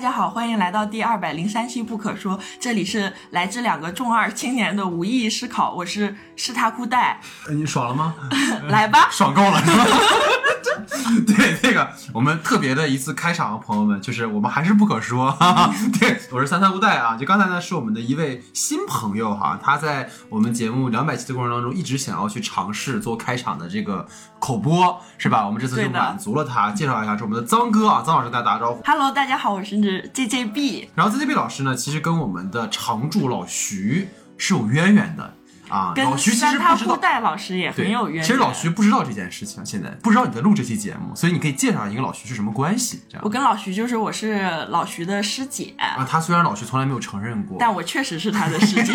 家好，欢迎来到第二百零三期《不可说》，这里是来自两个中二青年的无意义思考，我是是他裤带，呃你爽了吗？嗯来吧， 爽够了是吧？ 对，这个我们特别的一次开场，朋友们，就是我们还是不可说。 哈哈。对，我是三三无代啊，就刚才呢是我们的一位新朋友哈，他在我们节目两百期的过程当中，一直想要去尝试做开场的这个口播，是吧？我们这次对就的满足了他，介绍一下是我们的张哥啊，张老师跟大家打招呼。 Hello，大家好，我是 JJB，然后 ZZB 老师呢，其实跟我们的常驻老徐是有渊源的啊，跟老徐其三实他不知裤道。带老师也对，很有渊源。其实老徐不知道这件事情，现在不知道你在录这期节目，所以你可以介绍一个老徐是什么关系，这样我。跟老徐就是我是老徐的师姐，啊，他虽然老徐从来没有承认过，但我确实是他的师 姐。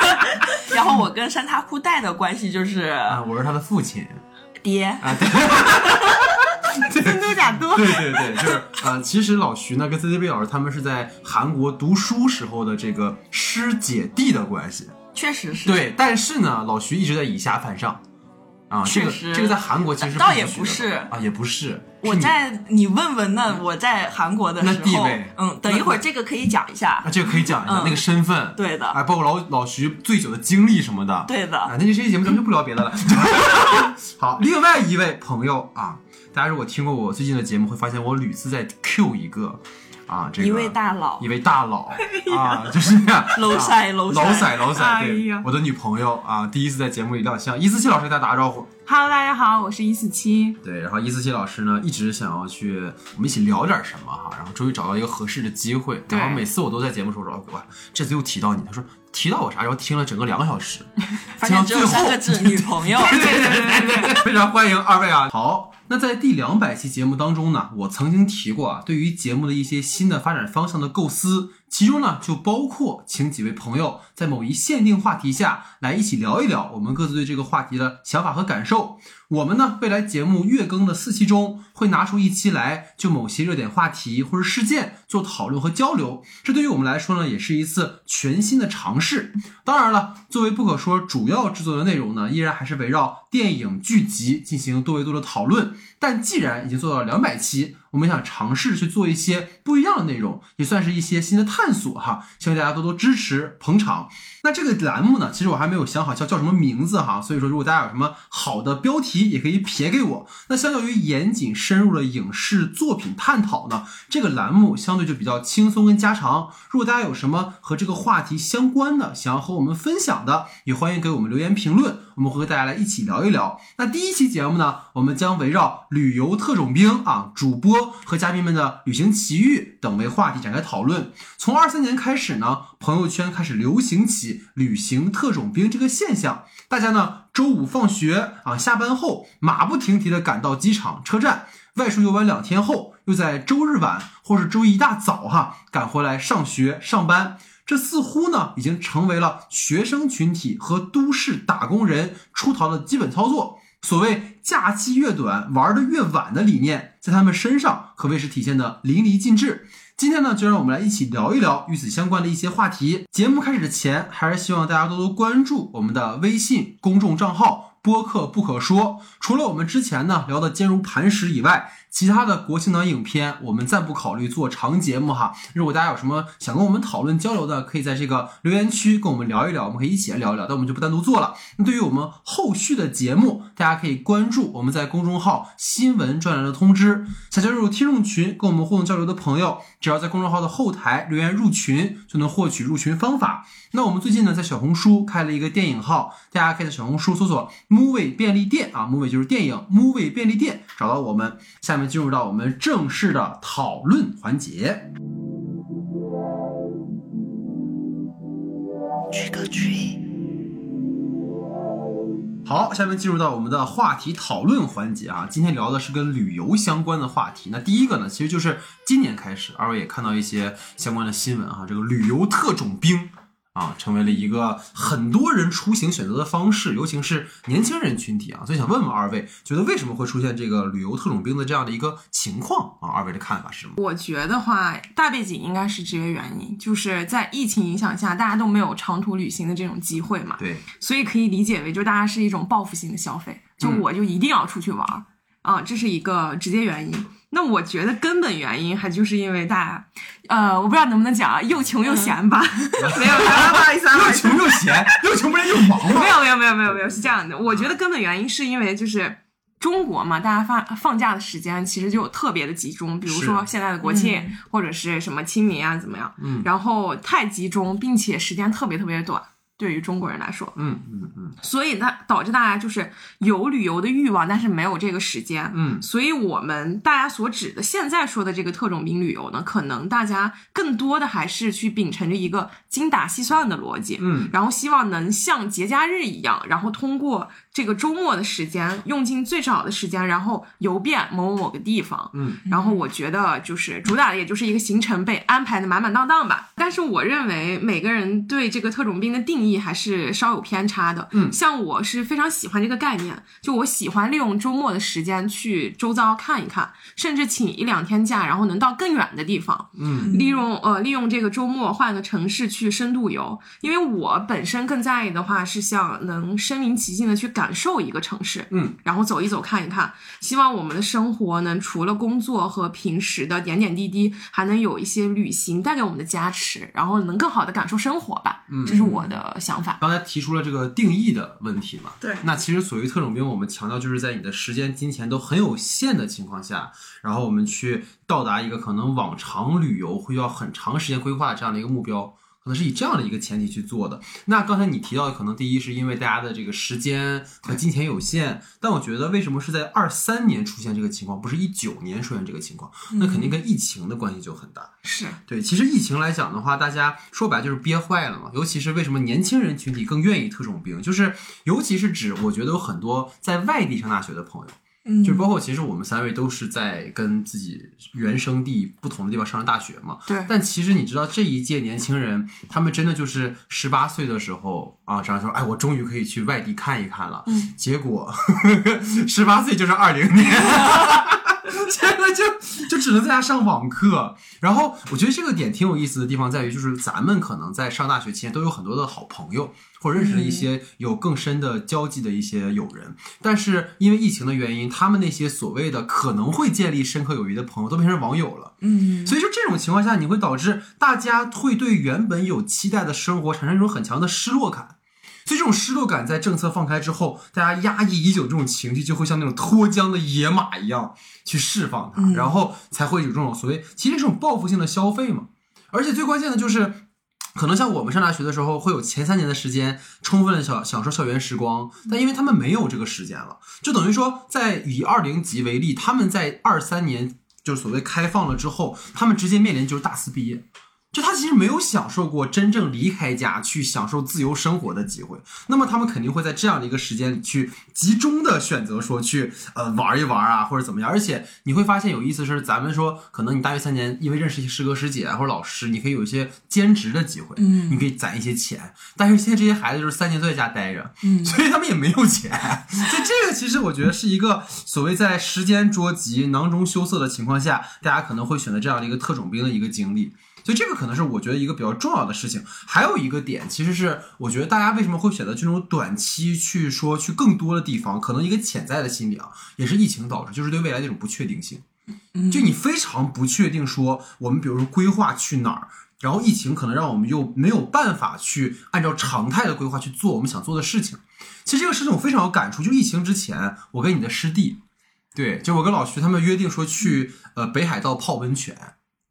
然后我跟山他裤带的关系就是啊，我是他的父亲爹，啊， 对真多假多。对对对，就是呃，其实老徐呢跟 CCB 老师他们是在韩国读书时候的这个师姐弟的关系，确实是。对，但是呢，老徐一直在以下犯上。啊，这确个实这个在韩国其实倒也不不许的是啊，也不是。我是你在你问问那我在韩国的时嗯那地候位，嗯，等一会儿这个可以讲一下 啊，。这个可以讲一下嗯那个身份，对的哎，包括老老徐醉酒的经历什么的，对的啊，那这期节目咱们就不聊别的了。 好，另外一位朋友啊，大家如果听过我最近的节目，会发现我屡次在 Q 一个啊，这个一位大佬哎一，位 大佬啊，就是那样楼塞啊楼塞楼塞楼塞，哎对呀，我的女朋友啊，第一次在节目里亮相，一四七老师给大家打个招呼。 Hello，大家好，我是一四七。对，然后一四七老师呢，一直想要去我们一起聊点什么哈，然后终于找到一个合适的机会，对然后每次我都在节目说说，哇，这次又提到你，他说提到我啥，然后听了整个两个 小时，发听到现只最有三后个，字，女朋 友。非常欢迎二位啊。好，那在第两百期节目当中呢，我曾经提过啊，对于节目的一些新的发展方向的构思，其中呢就包括请几位朋友在某一限定话题下来一起聊一聊我们各自对这个话题的想法和感受。我们呢未来节目月更的四期中会拿出一期来，就某些热点话题或者事件做讨论和交流。这对于我们来说呢，也是一次全新的尝试。当然了，作为不可说主要制作的内容呢，依然还是围绕电影剧集进行多维度的讨论。但既然已经做到了两百期，我们想尝试去做一些不一样的内容，也算是一些新的探索哈。希望大家多多支持捧场。那这个栏目呢，其实我还没有想好叫叫什么名字哈，所以说如果大家有什么好的标题，也可以撇给我。那相较于严谨深入的影视作品探讨呢，这个栏目相对就比较轻松跟家常。如果大家有什么和这个话题相关的，想要和我们分享的，也欢迎给我们留言评论，我们会和大家来一起聊一聊。那第一期节目呢，我们将围绕旅游特种兵啊，主播和嘉宾们的旅行奇遇等为话题展开讨论。从二三年开始呢，朋友圈开始流行起旅行特种兵这个现象。大家呢，周五放学啊，下班后马不停蹄地赶到机场、车站，外出游玩两天后，又在周日晚或是周一大早哈赶回来上学、上班。这似乎呢，已经成为了学生群体和都市打工人出逃的基本操作。所谓“假期越短，玩的越晚”的理念，在他们身上可谓是体现的淋漓尽致。今天呢，就让我们来一起聊一聊与此相关的一些话题。节目开始之前，还是希望大家多多关注我们的微信公众账号“播客不可说”。除了我们之前呢聊的《坚如磐石》以外，其他的国庆档影片我们暂不考虑做长节目哈。如果大家有什么想跟我们讨论交流的，可以在这个留言区跟我们聊一聊，我们可以一起来聊一聊，但我们就不单独做了。那对于我们后续的节目，大家可以关注我们在公众号“新闻”专栏的通知。想加入听众群跟我们互动交流的朋友，只要在公众号的后台留言入群，就能获取入群方法。那我们最近呢，在小红书开了一个电影号，大家可以在小红书搜索 “movie 便利店”啊，movie 就是电影，movie 便利店找到我们。下面进入到我们正式的讨论环节。好，下面进入到我们的话题讨论环节啊。今天聊的是跟旅游相关的话题。那第一个呢，其实就是今年开始，二位也看到一些相关的新闻啊哈、这个旅游特种兵啊，成为了一个很多人出行选择的方式，尤其是年轻人群体啊。所以想问问二位，觉得为什么会出现这个旅游特种兵的这样的一个情况啊？二位的看法是什么？我觉得话，大背景应该是这些原因，就是在疫情影响下，大家都没有长途旅行的这种机会嘛，对，所以可以理解为，就大家是一种报复性的消费，就嗯我就一定要出去玩儿、啊，这是一个直接原因。那我觉得根本原因还就是因为大家，呃，我不知道能不能讲啊，又穷又闲吧？嗯 没有，没有不好意思啊，不好又意思穷又闲，又穷不是又忙啊吗？ 没有没有没有没有没有，是这样的，我觉得根本原因是因为就是中国嘛，大家放放假的时间其实就特别的集中，比如是说现在的国庆、或者是什么清明啊怎么样，嗯然后太集中，并且时间特别特别短。对于中国人来说，嗯嗯嗯所以它导致大家就是有旅游的欲望，但是没有这个时间。嗯，所以我们大家所指的现在说的这个特种兵旅游呢，可能大家更多的还是去秉承着一个精打细算的逻辑，嗯，然后希望能像节假日一样，然后通过这个周末的时间，用尽最少的时间，然后游遍某某某个地方，嗯，然后我觉得就是主打的也就是一个行程被安排的满满当当吧。但是我认为每个人对这个特种兵的定义还是稍有偏差的，嗯像我是非常喜欢这个概念，就我喜欢利用周末的时间去周遭看一看，甚至请一两天假，然后能到更远的地方。嗯利用呃利用这个周末换个城市去深度游，因为我本身更在意的话是想能身临其境的去感受一个城市，嗯，然后走一走看一看，希望我们的生活能除了工作和平时的点点滴滴，还能有一些旅行带给我们的加持，然后能更好的感受生活吧，嗯这是我的想法。刚才提出了这个定义的问题嘛？对那其实所谓特种兵，我们强调就是在你的时间、金钱都很有限的情况下，然后我们去到达一个可能往常旅游会要很长时间规划这样的一个目标，可能是以这样的一个前提去做的。那刚才你提到的，可能第一是因为大家的这个时间和金钱有限，但我觉得为什么是在二三年出现这个情况，不是一九年出现这个情况？那肯定跟疫情的关系就很大。是，对，其实疫情来讲的话，大家说白就是憋坏了嘛。尤其是为什么年轻人群体更愿意特种兵，就是尤其是指我觉得有很多在外地上大学的朋友，嗯就包括其实我们三位都是在跟自己原生地不同的地方上的大学嘛。对但其实你知道这一届年轻人，他们真的就是十八岁的时候啊，这样说，哎，我终于可以去外地看一看了。嗯，结果十八岁就是二零年。 结果就就只能在家上网课，然后我觉得这个点挺有意思的地方在于，就是咱们可能在上大学期间都有很多的好朋友，或者认识了一些有更深的交际的一些友人，但是因为疫情的原因，他们那些所谓的可能会建立深刻友谊的朋友都变成网友了。嗯所以就这种情况下，你会导致大家会对原本有期待的生活产生一种很强的失落感。所以这种失落感在政策放开之后，大家压抑已久这种情绪，就会像那种脱缰的野马一样去释放它，嗯然后才会有这种所谓其实这种报复性的消费嘛。而且最关键的就是，可能像我们上大学的时候，会有前三年的时间充分的享享受校园时光，但因为他们没有这个时间了，就等于说，在以二零级为例，他们在二三年就是所谓开放了之后，他们直接面临就是大四毕业。就他其实没有享受过真正离开家去享受自由生活的机会，那么他们肯定会在这样的一个时间里去集中的选择说去呃玩一玩啊，或者怎么样。而且你会发现有意思是，咱们说可能你大学三年因为认识一些师哥师姐啊或者老师，你可以有一些兼职的机会，嗯你可以攒一些钱。但是现在这些孩子就是三年都在家待着，嗯所以他们也没有钱。 所以这个其实我觉得是一个所谓在时间捉急、囊中羞涩的情况下，大家可能会选择这样的一个特种兵的一个经历。所以这个可能是我觉得一个比较重要的事情。还有一个点，其实是我觉得大家为什么会选择这种短期去说去更多的地方，可能一个潜在的心理啊，也是疫情导致，就是对未来的一种不确定性。就你非常不确定说我们比如说规划去哪儿，然后疫情可能让我们又没有办法去按照常态的规划去做我们想做的事情。其实这个事情我非常有感触，就疫情之前，我跟你的师弟，对，就我跟老徐他们约定说去呃北海道泡温泉，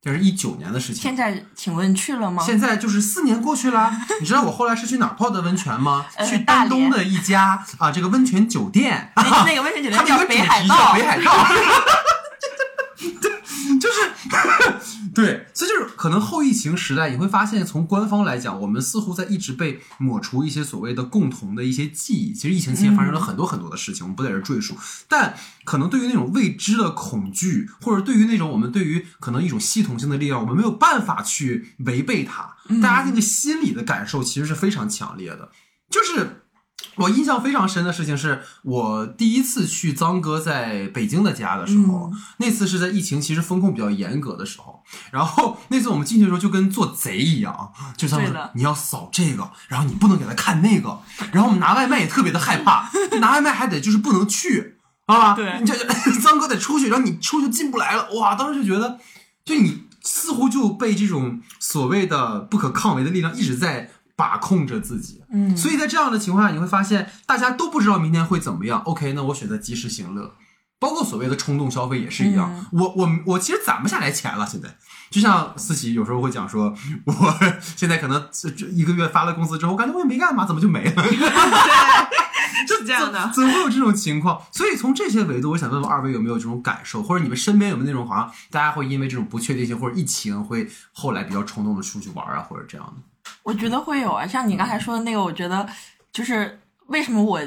这是一九年的事情。现在请问去了吗？现在就是四年过 去啦，你知道我后来是去哪儿泡的温泉吗？呃去大丹东连的一家啊，这个温泉酒店，那那个温泉酒他店叫们有个主北题海叫道 北，海道。就是，对，所以就是可能后疫情时代，你会发现，从官方来讲，我们似乎在一直被抹除一些所谓的共同的一些记忆。其实疫情期间发生了嗯很多很多的事情，我们不在这儿赘述。但可能对于那种未知的恐惧，或者对于那种我们对于可能一种系统性的力量，我们没有办法去违背它，嗯大家那个心理的感受其实是非常强烈的。就是我印象非常深的事情是，我第一次去脏哥在北京的家的时候，嗯那次是在疫情其实风控比较严格的时候，然后那次我们进去的时候就跟做贼一样，就像对是的你要扫这个，然后你不能给他看那个，然后我们拿外卖也特别的害怕，拿外卖还得就是不能去。 啊，对你这张哥得出去，然后你出去就进不来了，哇，当时就觉得，就你似乎就被这种所谓的不可抗为的力量一直在把控着自己，嗯所以在这样的情况下，你会发现大家都不知道明天会怎么样。OK，那我选择及时行乐，包括所谓的冲动消费也是一样。嗯我我我其实攒不下来钱了，现在就像思琪有时候会讲说， 我现在可能这这一个月发了工资之后，我感觉我也没干嘛，怎么就没了？ 对，是这样的。怎么会有这种情况？所以从这些维度，我想问问二位有没有这种感受，或者你们身边有没有那种好像大家会因为这种不确定性或者疫情，会后来比较冲动的出去玩啊，或者这样的？我觉得会有啊，像你刚才说的那个，我觉得就是为什么我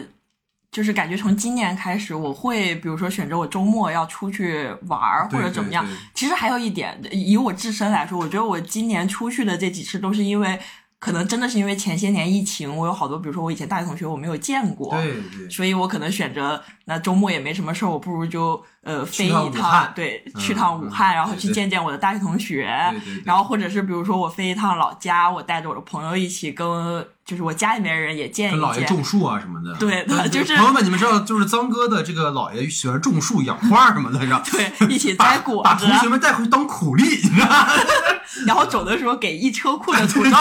就是感觉从今年开始，我会比如说选择我周末要出去玩儿或者怎么样对。对对其实还有一点，以我自身来说，我觉得我今年出去的这几次都是因为，可能真的是因为前些年疫情，我有好多，比如说我以前大学同学我没有见过，对对所以我可能选择那周末也没什么事儿，我不如就呃飞去一趟，趟武汉对，嗯去趟武汉，嗯然后对去对见见我的大学同学，对对对，哎然后或者是比如说我飞一趟老家，我带着我的朋友一起跟，就是我家里面人也见跟一姥爷见。种树啊什么的。对 那就是朋友们，你们知道，就是脏哥的这个姥爷喜欢种树、养花什么的，是吧？对，一起把摘果把子同，学们带回去当苦力，你知道吗？然后走的时候给一车库 的土豆。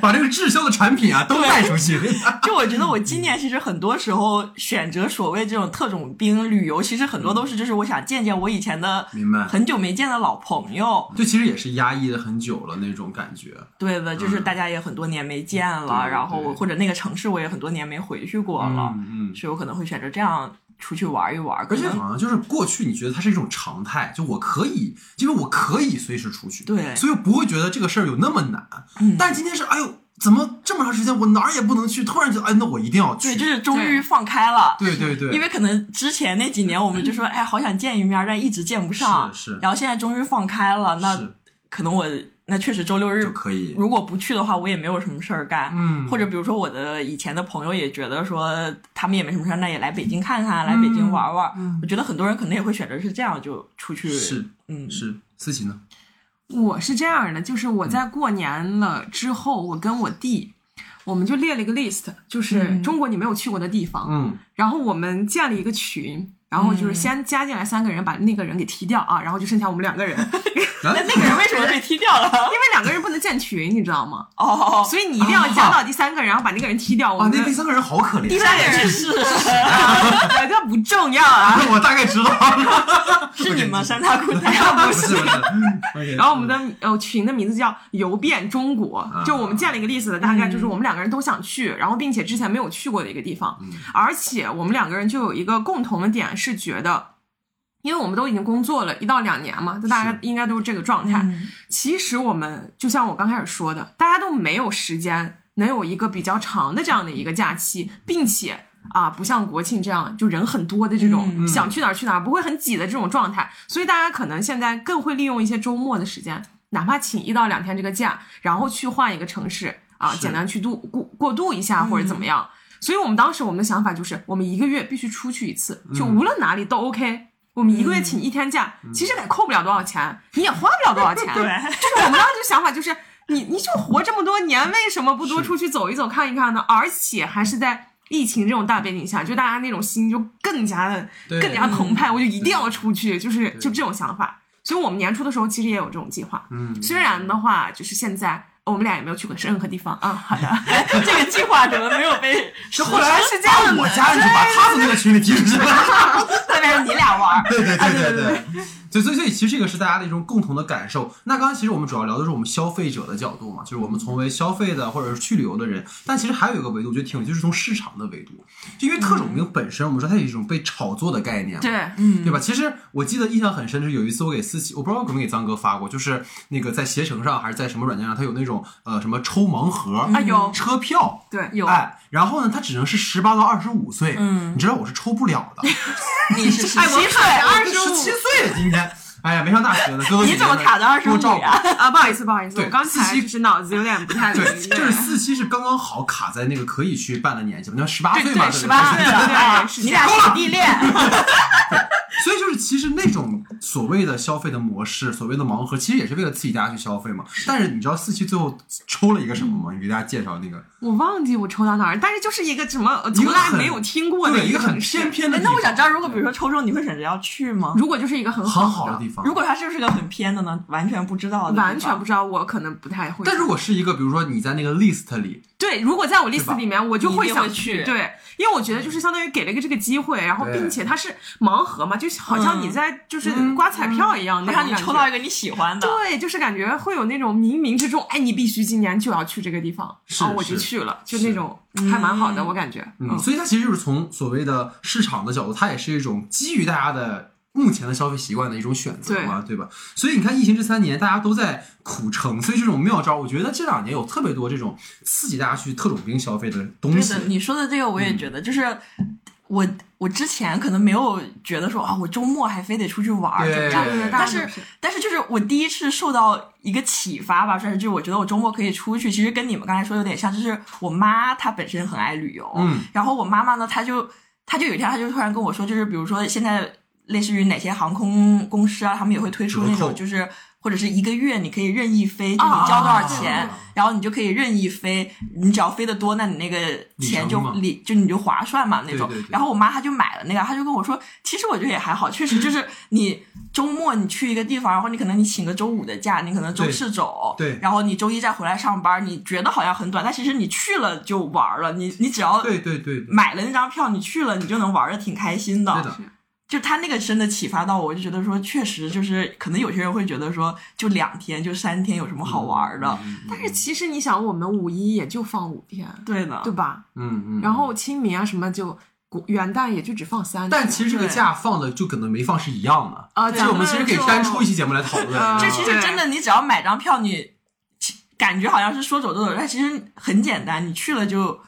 把这个滞销的产品啊都带出 去。就我觉得我今年其实很多时候选择所谓这种特种兵旅游，其实很多都是就是我想见见我以前的明白。很久没见的老朋友。就其实也是压抑了很久了那种感觉，对的，就是大家也很多年没见了，嗯对然后对或者那个城市我也很多年没回去过了，嗯嗯。嗯所以我可能会选择这样出去玩一玩。而且可能好像就是过去，你觉得它是一种常态，就我可以，因为我可以随时出去，对所以我不会觉得这个事儿有那么难。嗯但今天是，哎呦，怎么这么长时间我哪儿也不能去？突然觉得，哎，那我一定要去。对，就是终于放开了。对对对，因为可能之前那几年我们就说，哎，好想见一面，但一直见不上。是是然后现在终于放开了，那是可能我那确实周六就日可以，如果不去的话，我也没有什么事儿干。嗯或者比如说我的以前的朋友也觉得说他们也没什么事儿，那也来北京看看，来北京玩玩。我觉得很多人可能也会选择是这样就出去。是嗯，是思琪呢？我是这样的，就是我在过年了之后，我跟我弟，我们就列了一个 list，就是嗯中国你没有去过的地方，嗯，然后我们建了一个群。然后就是先加进来三个人，把那个人给踢掉啊，然后就剩下我们两个人，因 为哎那那个人为什么被踢掉了？两个人不能建群，你知道吗？哦，所以你一定要加到第三个人，然后把那个人踢掉。我哇，们哦啊那 第三个人好可怜。第 三个确人实这不重要啊。 我大概知道了， 是你们三大裤带。 不是不是。然后我们的呃群的名字叫“游遍中国”，啊就我们建了一个 list，大概嗯就是我们两个人都想去，然后并且之前没有去过的一个地方，嗯而且我们两个人就有一个共同的点是觉得。因为我们都已经工作了一到两年嘛，就大家是应该都是这个状态。其实我们就像我刚开始说的，大家都没有时间能有一个比较长的这样的一个假期，并且啊，不像国庆这样就人很多的这种、嗯想去哪儿去哪儿，不会很挤的这种状态。所以大家可能现在更会利用一些周末的时间，哪怕请一到两天这个假，然后去换一个城市啊，是简单去度过过渡一下或者嗯怎么样。所以我们当时我们的想法就是，我们一个月必须出去一次，就嗯无论哪里都 OK。我们一个月请一天假，其实也扣不了多少钱，你也花不了多少钱。 对，就是我们当时想法就是，你你就活这么多年，为什么不多出去走一走、看一看呢？而且还是在疫情这种大背景下，就大家那种心就更加的对更加澎湃，我就一定要出去，就是就这种想法。所以我们年初的时候其实也有这种计划，嗯，虽然的话就是现在。我们俩也没有去过任何地方啊。好的，这个计划怎么没有被？是后来是这样把啊我家人就把他从那个群里踢出去了。特别是你俩玩儿。对对对对对，所以所以所以其实这个是大家的一种共同的感受。那刚刚其实我们主要聊的是我们消费者的角度嘛，就是我们从为消费的或者是去旅游的人，但其实还有一个维度，我觉得挺有，就是从市场的维度，就因为特种兵本身，我们说它有一种被炒作的概念嘛，对，对吧？其实我记得印象很深，就是有一次我给思琪，我不知道我有没有给张哥发过，就是那个在携程上还是在什么软件上，它有那种呃什么抽盲盒、啊有车票。对有哎，然后呢，它只能是十八到二十五岁，嗯你知道我是抽不了的，你是十哎我七岁，二十十五七岁了今天，哎呀，没上大学呢，哥哥姐姐你怎么们卡到25多照顾呀 啊，不好意思，不好意思，对我刚才就是脑子有点不太明白对，就是四七是刚刚好卡在那个可以去办的年纪嘛，那十八岁嘛，对不对十八岁了，哎是你俩是姐弟恋。所以就是其实那种所谓的消费的模式，所谓的盲盒，其实也是为了刺激大家去消费嘛。但是你知道四期最后抽了一个什么吗？你给大家介绍那个，我忘记我抽到哪儿，但是就是一个什么呃从来没有听过的对，一个个很城市偏偏的哎地那方，我想知道，如果比如说抽中，你会选择要去吗？如果就是一个很很好好的地方。如果它是不是个很偏的呢？完全不知道的地方，完全不知道，我可能不太会。但如果是一个，比如说你在那个 list 里，对，如果在我对吧 list 里面，我就你一会定想会去对，因为我觉得就是相当于给了一个这个机会，然后对并且它是盲盒嘛，就是好像你嗯在就是刮彩票一嗯样，那然后种你感抽觉到一个你喜欢的，对，就是感觉会有那种冥冥之中，哎，你必须今年就要去这个地方，是然后我就是去了，就是那种还蛮好的，嗯我感觉。嗯，所以它其实就是从所谓的市场的角度，它也是一种基于大家的目前的消费习惯的一种选择嘛，对吧？所以你看，疫情这三年大家都在苦撑，所以这种妙招，我觉得这两年有特别多这种刺激大家去特种兵消费的东对西的，。你说的这个我也觉得，就是我我之前可能没有觉得说啊，我周末还非得出去玩儿，对怎么对对样？对但大是家就是但是就是我第一次受到一个启发吧，算是就是我觉得我周末可以出去，其实跟你们刚才说有点像，就是我妈她本身很爱旅游，嗯，然后我妈妈呢，她就她就有一天她就突然跟我说，就是比如说现在类似于哪些航空公司啊，他们也会推出那折扣种就是。或者是一个月，你可以任意飞，就你啊交多少对钱，对对然后你就可以任意飞，你只要飞得多，那你那个钱就里程嘛里就你就划算嘛那种。对对对然后我妈她就买了那个，她就跟我说，其实我觉得也还好，确实就是你周末你去一个地方，然后你可能你请个周五的假，你可能周对四走，对然后你周一再回来上班，你觉得好像很短，但其实你去了就玩了，你你只要对对对对，买了那张票，你去了，你就能玩的挺开心的。对的是。就他那个真的启发到我，我就觉得说，确实就是可能有些人会觉得说，就两天就三天有什么好玩的？嗯但是其实你想，我们五一也就放五天，对的，对吧？嗯嗯。然后清明啊什么就国元旦也就只放三天，但其实这个假放的就可能没放是一样的，啊，这咱我们其实可以就单出一期节目来讨论。嗯呃这这其对实真的，你只要买张票，你其感觉好像是说走就走，但其实很简单，你去了就是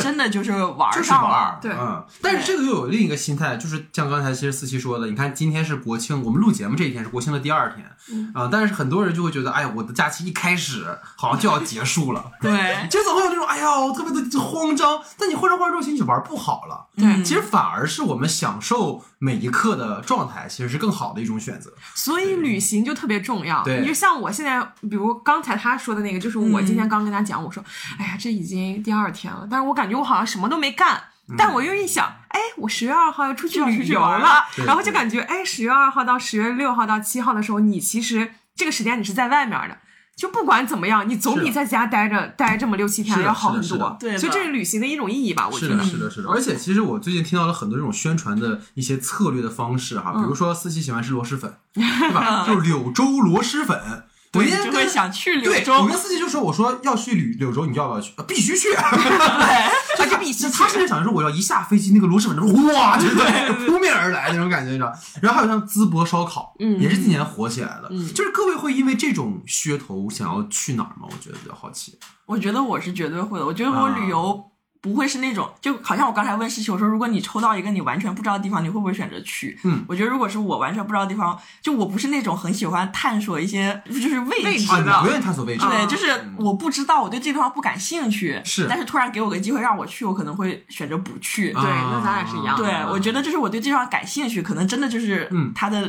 真的就是玩就是上玩了。儿，对嗯。但是这个又有另一个心态，就是像刚才其实四七说的，你看今天是国庆，我们录节目这一天是国庆的第二天，啊、嗯但是很多人就会觉得，哎呀，我的假期一开始好像就要结束了， 对，就总会有那种哎呀，我特别的慌张。但你慌张慌张之后，其实你就玩不好了。对其实反而是我们享受每一刻的状态，其实是更好的一种选择。所以旅行就特别重要。对你就像我现在，比如刚才他说的那个，就是我今嗯天刚跟他讲，我说，哎呀，这已经第二天了，但是我感觉我好像什么都没干。嗯但我又一想，哎，我十月二号要出去就要出旅去游玩了了，对然后就感觉，哎，十月二号到十月六号到七号的时候，你其实这个时间你是在外面的，就不管怎么样，你总是比在家待着待这么六七是天的要好是的很是的多。对的所以这是旅行的一种意义啊吧，我觉是得的，。是的，是的。而且其实我最近听到了很多这种宣传的一些策略的方式哈，比如说四喜喜欢吃螺蛳粉，对吧？就是柳州螺蛳粉。我那你天嗯就跟会想去柳对，我州。跟司机就说：“我说要去柳柳州，你要不要去？呃必须去！ 而且必须他甚至想说我要一下飞机，那个螺蛳粉，哇，就是扑面而来那种感觉，你知道？然后还有像淄博烧烤，嗯也是今年火起来的。嗯就是各位会因为这种噱头想要去哪儿吗？我觉得比较好奇。我觉得我是绝对会的。我觉得我啊旅游不会是那种，就好像我刚才问诗琪，我说如果你抽到一个你完全不知道的地方，你会不会选择去？嗯，我觉得如果是我完全不知道的地方，就我不是那种很喜欢探索一些就是未未知知啊，的。你不愿意探索位置，对，啊就是我不知道，我对这地方不感兴趣。是但是突然给我个机会让我去，我可能会选择不去。啊对那咱俩是一样对，我觉得就是我对这地方感兴趣，可能真的就是嗯它的，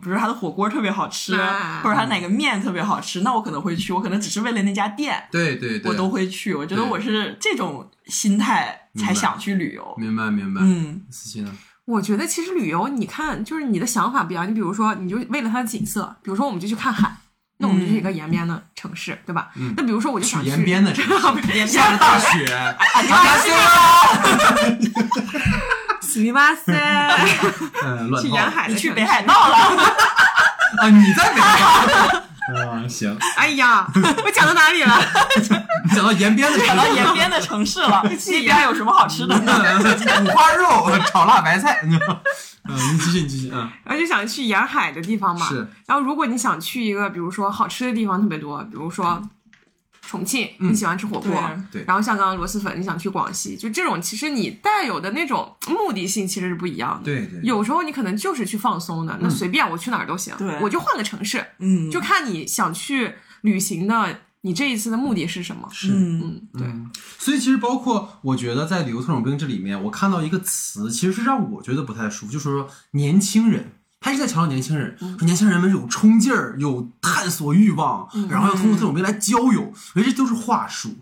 比如它的火锅特别好吃，啊或者它哪个面特别好吃，那我可能会去，我可能只是为了那家店，对对对，我都会去。我觉得对我是这种心态明白才想去旅游。明白明白。嗯，司机呢？我觉得其实旅游，你看，就是你的想法不一样。你比如说，你就为了它的景色，比如说我们就去看海，那我们就去一个延边的城市，对吧？嗯那比如说我就去想去延边的城 市，下着大雪，斯密巴塞， 嗯，乱去套沿海你的去城北市。海道了，啊！你在北 海道？啊，行，哎 呀，我讲到哪里了？你讲到延边的城讲市到延边的城市了，那边有什么好吃的呢？ 五花肉炒辣白菜， 你知道吗？嗯，你继续，你继续，嗯，然后就想去沿海的地方嘛。是。然后如果你想去一个，比如说好吃的地方特别多，比如说重庆，你喜欢吃火锅，嗯对对然后像刚刚螺蛳粉，你想去广西，就这种，其实你带有的那种目的性其实是不一样的。对对，有时候你可能就是去放松的，那随便我去哪儿都行，对我就换个城市，嗯，就看你想去旅行的，你这一次的目的是什么。嗯。嗯，对，所以其实包括我觉得在旅游特种兵这里面，我看到一个词，其实是让我觉得不太舒服，就是说年轻人。他一直在强调年轻人，说年轻人们有冲劲儿，有探索欲望，然后要通过这种东西来交友，我觉得这都是话术，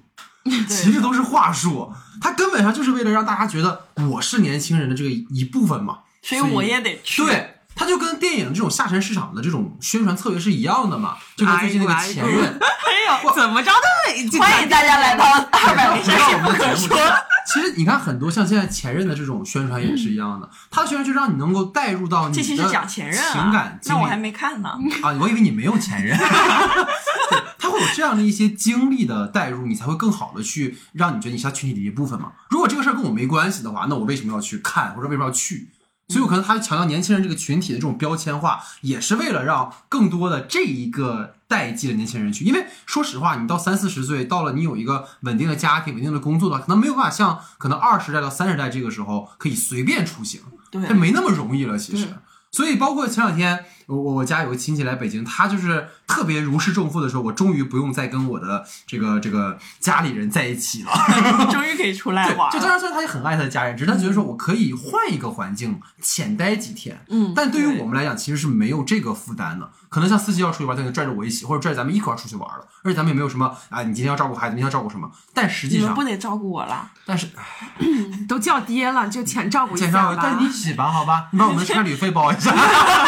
其实都是话术，他根本上就是为了让大家觉得我是年轻人的这个一部分嘛。所以以我也得去。哎对，它就跟电影这种下沉市场的这种宣传策略是一样的嘛，就跟最近那个前任，哎呦，怎么着都欢迎大家来到 二百零知三道事我不们的可节目说。。其实你看很多像现在前任的这种宣传也是一样的，它的宣传就让你能够带入到你这的期是讲前任啊，情感经那我历还没看呢。啊，我以为你没有前任。对， 他会有这样的一些经历的代入，你才会更好的去让你觉得你是他群体的一部分嘛。如果这个事儿跟我没关系的话，那我为什么要去看，或者为什么要去？所以，我可能他强调年轻人这个群体的这种标签化，也是为了让更多的这一个代际的年轻人去。因为说实话，你到三四十岁，到了你有一个稳定的家庭、稳定的工作的话，可能没有办法像可能二十代到三十代这个时候可以随便出行。对这，没那么容易了，其实。所以包括前两天，我我我家有个亲戚来北京，他就是特别如释重负的说，我终于不用再跟我的这个这个家里人在一起了。 终于可以出来 对玩， 就了。当然虽然他也很爱他的家人，只是他觉得说我可以换一个环境，浅待几天。嗯但对于我们来讲，其实是没有这个负担的。可能像司机要出去玩，他就拽着我一起，或者拽着咱们一块儿出去玩了。而且咱们也没有什么啊，你今天要照顾孩子，明天要照顾什么。但实你际们上不，得照顾我了？ 但是 都叫爹了，就浅照顾一简单下了，吧但。你洗吧，好吧，你把我们车旅费包一下。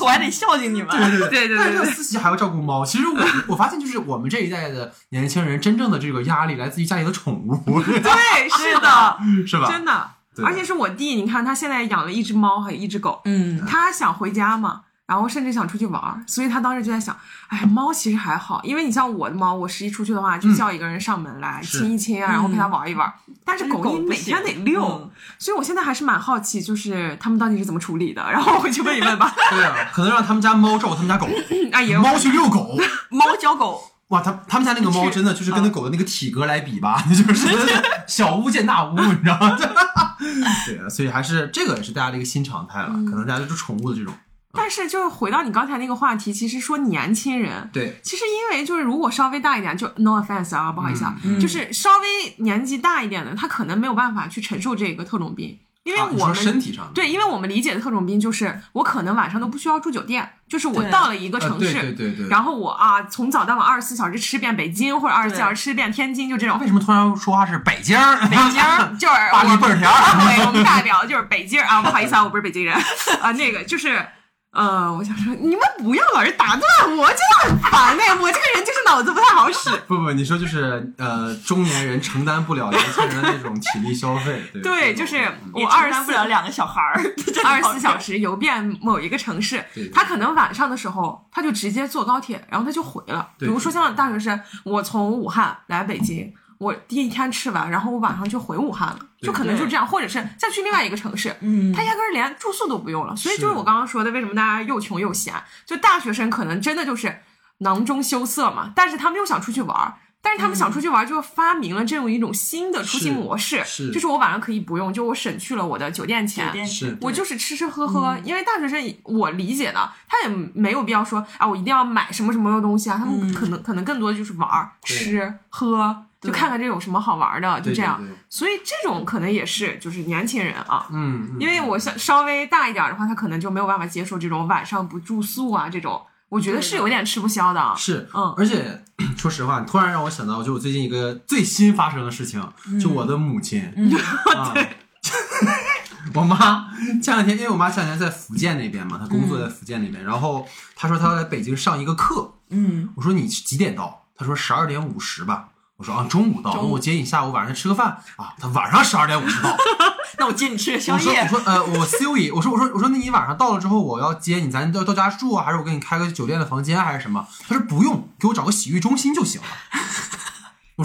我还得孝敬你们。 对对对但对是这个思琪还要照顾猫。其实 我我发现，就是我们这一代的年轻人，真正的这个压力来自于家里的宠物， 对，是 的，是吧？真的对。而且是我弟，你看他现在养了一只猫，还有一只狗，嗯，他想回家嘛，然后甚至想出去玩儿，所以他当时就在想，哎，猫其实还好，因为你像我的猫，我实际出去的话，就叫一个人上门来、嗯是亲一亲啊，然后陪它玩一玩。但是狗但是狗你不每行天得遛，嗯所以我现在还是蛮好奇，就是他们到底是怎么处理的，然后我回去问一 问吧。对啊，可能让他们家猫照顾他们 家狗，哎呀，猫去遛狗。猫教狗，哇，他他们家那个猫真的就是跟那啊狗的那个体格来比吧， 那就是小巫见大巫，你知道吗？ 对啊，所以还是这个也是大家的一个新常态了，可嗯能大家就是宠物的这种。但是就是回到你刚才那个话题，其实说年轻人，对，其实因为就是如果稍微大一点，就 no offense 啊，不好意思啊，嗯就是稍微年纪大一点的，他可能没有办法去承受这个特种兵，因为哦啊你我说们、身体上的对，因为我们理解的特种兵就是我可能晚上都不需要住酒店，就是我对到了一个呃城对市，对对对。然后我啊从早到晚二十四小时吃遍北京，或者二十四对小时吃遍天津，就这种为。什么突然说话是北京儿？北北京儿就是 巴黎我倍儿甜 儿。对，我们代表就是北京儿啊，不好意思啊，我不是北 京人啊，那个就是。呃，我想说，你们不要老是打断我，真的很烦哎！我这个人就是脑子不太好使。不不，你说就是呃，中年人承担不了年轻人的那种体力消费，对， 对，就是嗯也我二承十担不四了两个小孩 儿，二十四小时游遍某一个城市对对，他可能晚上的时候他就直接坐高铁，然后他就回了。比对如说像大学生，我从武汉来北京，我第一天吃完，然后我晚上就回武汉了，对就可能就这样，或者是再去另外一个城市。嗯他，压根儿连住宿都不用了，所以是就是我刚刚说的，为什么大家又穷又闲？就大学生可能真的就是囊中羞涩嘛，但是他们又想出去玩儿，但是他们想出去玩儿就发明了这种一种新的出行模式，是是就是我晚上可以不用，就我省去了我的酒店钱，酒店是我就是吃吃喝喝，嗯因为大学生我理解的，他也没有必要说啊，我一定要买什么什么东西啊，他们可能、可能更多的就是玩儿、嗯对吃喝，就看看这有什么好玩儿的，就对这样。对对所以这种可能也是就是年轻人啊，嗯，嗯因为我稍稍微大一点儿的话，他可能就没有办法接受这种晚上不住宿啊这种，我觉得是有点吃不消的啊。是，嗯而且说实话，你突然让我想到，就我最近一个最新发生的事情，嗯就我的母亲， 啊我妈前两天，因为我妈前两天在福建那边嘛，她工作嗯在福建那边，然后她说她要来北京上一个课，嗯，我说你几点到？她说十二点五十吧。我说啊，中午到，中午那我接你下午晚上吃个饭啊。她晚上十二点五十到，那我接你吃个宵我说我夜。说呃，我 COE，我说我说我说，那你晚上到了之后，我要接你，咱到到家住啊，还是我给你开个酒店的房间，啊还是什么？他说不用，给我找个洗浴中心就行了。我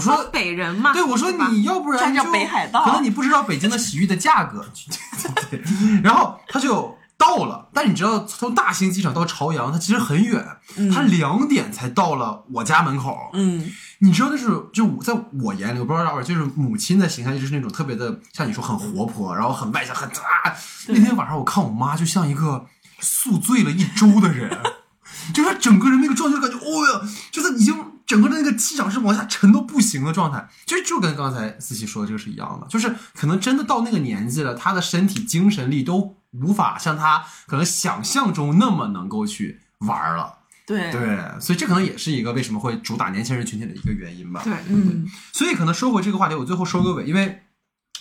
东说。北人嘛，对，我说吧你要不然站着就北海道可能你不知道北京的洗浴的价格。 对，然后他就到了，但你知道从大兴机场到朝阳，它其实很远，他两点才到了我家门口。嗯，你知道那是就我在我眼里，我不知道啥就是母亲的形象就是那种特别的，像你说很活泼，然后很外向，很啊。那天晚上我看我妈就像一个宿醉了一周的人， 就是她整个人那个状态，就感觉哦呀，就是已经整个的那个气场是往下沉到不行的状态，就是就跟刚才思琪说的这个是一样的，就是可能真的到那个年纪了，她的身体、精神力都无法像他可能想象中那么能够去玩了。对， 对，所以这可能也是一个为什么会主打年轻人群体的一个原因吧。对，嗯所以可能收回这个话题，我最后收个尾，因为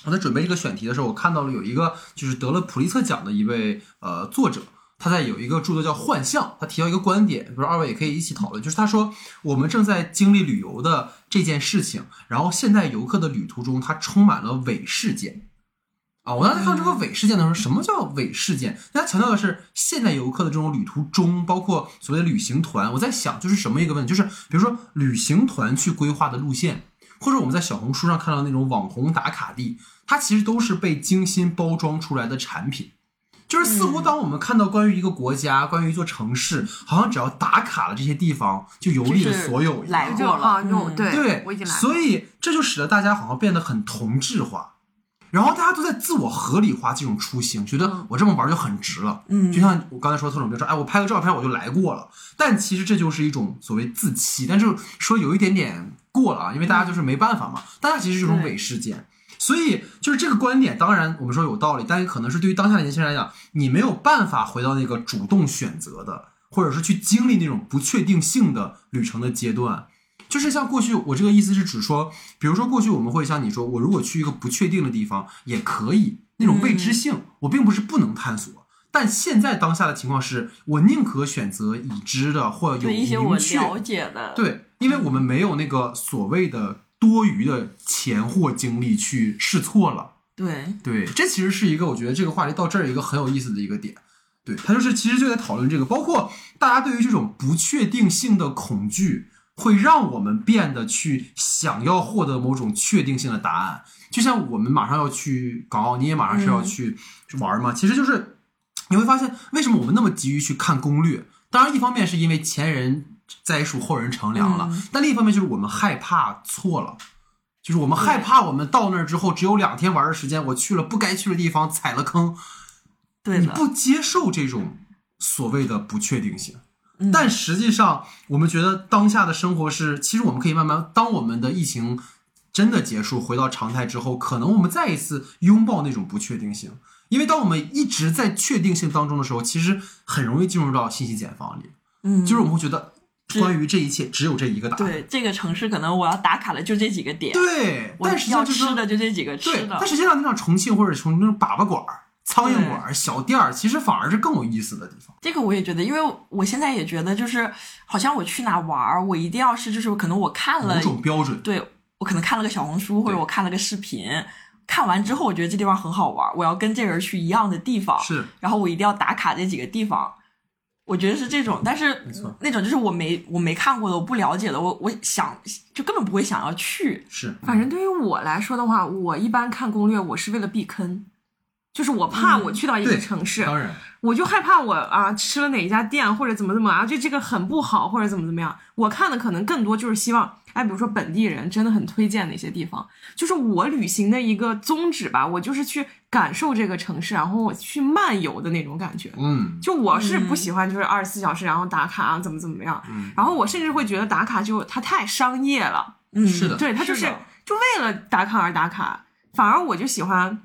我在准备这个选题的时候，我看到了有一个就是得了普利策奖的一位呃作者，他在有一个著作叫《幻象》，他提到一个观点，比如说二位也可以一起讨论，就是他说我们正在经历旅游的这件事情，然后现代游客的旅途中，它充满了伪事件。啊，我当时看到这个嗯伪事件的时候，什么叫伪事件？大家强调的是现代游客的这种旅途中，包括所谓的旅行团。我在想，就是什么一个问题，就是比如说旅行团去规划的路线，或者我们在小红书上看到那种网红打卡地，它其实都是被精心包装出来的产品。就是似嗯乎当我们看到关于一个国家、关于一座城市，好像只要打卡了这些地方，就游历了就是所有一样来就过了啊，有嗯对，对，我已经来了。所以这就使得大家好像变得很同质化，然后大家都在自我合理化这种出行，觉得嗯我这么玩就很值了。嗯就像我刚才说的特种兵说，哎，我拍个照片我就来过了。但其实这就是一种所谓自欺，但是说有一点点过了啊，因为大家就是没办法嘛，大家其实是一种伪事件。所以就是这个观点，当然我们说有道理，但是可能是对于当下的年轻人来讲，你没有办法回到那个主动选择的，或者是去经历那种不确定性的旅程的阶段。就是像过去，我这个意思是指说，比如说过去我们会像你说，我如果去一个不确定的地方也可以，那种未知性，我并不是不能探索。但现在当下的情况是，我宁可选择已知的或有嗯对一些我明确了解的，对，因为我们没有那个所谓的多余的钱或精力去试错了。对对，这其实是一个我觉得这个话题到这儿一个很有意思的一个点。对，他就是其实就在讨论这个，包括大家对于这种不确定性的恐惧，会让我们变得去想要获得某种确定性的答案。就像我们马上要去港澳，你也马上是嗯要去去玩嘛，其实就是你会发现为什么我们那么急于去看攻略。当然，一方面是因为前人栽树，后人乘凉了，但另一方面就是我们害怕错了。就是我们害怕，我们到那儿之后只有两天玩的时间，我去了不该去的地方，踩了坑，对你的，不接受这种所谓的不确定性嗯。但实际上，我们觉得当下的生活是，其实我们可以慢慢，当我们的疫情真的结束，回到常态之后，可能我们再一次拥抱那种不确定性，因为当我们一直在确定性当中的时候，其实很容易进入到信息茧房里，嗯，就是我们会觉得是关于这一切只有这一个答案。对这个城市可能我要打卡的就这几个点，对，我但实际要上就是吃的就这几个吃对，的但，实际上，那种重庆或者重庆那种粑粑馆儿、苍蝇馆儿、小店儿，其实反而是更有意思的地方。这个我也觉得，因为我现在也觉得就是好像我去哪玩儿，我一定要是就是可能我看了某种标准，对我可能看了个小红书或者对我看了个视频，看完之后我觉得这地方很好玩，我要跟这人去一样的地方，是然后我一定要打卡这几个地方。我觉得是这种，但是错那种就是我没我没看过的，我不了解的，我我想就根本不会想要去。是，反正对于我来说的话，我一般看攻略，我是为了避坑，就是我怕我去到一个嗯对城市，当然我就害怕我啊吃了哪一家店或者怎么怎么啊，就这个很不好或者怎么怎么样。我看的可能更多就是希望，哎，比如说本地人真的很推荐哪些地方，就是我旅行的一个宗旨吧，我就是去感受这个城市，然后我去漫游的那种感觉。嗯，就我是不喜欢，就是二十四小时然后打卡啊，怎么怎么样，嗯然后我甚至会觉得打卡就它太商业了，嗯，是的对，它就是是的就为了打卡而打卡，反而我就喜欢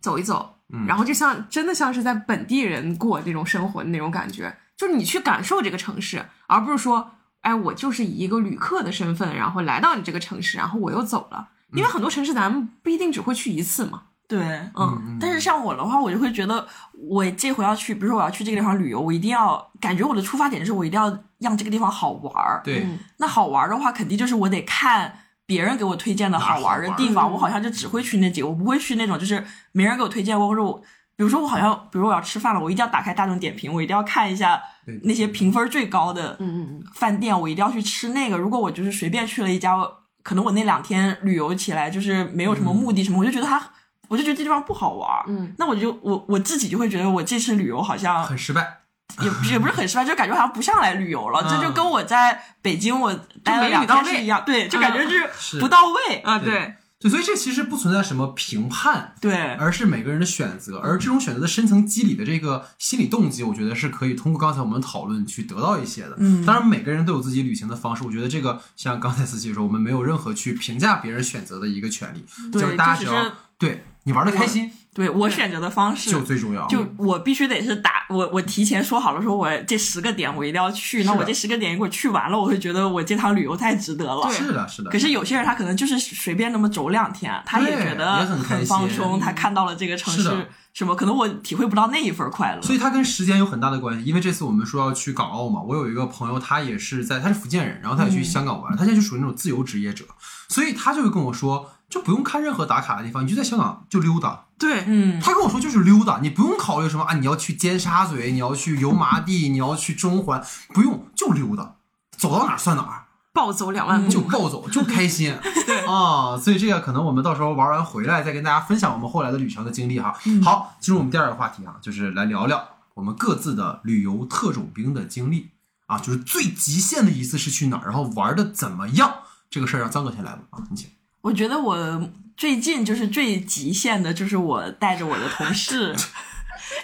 走一走，嗯然后就像真的像是在本地人过这种生活的那种感觉，就是你去感受这个城市，而不是说，哎，我就是以一个旅客的身份，然后来到你这个城市，然后我又走了，因为很多城市咱们不一定只会去一次嘛，对，嗯，但是像我的话，我就会觉得，我这回要去，比如说我要去这个地方旅游，我一定要感觉我的出发点是我一定要让这个地方好玩儿。对，嗯那好玩儿的话，肯定就是我得看别人给我推荐的好玩儿的地哪儿好玩方，我好像就只会去那几个，我不会去那种就是没人给我推荐过，或者我，比如说我好像，比如我要吃饭了，我一定要打开大众点评，我一定要看一下对嗯那些评分最高的嗯嗯饭店，我一定要去吃那个。如果我就是随便去了一家，可能我那两天旅游起来就是没有什么目的什么，我就觉得它，我就觉得这地方不好玩儿。嗯，那我就我我自己就会觉得我这次旅游好像很失败。也不是也不是很失 败，就感觉好像不像来旅游了，嗯这就跟我在北京我待了两天是一样，对，就感觉是是不到位，啊对对，对，所以这其实不存在什么评判，对，而是每个人的选择，而这种选择的深层机理的这个心理动机，我觉得是可以通过刚才我们的讨论去得到一些的。嗯当然每个人都有自己旅行的方式，我觉得这个像刚才思琪说，我们没有任何去评价别人选择的一个权利，对是大家就只只要是对你玩的开心，对我选择的方式就最重要。就我必须得是打我，我提前说好了，说我这十个点我一定要去。那是我这十个点如果去完了，我会觉得我这趟旅游太值得了。是的，是的。可是有些人他可能就是随便那么走两天，他也觉得也很开很嗯心放松，他看到了这个城是的市什么，可能我体会不到那一份快乐。所以它跟时间有很大的关系，因为这次我们说要去港澳嘛，我有一个朋友，他也是在，他是福建人，然后他也去香港玩，他现在就属于那种自由职业者，所以他就会跟我说，就不用看任何打卡的地方，你就在香港就溜达。对，嗯，他跟我说就是溜达，你不用考虑什么啊，你要去尖沙咀，你要去油麻地，你要去中环，不用，就溜达，走到哪儿算哪儿，暴走两万步，就暴走，就 开心。对啊，所以这个可能我们到时候玩完回来再跟大家分享我们后来的旅程的经历哈。嗯好，进入我们第二个话题啊，就是来聊聊我们各自的旅游特种兵的经历啊，就是最极限的一次是去哪儿，然后玩的怎么样这个事儿，让张哥先来吧啊，你请。我觉得我最近就是最极限的，就是我带着我的同事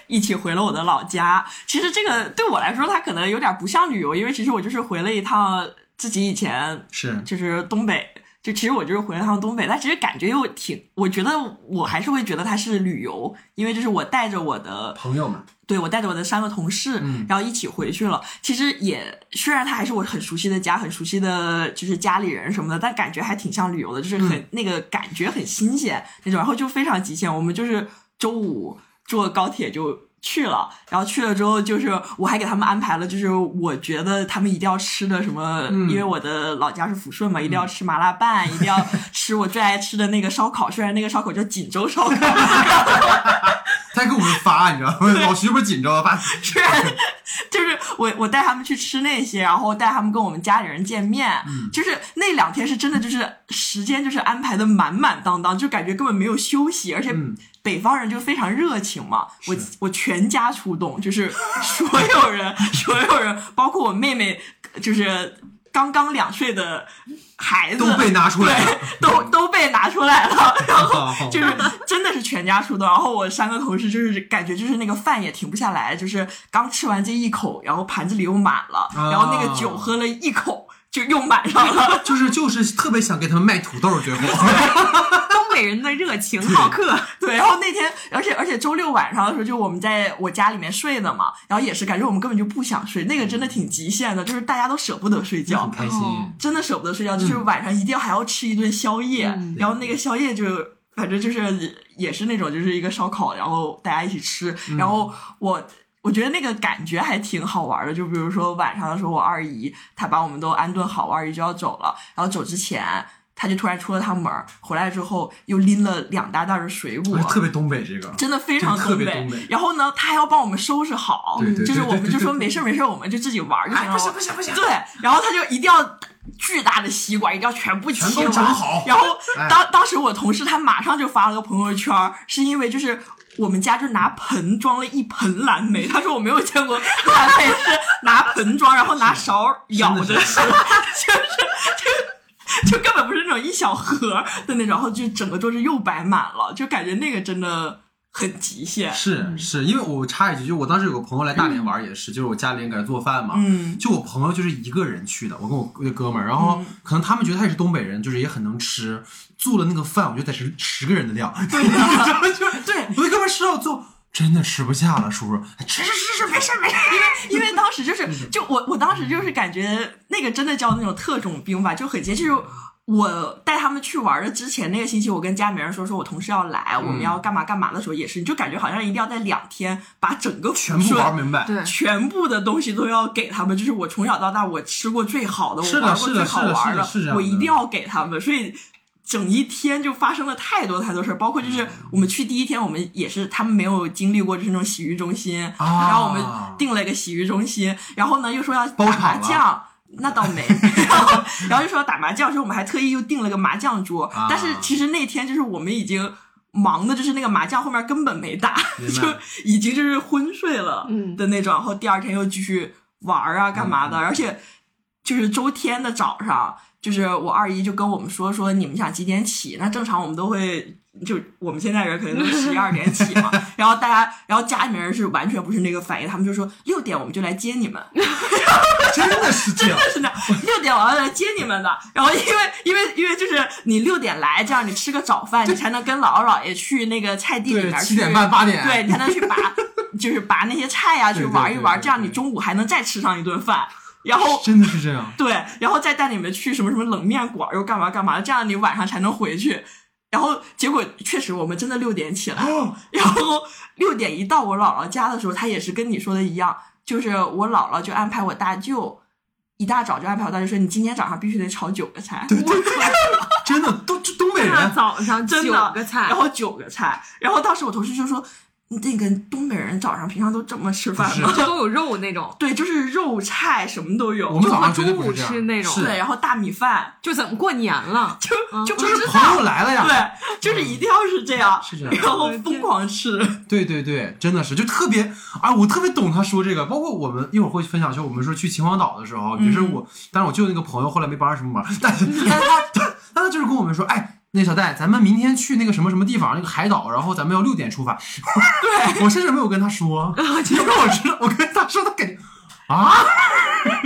一起回了我的老家。其实这个对我来说，它可能有点不像旅游，因为其实我就是回了一趟自己以前是就是东北，就其实我就是回了趟东北，但其实感觉又挺，我觉得我还是会觉得它是旅游，因为就是我带着我的朋友们，对我带着我的三个同事，嗯然后一起回去了。其实也虽然它还是我很熟悉的家，很熟悉的就是家里人什么的，但感觉还挺像旅游的，就是很、那个感觉很新鲜那种，然后就非常极限。我们就是周五坐高铁就。去了，然后去了之后，就是我还给他们安排了，就是我觉得他们一定要吃的什么，因为我的老家是抚顺嘛，一定要吃麻辣拌，一定要 吃我最爱吃的那个烧烤，虽然那个烧烤叫锦州烧烤，他还给我们发，你知道吗？老徐不是锦州的，发是，就是我我带他们去吃那些，然后带他们跟我们家里人见面，嗯就是那两天是真的就是时间就是安排的满满当当，就感觉根本没有休息，而且嗯北方人就非常热情嘛，我是我全家出动，就是所有人所有人，包括我妹妹，就是刚刚两岁的孩子都被拿出来了对，都都被拿出来了，然后啊就是真的是全家出动。然后我三个同事就是感觉就是那个饭也停不下来，就是刚吃完这一口，然后盘子里又满了，啊然后那个酒喝了一口就又满上 了。就是就是特别想给他们卖土豆，最后东北人的热情好客，对，然后那天，而且而且周六晚上的时候，就我们在我家里面睡的嘛，然后也是感觉我们根本就不想睡，那个真的挺极限的，就是大家都舍不得睡很觉。开心。哦真的舍不得睡觉，嗯就是晚上一定要还要吃一顿宵夜，嗯然后那个宵夜就反正就是也是那种就是一个烧烤，然后大家一起吃，嗯然后我。我觉得那个感觉还挺好玩的，就比如说晚上的时候，我二姨她把我们都安顿好，我二姨就要走了，然后走之前，她就突然出了趟门儿，回来之后又拎了两大袋儿的水果， 特别东北这个，真的非常这个特别北。东北然后呢，他还要帮我们收拾好，对对对就是我对们对就说对没事儿没事儿，我们就自己玩儿就行哎了。不行不行不行对，然后他就一定要。巨大的西瓜一定要全部全切都完，整好然后哎当当时我同事他马上就发了个朋友圈儿，是因为就是我们家就拿盆装了一盆蓝莓，他说我没有见过蓝莓是拿盆装，然后拿勺儿舀着真吃，的 就是是就就根本不是那种一小盒的那种，然后就整个桌子又摆满了，就感觉那个真的很极限。是是，因为我插一句，就我当时有个朋友来大连玩，也是，就是我家里人给他做饭嘛，嗯就我朋友就是一个人去的，我跟我那哥们儿，然后可能他们觉得他也是东北人，就是也很能吃，做了那个饭，我觉得得是十个人的量， 对 就是对我那哥们儿吃到最后真的吃不下了，叔叔，哎吃吃吃吃，没事没事，因为当时就是，就我我当时就是感觉那个真的叫那种特种兵吧，就很接就是我带他们去玩的之前那个星期，我跟家里面人说说我同事要来，嗯我们要干嘛干嘛的时候，也是，你就感觉好像一定要在两天把整个 全部玩抚顺明白，对全部的东西都要给他们，就是我从小到大我吃过最好的，是的我玩过最好是的玩是的是这样的我一定要给他们，所以。整一天就发生了太多太多事儿，包括嗯就是我们去第一天，我们也是他们没有经历过就是那种洗浴中心，啊然后我们订了一个洗浴中心，然后呢又说要打包场麻了将。那倒 没，然后然后就说要打麻将，所以我们还特意又订了个麻将桌。啊但是其实那天就是我们已经忙的，就是那个麻将后面根本没打，明白 就已经就是昏睡了嗯的那种。然后第二天又继续玩儿啊，干嗯嘛的？而且就是周天的早上，就是我二姨就跟我们说说你们想几点起？那正常我们都会，就我们现在人可能都是十一二点起 嘛。然 后大家，然后家里面人是完全不是那个反应，他们就说六点我们就来接你们。真的是这真 样的。是那样六点我要来接你们的。然后因为因为因为就是你六点来，这样你吃个早饭，你才能跟姥姥姥爷去那个菜地里对边，去七点半八点，对，你才能去 拔，就是拔那些菜呀、对去对玩一对玩，对这样你对中午还能再吃上一顿饭，然后。真的是这样。对，然后再带你们去什么什么冷面馆，又干嘛干嘛，这样你晚上才能回去。然后结果确实，我们真的六点起来，哦然后六点一到我姥姥家的时候，她也是跟你说的一样，就是我姥姥就安排我大舅一大早就安排我大舅说，你今天早上必须得炒九个菜，对对，真的东这东北大人早上真的九个菜然，后九个菜。然后当时我同事就说，那个东北人早上平常都这么吃饭不吗？就都有肉那种，对，就是肉菜什么都有。我们早上绝对中不午是这吃样，那种，是对，然后大米饭就怎么过年了？就就不就是知朋道友来了呀，对，就是一定要是这样，是这样然后疯狂吃，对对对，真的是就特别啊，我特别懂他说这个。包括我们一会儿会分享，就我们说去秦皇岛的时候，也是我，但是我舅那个朋友后来没帮上什么忙，但是但是他 但但他就是跟我们说，哎，那小戴，咱们明天去那个什么什么地方，那个海岛，然后咱们要六点出发。对，我甚至没有跟他说，因为我知道，我跟他说，他感觉啊，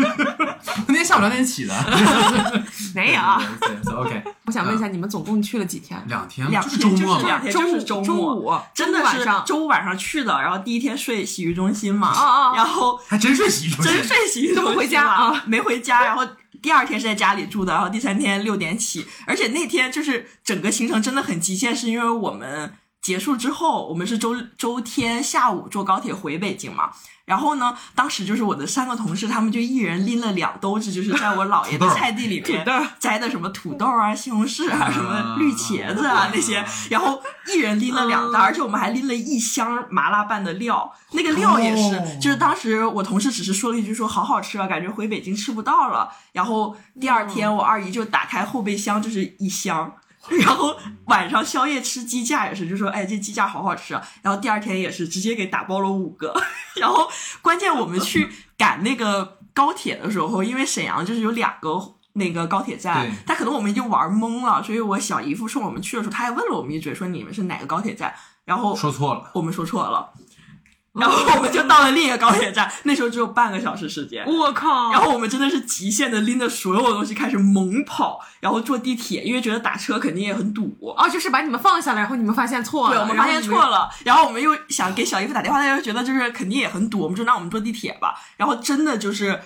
那天下午两点起的，没有啊。 对，对对对，OK，我想问一下，你们总共去了几天？两天两就是天周末就是嘛，两天中就是午，周末中午，真的中午晚是上。周五晚上去的，然后第一天睡洗浴中心 嘛，哦哦然后还真睡洗浴中心真睡洗浴中心怎么回家啊嘛，没回家，然后。第二天是在家里住的，然后第三天六点起，而且那天就是整个行程真的很极限，是因为我们结束之后，我们是周周天下午坐高铁回北京嘛，然后呢，当时就是我的三个同事，他们就一人拎了两兜子，就是在我姥爷土的豆儿菜地里面豆儿摘的什么土豆啊、西红柿啊、什么绿茄子啊啊那些，然后一人拎了两袋儿，而且我们还拎了一箱麻辣拌的料，那个料也是哦，就是当时我同事只是说了一句说好好吃啊，感觉回北京吃不到了。然后第二嗯天我二姨就打开后备箱，就是一箱。 然后晚上宵夜吃鸡架也是，就说哎这鸡架好好吃啊。然后第二天也是直接给打包了五个。 然后关键我们去赶那个高铁的时候，因为沈阳就是有两个那个高铁站对，但可能我们已经玩懵了，所以我小姨夫送我们去的时候，他还问了我们一嘴，说你们是哪个高铁站？然后说错了。我们说错了，然后我们就到了另一个高铁站， 那时候只有半个小时时间。我靠！然后我们真的是极限的拎着所有东西开始猛跑，然后坐地铁，因为觉得打车肯定也很堵。哦，就是把你们放下来，然后你们发现错了，对，我们发现错了，了，然后我们又想给小姨夫打电话，他又觉得就是肯定也很堵，我们就让我们坐地铁吧。然后真的就是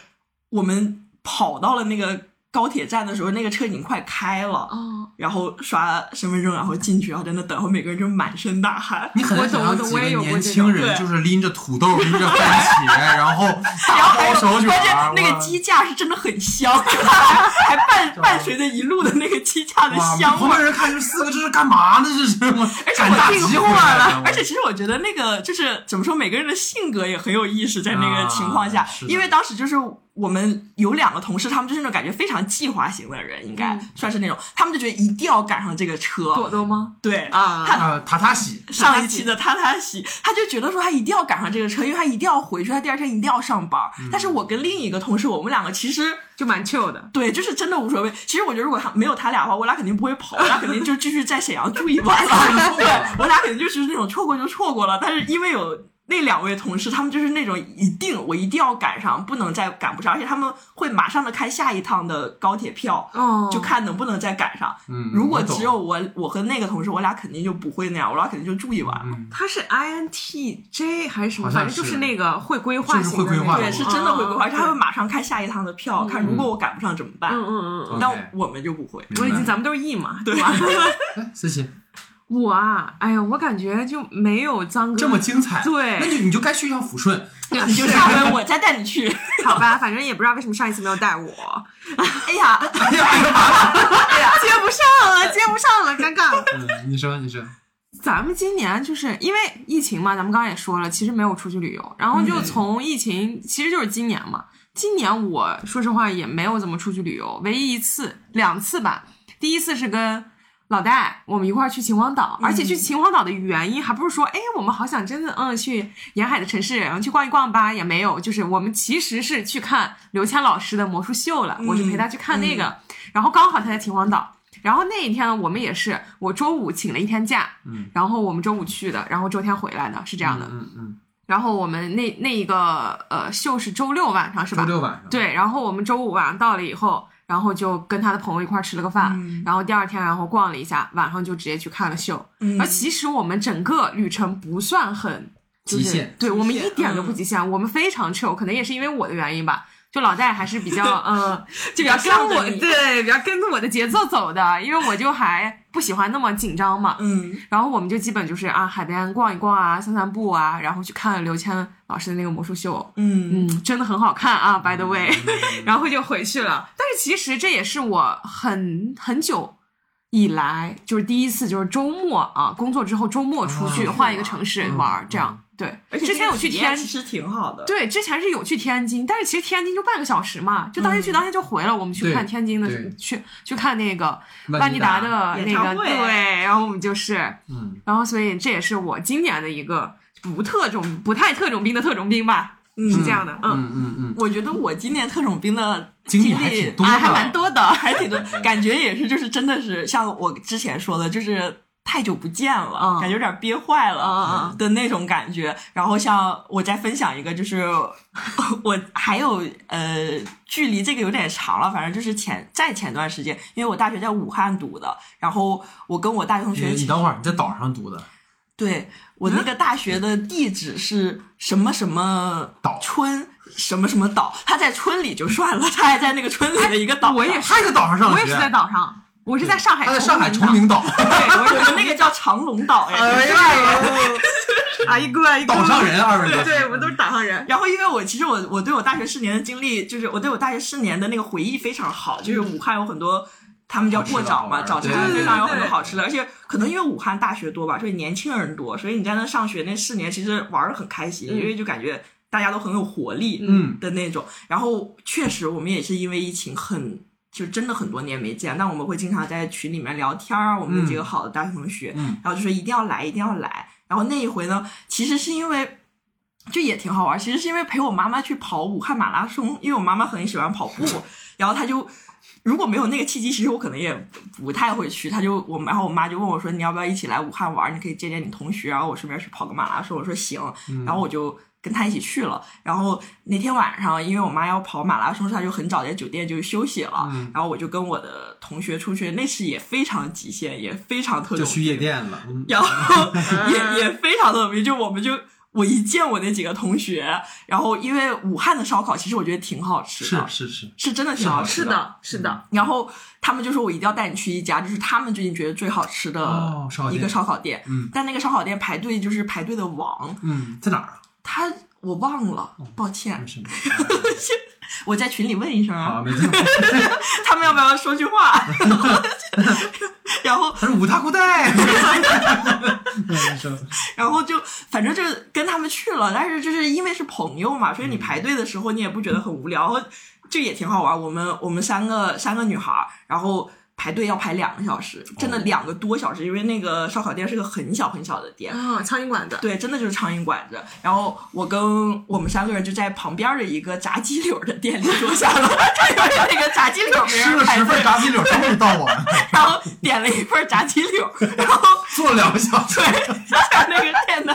我们跑到了那个高铁站的时候，那个车已经快开了，哦，然后刷身份证，然后进去，然后在那等，然后每个人就满身大汗。你很难我想懂我象懂几我个也有过年这轻种人对就是拎着土豆，拎着番茄， 然后大包小卷关键儿，那个哇鸡架是真的很香， 还 伴伴随着一路的那个鸡架的哇香旁味儿边。人看这四个这是干嘛呢？这是我而且赶我大订集货回来了，我而且其实我觉得那个就是怎么说，每个人的性格也很有意识，在那个情况下，啊是的因为当时就是我们有两个同事，他们就是那种感觉非常计划型的人，应该、算是那种，他们就觉得一定要赶上这个朵车，朵吗？对。啊，他啊塔塔喜上一期的榻榻喜，他就觉得说他一定要赶上这个车，因为他一定要回去，他第二天一定要上班。嗯但是我跟另一个同事，我们两个其实就蛮 chill 的。对，就是真的无所谓。其实我觉得，如果他没有他俩的话，我俩肯定不会跑，我俩肯定就继续在沈阳住一晚了。对，我俩肯定就是那种错过就错过了。但是因为有那两位同事，他们就是那种一定我一定要赶上，不能再赶不上，而且他们会马上的看下一趟的高铁票，哦，就看能不能再赶上。嗯如果我懂只有我我和那个同事，我俩肯定就不会那样，我俩肯定就住一晚。嗯，他是 INTJ 还是什么，好像反正就是是那个会规划就是型的那会种，规划对，是真的会规划，而且他会嗯马上看下一趟的票，看如果我赶不上怎么办。嗯嗯嗯，但 OK 我们就不会。我已经明白咱们都是 E 嘛，对吧？哎思琪我啊，哎呀，我感觉就没有张哥这么精彩，对那就你就该去一趟抚顺，你 就下回我再带你去。 好吧，反正也不知道为什么上一次没有带 我，哎呀，哎呀哎呀完了，接不上了，接不上了，尴尬。 嗯，你说你说，咱们今年就是因为疫情嘛，咱们刚刚也说了，其实没有出去旅游，然后就从疫情，其实就是今年嘛。今年我说实话也没有怎么出去旅游，唯一一次两次吧。第一次是跟老戴我们一块儿去秦皇岛，而且去秦皇岛的原因还不是说，哎，我们好想真的嗯去沿海的城市，然后去逛一逛吧，也没有，就是我们其实是去看刘谦老师的魔术秀了，我是陪他去看那个，然后刚好他在秦皇岛。然后那一天呢，我们也是，我周五请了一天假，然后我们周五去的，然后周天回来的，是这样的。嗯嗯然后我们那那一个呃秀是周六晚上是吧周？六晚上，对，然后我们周五晚上到了以后，然后就跟他的朋友一块儿吃了个饭，然后第二天然后逛了一下，晚上就直接去看了秀。嗯而其实我们整个旅程不算很、就是、极限对我们极一限点都不嗯极限，我们非常 chill，可能也是因为我的原因吧。就老戴还是比 较嗯，就比较跟向着我你对比较跟着我的节奏走的，因为我就还不喜欢那么紧张嘛。 嗯，然后我们就基本就是啊海边逛一逛啊，散散步啊，然后去看刘谦老师的那个魔术秀，嗯嗯，真的很好看啊，by 嗯 the way，然后就回去了。但是其实这也是我很很久以来就是第一次，就是周末啊，工作之后周末出去啊换一个城市玩儿，嗯这样对。而且之前有去这个体验天其实挺好的，对，之前是有去天津，但是其实天津就半个小时嘛，就当天去当天就回了。我们去看对天津的对，去去看那个万妮妮达达的那演个唱会对，然后我们就是，嗯，然后所以这也是我今年的一个不特种不太特种兵的特种兵吧，是这嗯，样的，嗯，嗯嗯嗯，我觉得我今年特种兵的经历历还挺多啊，的，还蛮多的，还 挺多，感觉也是，就是真的是像我之前说的，就是太久不见了，嗯感觉有点憋坏嗯嗯了嗯的那种感觉。然后像我再分享一个，就是 我还有呃，距离这个有点长了，反正就是前在前段时间，因为我大学在武汉读的，然后我跟我大学同学你一你起，等会儿，你在岛上读的，对我那嗯个大学的地址是什么什么岛村。什么什么岛？他在村里就算了，他还在那个村里的一个岛上。哎我也他也在岛上上学，我也是在岛上，我是在上海，他在上海崇崇明明岛，对，我们那个叫长龙岛的。哎。啊一个 一个岛上人二位对都对，我们都是岛上人。然后，因为我其实我我对我大学四年的经历，就是我对我大学四年的那个回忆非常好，就是嗯武汉有很多。他们叫过早嘛，好早吃茶的好玩儿非常有很对对多对好吃的，而且可能因为武汉大学多吧，所以年轻人多，所以你在那上学那四年其实玩的很开心，嗯因为就感觉大家都很有活力，嗯的那种。然后确实我们也是因为疫情很。就真的很多年没见，但我们会经常在群里面聊天儿，我们嗯的几个好的大学同学，嗯然后就说一定要来，一定要来。然后那一回呢，其实是因为就也挺好玩，其实是因为陪我妈妈去跑武汉马拉松，因为我妈妈很喜欢跑步，然后她就如果没有那个契机，其实我可能也不太会去。她就我，然后我妈就问我说：“你要不要一起来武汉玩？你可以接接你同学，然后我顺便去跑个马拉松。”我说：“行。”嗯然后我就跟她一起去了。然后那天晚上，因为我妈要跑马拉松，她就很早在酒店就休息了。嗯然后我就跟我的同学出去，那次也非常极限，也非常特就种去夜店了，嗯然后啊嗯也也非常特别，就我们就我一见我那几个同学，然后因为武汉的烧烤其实我觉得挺好吃是的，是是，是真的挺好是吃是的。的，是的，然后他们就说我一定要带你去一家，就是他们最近觉得最好吃哦的烧烤一店个烧烤店，嗯但那个烧烤店排队就是排队的王，嗯，在哪儿啊？他我忘了，哦抱歉没，事，我在群里问一声啊，啊，没事，他们要不要说句 话？ 然后他是五大裤带，没事，然后就反正就跟他们去了，但是就是因为是朋友嘛，嗯所以你排队的时候你也不觉得很无聊，就也挺好玩。我们我们三个三个女孩儿，然后排队要排两个小时，真的哦两个多小时，因为那个烧烤店是个很小很小的店。啊，苍蝇馆子，对，真的就是苍蝇馆子。然后我跟我们三个人就在旁边的一个炸鸡柳儿的店里坐下了， 那个炸鸡柳儿没吃人了排十队份，炸鸡柳，终于到我了， 然后点了一份炸鸡柳儿，然后坐了两个小时，对，像 那个店的，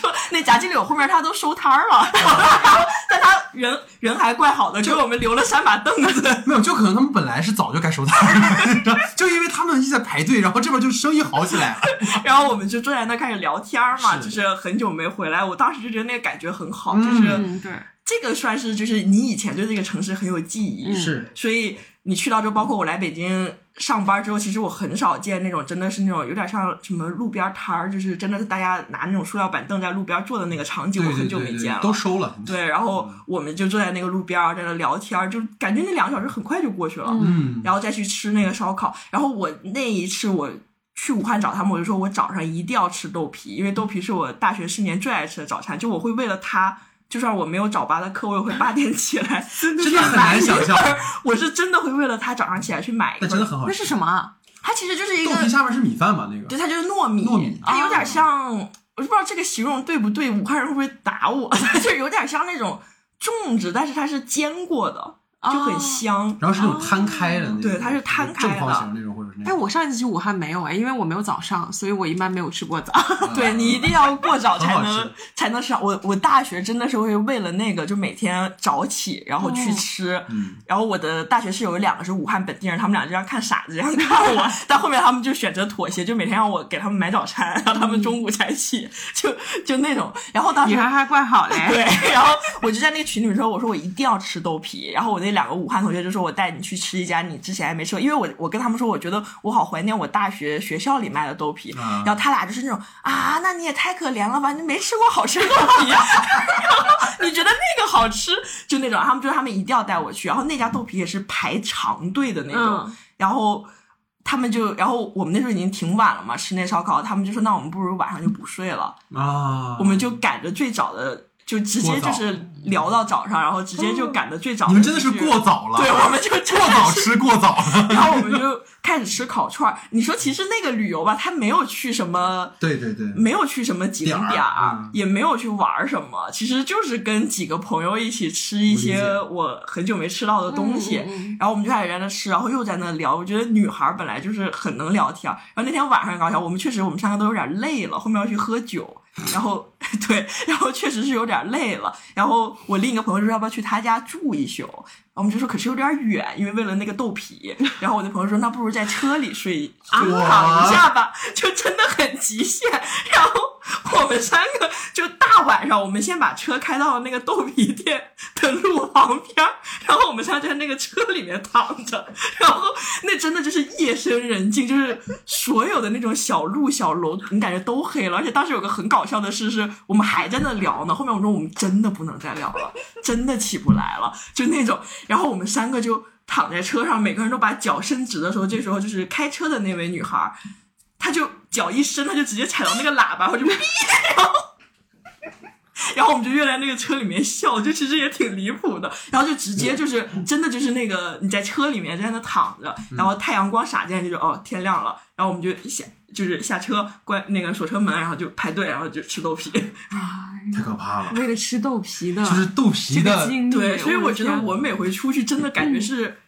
就那炸鸡柳后面他都收摊儿 了，然后但他人人还怪好的，给我们留了三把凳 子。没有，就可能他们本来是早就该收摊了， 就因为他们一直在排队，然后这边就生意好起来了，然后我们就坐在那儿开始聊天儿嘛，是就是很久没回来，我当时就觉得那个感觉很好，嗯就是嗯，对，这个算是就是你以前对这个城市很有记忆，是，所以你去到之后，包括我来北京上班之后，其实我很少见那种真的是那种有点像什么路边摊儿，就是真的是大家拿那种塑料板凳在路边坐的那个场景，对我对很久对没对见了。都收了，对，然后嗯我们就坐在那个路边儿，在那聊天儿，就感觉那两个小时很快就过去了。嗯，然后再去吃那个烧烤。然后我那一次我去武汉找他们，我就说我早上一定要吃豆皮，因为豆皮是我大学四年最爱吃的早餐。就我会为了它，就算我没有早八的课，我也会八点起来。真 真的很难想象， 我是真的会为了它早上起来去买一但份。真的很好那吃是。什么啊？它其实就是一豆个，皮下面是米饭吧？那个对，它就是糯米，糯米它有啊点像，我就不知道这个形容对不对，武汉人会不会打我？ 就有点像那种粽子，但是它是煎过的，就很哦香。啊然后是那种摊开的那哦种，对它是摊开的正方形那种，或者者是那嗯哎，种。我上一次去武汉没有哎，因为我没有早上，所以我一般没有吃过 早。啊对你一定要过早才很好能才能吃上。我我大学真的是会为了那个就每天早起，然后去吃。嗯然后我的大学室友有两个是武汉本地人，他们俩就像看傻子一样看我， 但后面他们就选择妥协，就每天让我给他们买早餐，然后他们中午才起，就就那种。然后当时女孩还怪 好嘞，对， 然后我就在那个群里面说，我说我一定要吃豆皮。然后我那两个武汉同学就说，我带你去吃一家你之前还没吃过，因为我我跟他们说，我觉得我好怀念我大学学校里卖的豆皮。啊然后他俩就是那种啊，那你也太可怜了吧，你没吃过好吃的豆皮， 然后你觉得那个好吃，就那种。他们就说他们一定要带我去，然后那家豆皮也是排长队的那种，嗯然后。他们就，然后我们那时候已经挺晚了嘛，室内烧烤，他们就说那我们不如晚上就不睡了，啊，我们就赶着最早的，就直接就是聊到早上，然后直接就赶着最早。你们真的是过，早了，对，我们就过过早吃过 早了。然后我们就开始吃烤串儿。你说其实那个旅游吧，他没有去什么。对对对，没有去什么景点点儿儿嗯，也没有去玩儿什么，其实就是跟几个朋友一起吃一些我很久没吃到的东西，嗯嗯嗯然后我们就开始在那吃，然后又在那聊。我觉得女孩儿本来就是很能聊天儿，然后那天晚上很搞笑，我们确实我们三个都有点累了，后面要去喝酒，然后 对，然后确实是有点累了。然后我另一个朋友就说要不要去他家住一宿，然后我们就说可是有点远，因为为了那个豆皮。然后我那朋友说那不如在车里睡躺一下吧，就真的很极限。然后我们三个就大晚上，我们先把车开到那个豆皮店的路旁边儿，然后我们仨就在那个车里面躺着， 然后那真的就是夜深人静，就是所有的那种小路小楼，你感觉都黑了。而且当时有个很搞笑的事是，我们还在那聊呢，后面我说我们真的不能再聊了， 真的起不来了，就那种。然后我们三个就躺在车上，每个人都把脚伸直的时候，这时候就是开车的那位女孩儿，她就脚一伸，她就直接踩到那个喇叭， 然后就哔，然后。然后我们就越来那个车里面笑，就其实也挺离谱的。然后就直接就是真的就是那个你在车里面在那躺着，然后太阳光洒进来就说哦天亮了，然后我们就下就是下车关那个锁车门，然后就排队，然后就吃豆皮。太可怕嗯了。为了吃豆皮的，就是豆这皮个的，经历。对，所以我啊的觉得天我每回出去真的感觉是。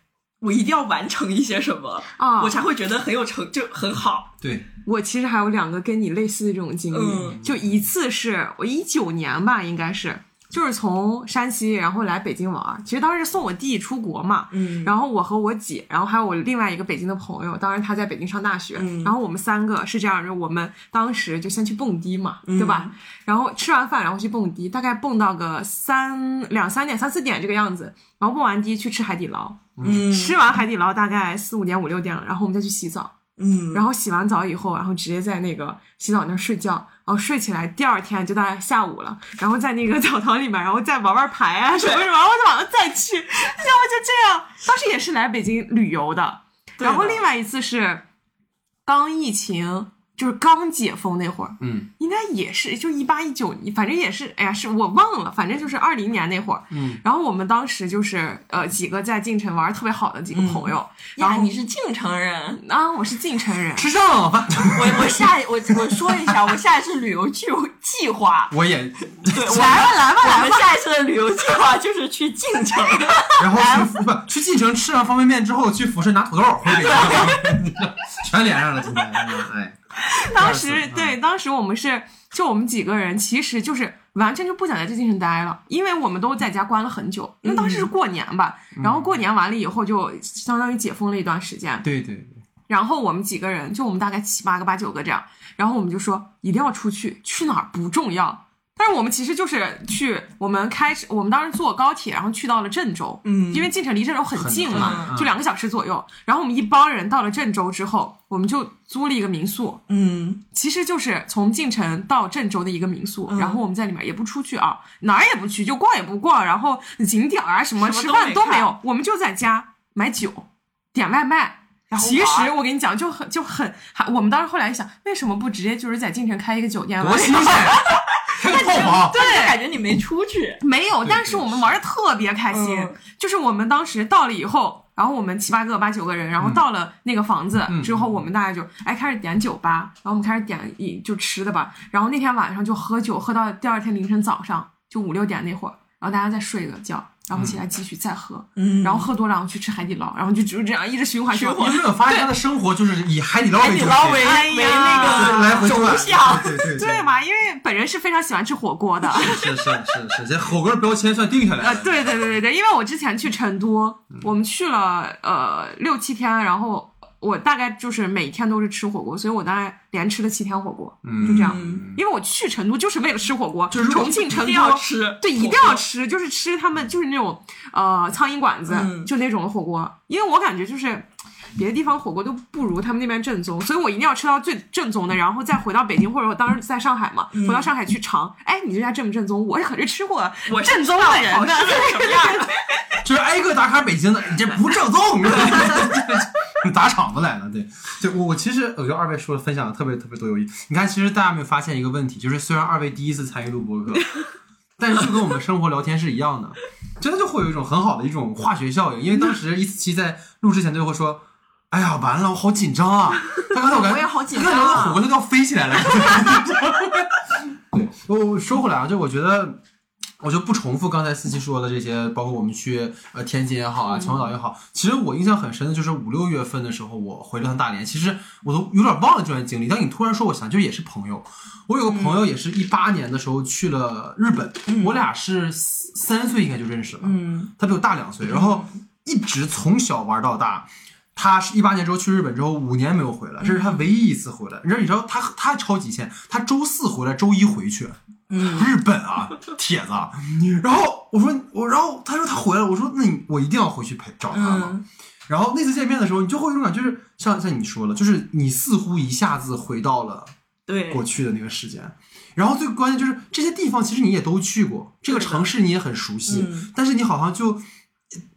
我一定要完成一些什么，啊我才会觉得很有成就，很好。对，我其实还有两个跟你类似的这种经历，嗯就一次是我一九年吧，应该是就是从山西然后来北京玩儿，其实当时送我弟出国嘛。嗯然后我和我姐，然后还有我另外一个北京的朋友，当然他在北京上大学，嗯然后我们三个是这样，就我们当时就先去蹦迪嘛，嗯对吧？然后吃完饭然后去蹦迪，大概蹦到个三两三点、三四点这个样子，然后蹦完迪去吃海底捞，嗯吃完海底捞大概四五点、五六点了，然后我们再去洗澡，嗯，然后洗完澡以后，然后直接在那个洗澡那儿睡觉，然后睡起来，第二天就大概下午了，然后在那个 澡堂里面，然后再玩玩牌啊什么什么，然后晚上再去， 要不就这样。当时也是来北京旅游的，对的然后另外一次是刚疫情，就是刚解封那会儿，嗯应该也是就一八一九，反正也是，哎呀，是我忘了，反正就是二零年那会儿。嗯，然后我们当时就是呃几个在晋城玩儿特别好的几个朋友，然呀，后你是晋城人， 啊我是晋城人，吃上了饭，我我下我我说一下，我下一次旅游计计划， 我也，对，我来吧来吧我来们吧，下一次的旅游计划就是去晋 城，然后去不去晋城吃上方便面之后，去抚顺拿土豆， 回北京全连上了今天，哎，当时嗯对，当时我们是就我们几个人，其实就是完全就不想在这精神待了，因为我们都在家关了很久，因为当嗯时是过年吧，然后过年完了以后就相当于解封了一段时间，对对对，然后我们几个人就我们大概七八个八九个这样，然后我们就说一定要出去，去哪儿不重要。但是我们其实就是去，我们开始，我们当时坐高铁，然后去到了郑州，嗯因为晋城离郑州很很近近嘛，嗯就两个小时左右。然后我们一帮人到了郑州之后，我们就租了一个民宿，嗯其实就是从晋城到郑州的一个民宿，嗯然后我们在里面也不出去啊，哪儿也不去，就逛也不逛，然后景点儿啊什么什么吃都饭没都没看有，我们就在家买酒，点外卖。然后其玩实我跟你讲，就很就很，还我们当时后来想，为什么不直接就是在晋城开一个酒哎店玩多？新鲜，开个套房，对，就感觉你没出去，没有，对但是对我们玩的特别开心嗯，就是我们当时到了以后。然后我们七八个、八九个人，然后到了那个房子嗯之后，我们大概就哎开始点酒吧，然后我们开始点一就吃的吧，然后那天晚上就喝酒，喝到第二天凌晨早上就五六点那会儿，然后大家再睡个觉，然后起来继续再喝，嗯然后喝多了然后去吃海底捞，然后就只是这样一直循环循环你有没有发现他的生活就是以海底捞为海底主捞线为啊哎为那呀，个来回转走向对对对嘛？因为本人是非常喜欢吃火锅的，是是是是，这火锅标签算定下来 呃了。，对对对对对，因为我之前去成都，嗯我们去了呃六七天，然后我大概就是每天都是吃火锅，所以我大概连吃了七天火锅，就这样。嗯因为我去成都就是为了吃火锅，就是重庆、成一定都要。吃，对，一定要吃，就是吃他们就是那种呃苍蝇馆子，嗯就那种火锅，因为我感觉就是别的地方火锅都不如他们那边正宗，所以我一定要吃到最正宗的，然后再回到北京，或者我当时在上海嘛，嗯回到上海去尝，哎，你这家正不正宗？我可是吃过我正宗好的人吃呢，是什么样的？就是挨个打卡北京的，你这不正 宗，打场子来了。对，对我我其实我觉得二位说的分享的特别特别多有意义。你看，其实大家有没有发现一个问题，就是虽然二位第一次参与录播课，但是就跟我们生活聊天是一样的， 真的就会有一种很好的一种化学效应。因为当时一期在录之前就会说。哎呀，完了，我好紧张啊！他刚才我感觉我也好紧张啊刚才聊到火锅他都要飞起来了。对，我我说回来啊，就我觉得我就不重复刚才思琪说的这些，包括我们去呃天津也好嗯啊，秦皇岛也好。其实我印象很深的就是五六月份的时候，我回了趟大连，其实我都有点忘了这段经历。但你突然说，我想就也是朋友。我有个朋友嗯也是一八年的时候去了日本，我俩是三三岁应该就认识了，嗯他比我大两岁，然后一直从小玩到大。他是一八年之后去日本之后五年没有回来，这嗯是他唯一一次回来。你知道，你知道他他超极限，他周四回来，周一回去。嗯，日本啊，铁 子啊。然后我说我，然后他说他回来了，我说那你我一定要回去陪找他嘛。嗯然后那次见面的时候，你就会有一种感觉，就是像像你说了，就是你似乎一下子回到了对，过去的那个时间。然后最关键就是这些地方，其实你也都去过，这个对的城市你也很熟悉，嗯但是你好像就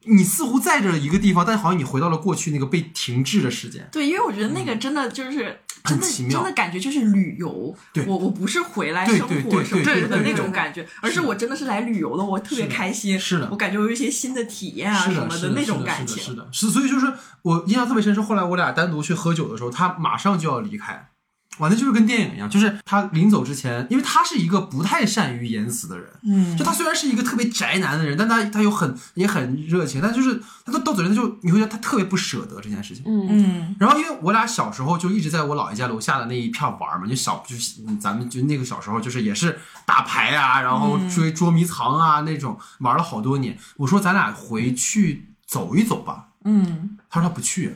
你似乎在这一个地方，但好像你回到了过去那个被停滞的时间。对，因为我觉得那个真的就是。嗯很真的奇真妙的感觉就是旅游，对我我不是回来对生对活对什么对对的对那对种对感觉，而是是的我真的是来旅游的，我特别是的开心，是的我感觉我有一些新的体验啊是什的，么是那是种的感是的，是情，的，是，所以就是我印象特别深，是后来我俩单独去喝酒的时候，他马上就要离开，完了就是跟电影一样，就是他临走之前，因为他是一个不太善于言辞的人，嗯就他虽然是一个特别宅男的人，但他他有很也很热情，但就是他到到嘴他就你会觉得他特别不舍得这件事情。 嗯，嗯然后因为我俩小时候就一直在我姥爷家楼下的那一片玩嘛，就小就是嗯咱们就那个小时候就是也是打牌啊，然后追捉迷藏啊那种玩了好多年。我说咱俩回去走一走吧，嗯他说他不去，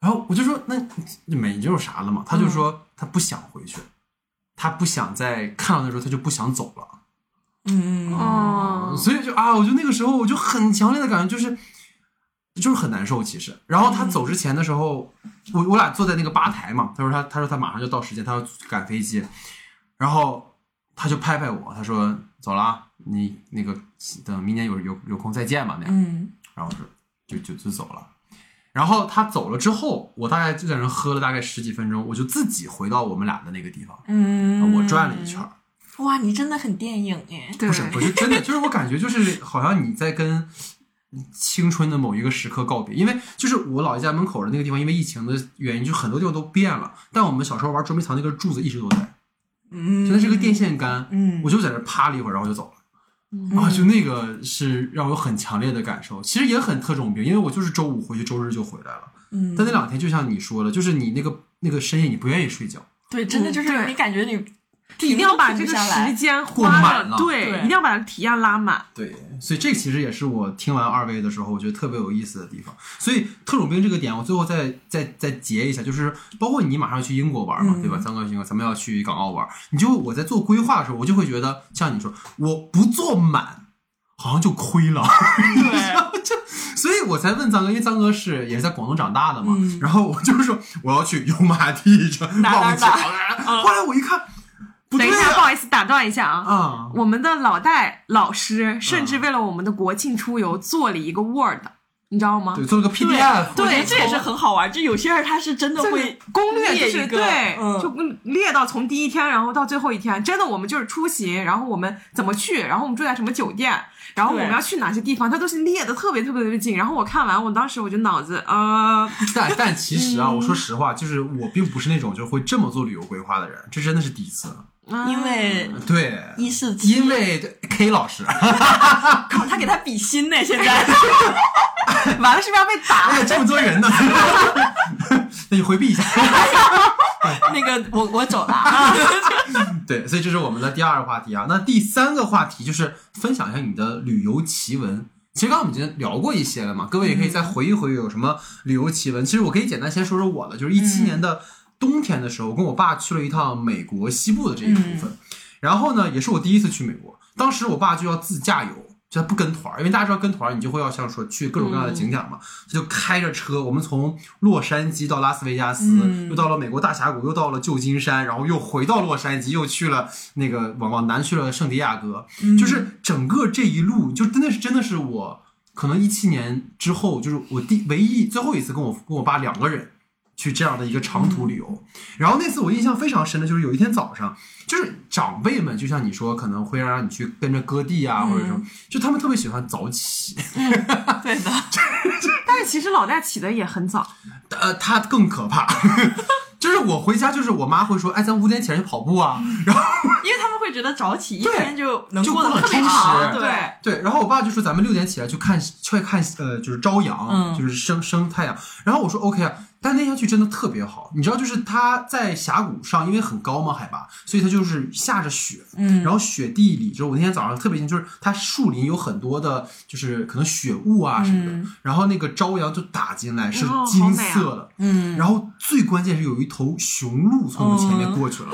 然后我就说那没就是啥了嘛，他就说他不想回去，他不想再看到那时候他就不想走了。嗯哦，所以就啊，我就那个时候我就很强烈的感觉就是，就是很难受。其实，然后他走之前的时候，我我俩坐在那个吧台嘛，他说他他说他马上就到时间，他要赶飞机，然后他就拍拍我，他说走了啊，你那个等明年有有有空再见吧那样，嗯然后我说就就就走了。然后他走了之后，我大概就在那喝了大概十几分钟，我就自己回到我们俩的那个地方，嗯，我转了一圈儿。哇，你真的很电影哎，对不是，不是真的，就是我感觉就是好像你在跟青春的某一个时刻告别，因为就是我姥爷家门口的那个地方，因为疫情的原因，就很多地方都变了。但我们小时候玩捉迷藏那根柱子一直都在，嗯，就那是个电线杆，嗯我就在那趴了一会儿，然后就走了。啊，就那个是让我很强烈的感受，其实也很特种兵，因为我就是周五回去，周日就回来了。嗯但那两天就像你说的，就是你那个那个深夜你不愿意睡觉，对，真的嗯就是对你感觉你一定要把停这不个下来时间过花满了的，对，对一定要把体验拉满。对，所以这其实也是我听完二位的时候，我觉得特别有意思的地方。所以特种兵这个点，我最后再再再结一下，就是包括你马上去英国玩嘛，嗯对吧？三个英国，咱们要去港澳玩，你就我在做规划的时候，我就会觉得，像你说，我不做满，好像就亏了。对，所以我才问张哥，因为张哥是也是在广东长大的嘛，嗯然后我就说我要去油麻地这哪哪望哪桥啊，后来我一看，不等对啊一下，不呀、好意思，打断一下啊。啊，我们的老戴老师甚至为了我们的国庆出游做了一个 Word，你知道吗对，？做了个 PDF，对，我觉对得这也是很好玩。就有些人他是真的这个会攻略就列一是个对，嗯就列到从第一天，然后到最后一天，真的我们就是出行，然后我们怎么去，然后我们住在什么酒店，然后我对们要去哪些地方，它都是列的特别特别特别近。然后我看完，我当时我就脑子呃，但但其实啊，我说实话，就是我并不是那种就是会这么做旅游规划的人，这真的是第一次。呃因为对，一四七，因为 K 老师，靠他给他比心呢，现在 完了是不是要被打？哎呀，这么多人呢， 那你回避一下。那个我我走了啊，对，所以这是我们的第二个话题啊。那第三个话题就是分享一下你的旅游奇闻。其实刚刚我们已经聊过一些了嘛，各位也可以再回忆回忆有什么旅游奇闻。其实我可以简单先说说我的，就是一七年的冬天的时候，我跟我爸去了一趟美国西部的这一部分。然后呢，也是我第一次去美国，当时我爸就要自驾游，就他不跟团儿，因为大家知道跟团儿你就会要像说去各种各样的景点嘛，他就开着车，我们从洛杉矶到拉斯维加斯，又到了美国大峡谷，又到了旧金山，然后又回到洛杉矶，又去了那个往往南去了圣地亚哥，就是整个这一路就真的是真的是我可能一七年之后，就是我第唯一最后一次跟我跟我爸两个人。去这样的一个长途旅游。然后那次我印象非常深的就是有一天早上，就是长辈们就像你说，可能会让你去跟着割地啊，或者什么，就他们特别喜欢早起。对的，但是其实老戴起的也很早，呃，他更可怕。 就是我回家，就是我妈会说：“哎，咱五点起来去跑步啊。”然后 因为他们会觉得早起一对天就能就过得过得特别充实长，啊对对，对，然后我爸就说咱们六点起来去看去看呃，就是朝阳，嗯就是升升太阳。然后我说 OK 啊，但那天去真的特别好，你知道，就是它在峡谷上，因为很高嘛海拔，所以它就是下着雪，嗯然后雪地里，就是我那天早上特别清，楚，就是它树林有很多的，就是可能雪雾啊什么的，嗯然后那个朝阳就打进来是哦好金美啊色的，嗯，然后最关键是有一头雄鹿从我们前面嗯过去了，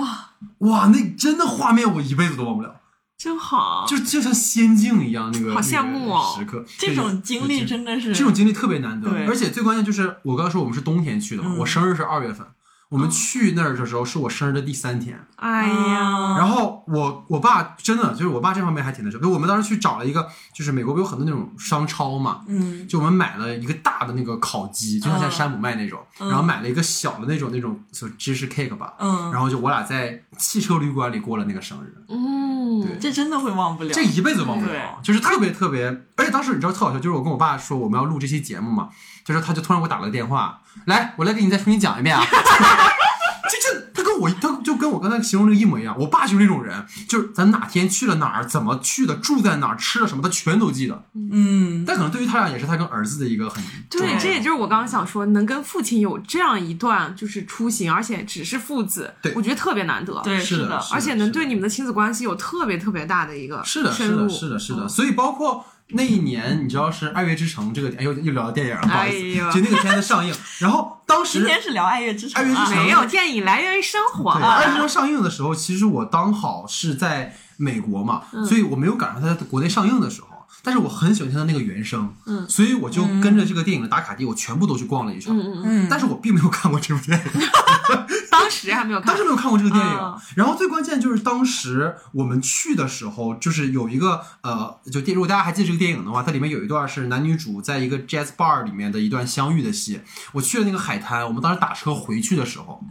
哇，哇，那真的画面我一辈子都忘不了。真好，就就像仙境一样，那个好羡慕哦那个时刻。这种经历真的是这种经历特别难得对，而且最关键就是我刚刚说我们是冬天去的嘛，嗯我生日是二月份，我们去那儿的时候是我生日的第三天。哎嗯呀，然后我我爸真的就是我爸这方面还挺那什么，就我们当时去找了一个，就是美国不有很多那种商超嘛，嗯就我们买了一个大的那个烤鸡，就像在山姆卖那种，嗯然后买了一个小的那种那种就芝士 cake 吧，嗯，然后就我俩在汽车旅馆里过了那个生日。对嗯，这真的会忘不了，这一辈子忘不对了，就是特别特别，而且当时你知道特好笑，就是我跟我爸说我们要录这期节目嘛，就是他就突然给我打了个电话，来，我来给你再重新讲一遍啊。 就就他跟我他就跟我刚才形容的一模一样，我爸就是那种人，就是咱哪天去了哪儿，怎么去的，住在哪儿，吃了什么，他全都记得。嗯，但可能对于他俩也是他跟儿子的一个很重要对，的这也就是我刚刚想说，能跟父亲有这样一段就是出行，而且只是父子对，我觉得特别难得，对，是的，而且能对是的你们的亲子关系有特别特别大的一个是的，深是的，入，是的，是的。嗯所以包括那一年，你知道是《爱乐之城》这个，哎呦，又聊到电影了，不好意哎呦思，就那个片子上映，然后当时今天是聊爱乐之城爱乐啊之，城没有电影来源于生活对，啊， 二十周上映的时候，其实我刚好是在美国嘛，嗯所以我没有赶上它在国内上映的时候。但是我很喜欢听它那个原声，嗯所以我就跟着这个电影的打卡地，我全部都去逛了一圈。嗯嗯嗯，嗯，但是我并没有看过这部电影，当时还没有看，当时没有看过这个电影。啊然后最关键就是当时我们去的时候，就是有一个呃，就电，如果大家还记得这个电影的话，它里面有一段是男女主在一个 jazz bar 里面的一段相遇的戏。我去了那个海滩，我们当时打车回去的时候。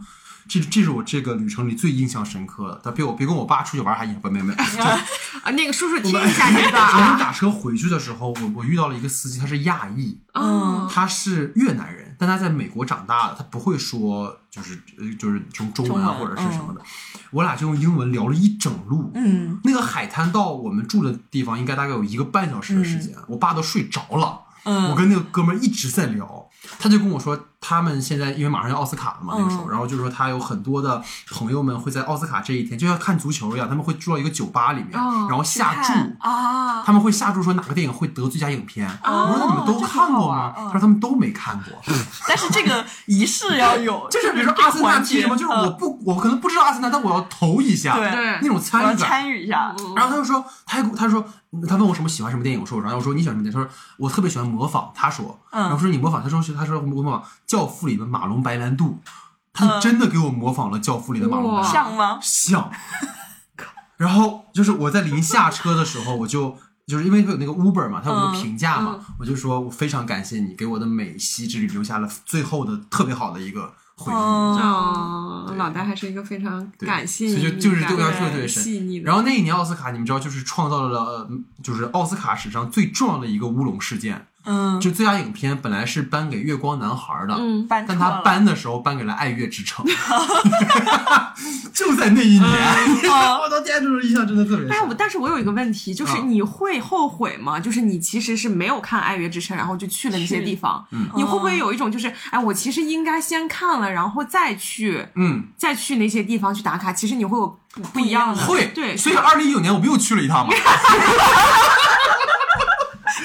这这是我这个旅程里最印象深刻的，但别我别跟我爸出去玩还眼不没没。我 啊，那个叔叔听一下这段啊们，打车回去的时候，我我遇到了一个司机，他是亚裔，嗯，他是越南人，但他在美国长大的，他不会说就是呃就是中中文啊中或文者是什么的。我俩就用英文聊了一整路。嗯，那个海滩到我们住的地方应该大概有一个半小时的时间，我爸都睡着了。嗯我跟那个哥们儿一直在聊，他就跟我说，他们现在因为马上要奥斯卡了嘛，那个时候，嗯然后就是说他有很多的朋友们会在奥斯卡这一天，就像看足球一样，他们会住到一个酒吧里面，哦然后下注，看啊，他们会下注说哪个电影会得最佳影片。哦我说那你们都看这过吗？好玩嗯他说他们都没看过。 但是这个仪式要有， 就是比如说这个阿森纳环踢节什么，就是嗯我不我可能不知道阿森纳，但我要投一下，对对那呃种我参要与感。参与一下，嗯然后他就说，他还他说他问我什么喜欢什么电影，我说然后我说你喜欢什么电影，他说我特别喜欢模仿，他说，嗯然后我说你模仿，他说是他说模仿《教父》里的马龙白兰度，他就嗯真的给我模仿了《教父》里的马龙白兰哇度。像吗？像。然后就是我在临下车的时候，我就就是因为会有那个 Uber 嘛，它有那个评价嘛，我就说我非常感谢你给我的美西之旅留下了最后的特别好的一个回嗯忆。哦，对老戴还是一个非常对感性，所以就就是对我来来说特别深细腻的。然后那一年奥斯卡，你们知道，就是创造了呃就是奥斯卡史上最重要的一个乌龙事件，嗯，就最佳影片本来是颁给《月光男孩》的，嗯，搬但错他了颁的时候颁给了《爱乐之城》，就在那一年， 哦我到天，这种印象真的特别哎但是深哎我。但是我有一个问题，就是啊你会后悔吗？就是你其实是没有看《爱乐之城》，然后就去了那些是地方，嗯你会不会有一种就是，哎，我其实应该先看了，然后再去嗯，再去那些地方去打卡，其实你会有不不一样的会，对，所以二零一九年我们又去了一趟嘛，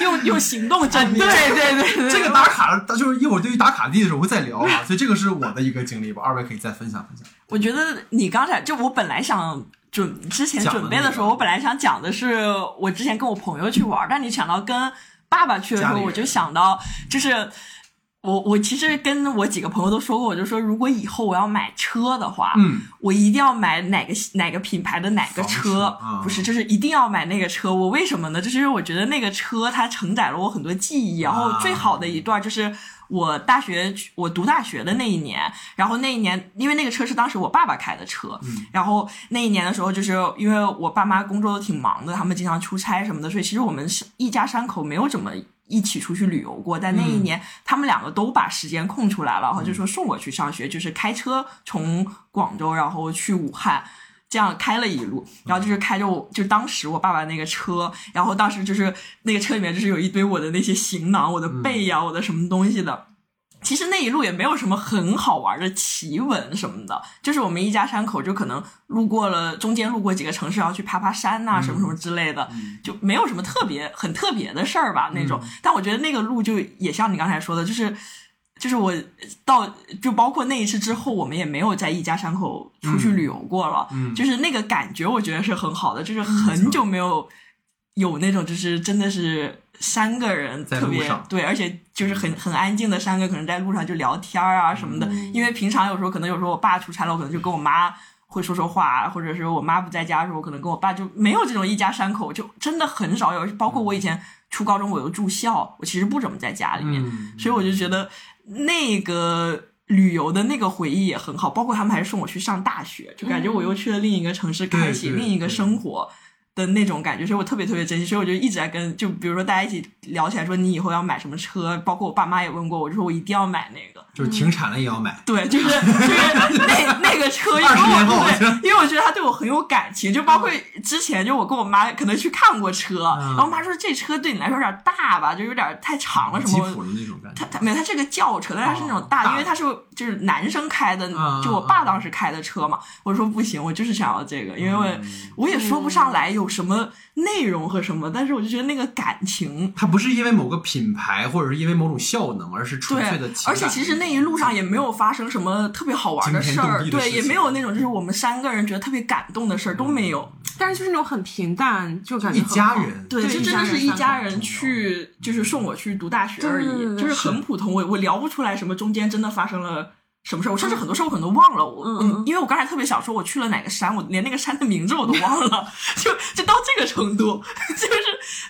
用用行动证明。对对对对，这个打卡，就是一会儿对于打卡地的时候我会再聊 啊，所以这个是我的一个经历吧，二位可以再分享分享。我觉得你刚才就我本来想准之前讲的准备的时候，那个我本来想讲的是我之前跟我朋友去玩儿，但你想到跟爸爸去的时家里候，人我就想到就是。我我其实跟我几个朋友都说过，我就说如果以后我要买车的话，嗯，我一定要买哪个哪个品牌的哪个房车车，啊不是，就是一定要买那个车。我为什么呢？就是因为我觉得那个车它承载了我很多记忆，然啊后最好的一段就是。我大学去我读大学的那一年，然后那一年因为那个车是当时我爸爸开的车，嗯然后那一年的时候，就是因为我爸妈工作都挺忙的，他们经常出差什么的，所以其实我们是一家三口没有怎么一起出去旅游过。但那一年，他们两个都把时间空出来了，然后就说送我去上学，就是开车从广州然后去武汉。这样开了一路，然后就是开着我，就当时我爸爸那个车，然后当时就是那个车里面就是有一堆我的那些行囊，我的被呀、我的什么东西的，其实那一路也没有什么很好玩的奇闻什么的，就是我们一家三口就可能路过了中间路过几个城市，然后去爬爬山啊呐、什么什么之类的，嗯就没有什么特别很特别的事儿吧那种。但我觉得那个路就也像你刚才说的，就是就是我到就包括那一次之后，我们也没有在一家三口出去旅游过了，嗯就是那个感觉我觉得是很好的，就是很久没有有那种就是真的是三个人在特路别上嗯对，而且就是很很安静的三个，可能在路上就聊天儿啊什么的。因为平常有时候可能有时候我爸出差了，我可能就跟我妈会说说话，啊或者是我妈不在家的时候，我可能跟我爸就没有这种一家三口，就真的很少有。包括我以前初高中我又住校，我其实不怎么在家里面，嗯，所以我就觉得那个。旅游的那个回忆也很好，包括他们还送我去上大学，就感觉我又去了另一个城市，开启嗯对对另一个生活的那种感觉，所以我特别特别珍惜。所以我就一直在跟，就比如说大家一起聊起来说你以后要买什么车，包括我爸妈也问过我，就说我一定要买那个，就是停产了也要买，对，就是就是那那个车，因为20年后我对，因为我觉得他对我很有感情，就包括之前就我跟我妈可能去看过车，嗯然后我妈说这车对你来说有点大吧，就有点太长了什吉么。普的那种感它觉。它没有，它是个轿车，但它是那种大，哦大因为它是就是男生开的，嗯就我爸当时开的车嘛。我说不行，我就是想要这个，因为我、嗯我也说不上来有什么内容和什么，但是我就觉得那个感情。它不是因为某个品牌或者是因为某种效能，而是纯对粹的情，感。而且其实那一路上也没有发生什么特别好玩的惊天事动儿，地的事对，情嗯也没有那种就是我们三个人觉得特别感动的事儿都没有。但是就是那种很平淡，就感觉一很家好人，对，对就一真家的人是一散家步人很去，就是送我去读大学而对对对已，就是是很普通。我我聊不出来什么中间真的发生了什么事儿，我甚至很多事儿我可能都忘了。我嗯嗯我因为我刚才特别想说我去了哪个山，我连那个山的名字我都忘了，就就到这个程度。就是，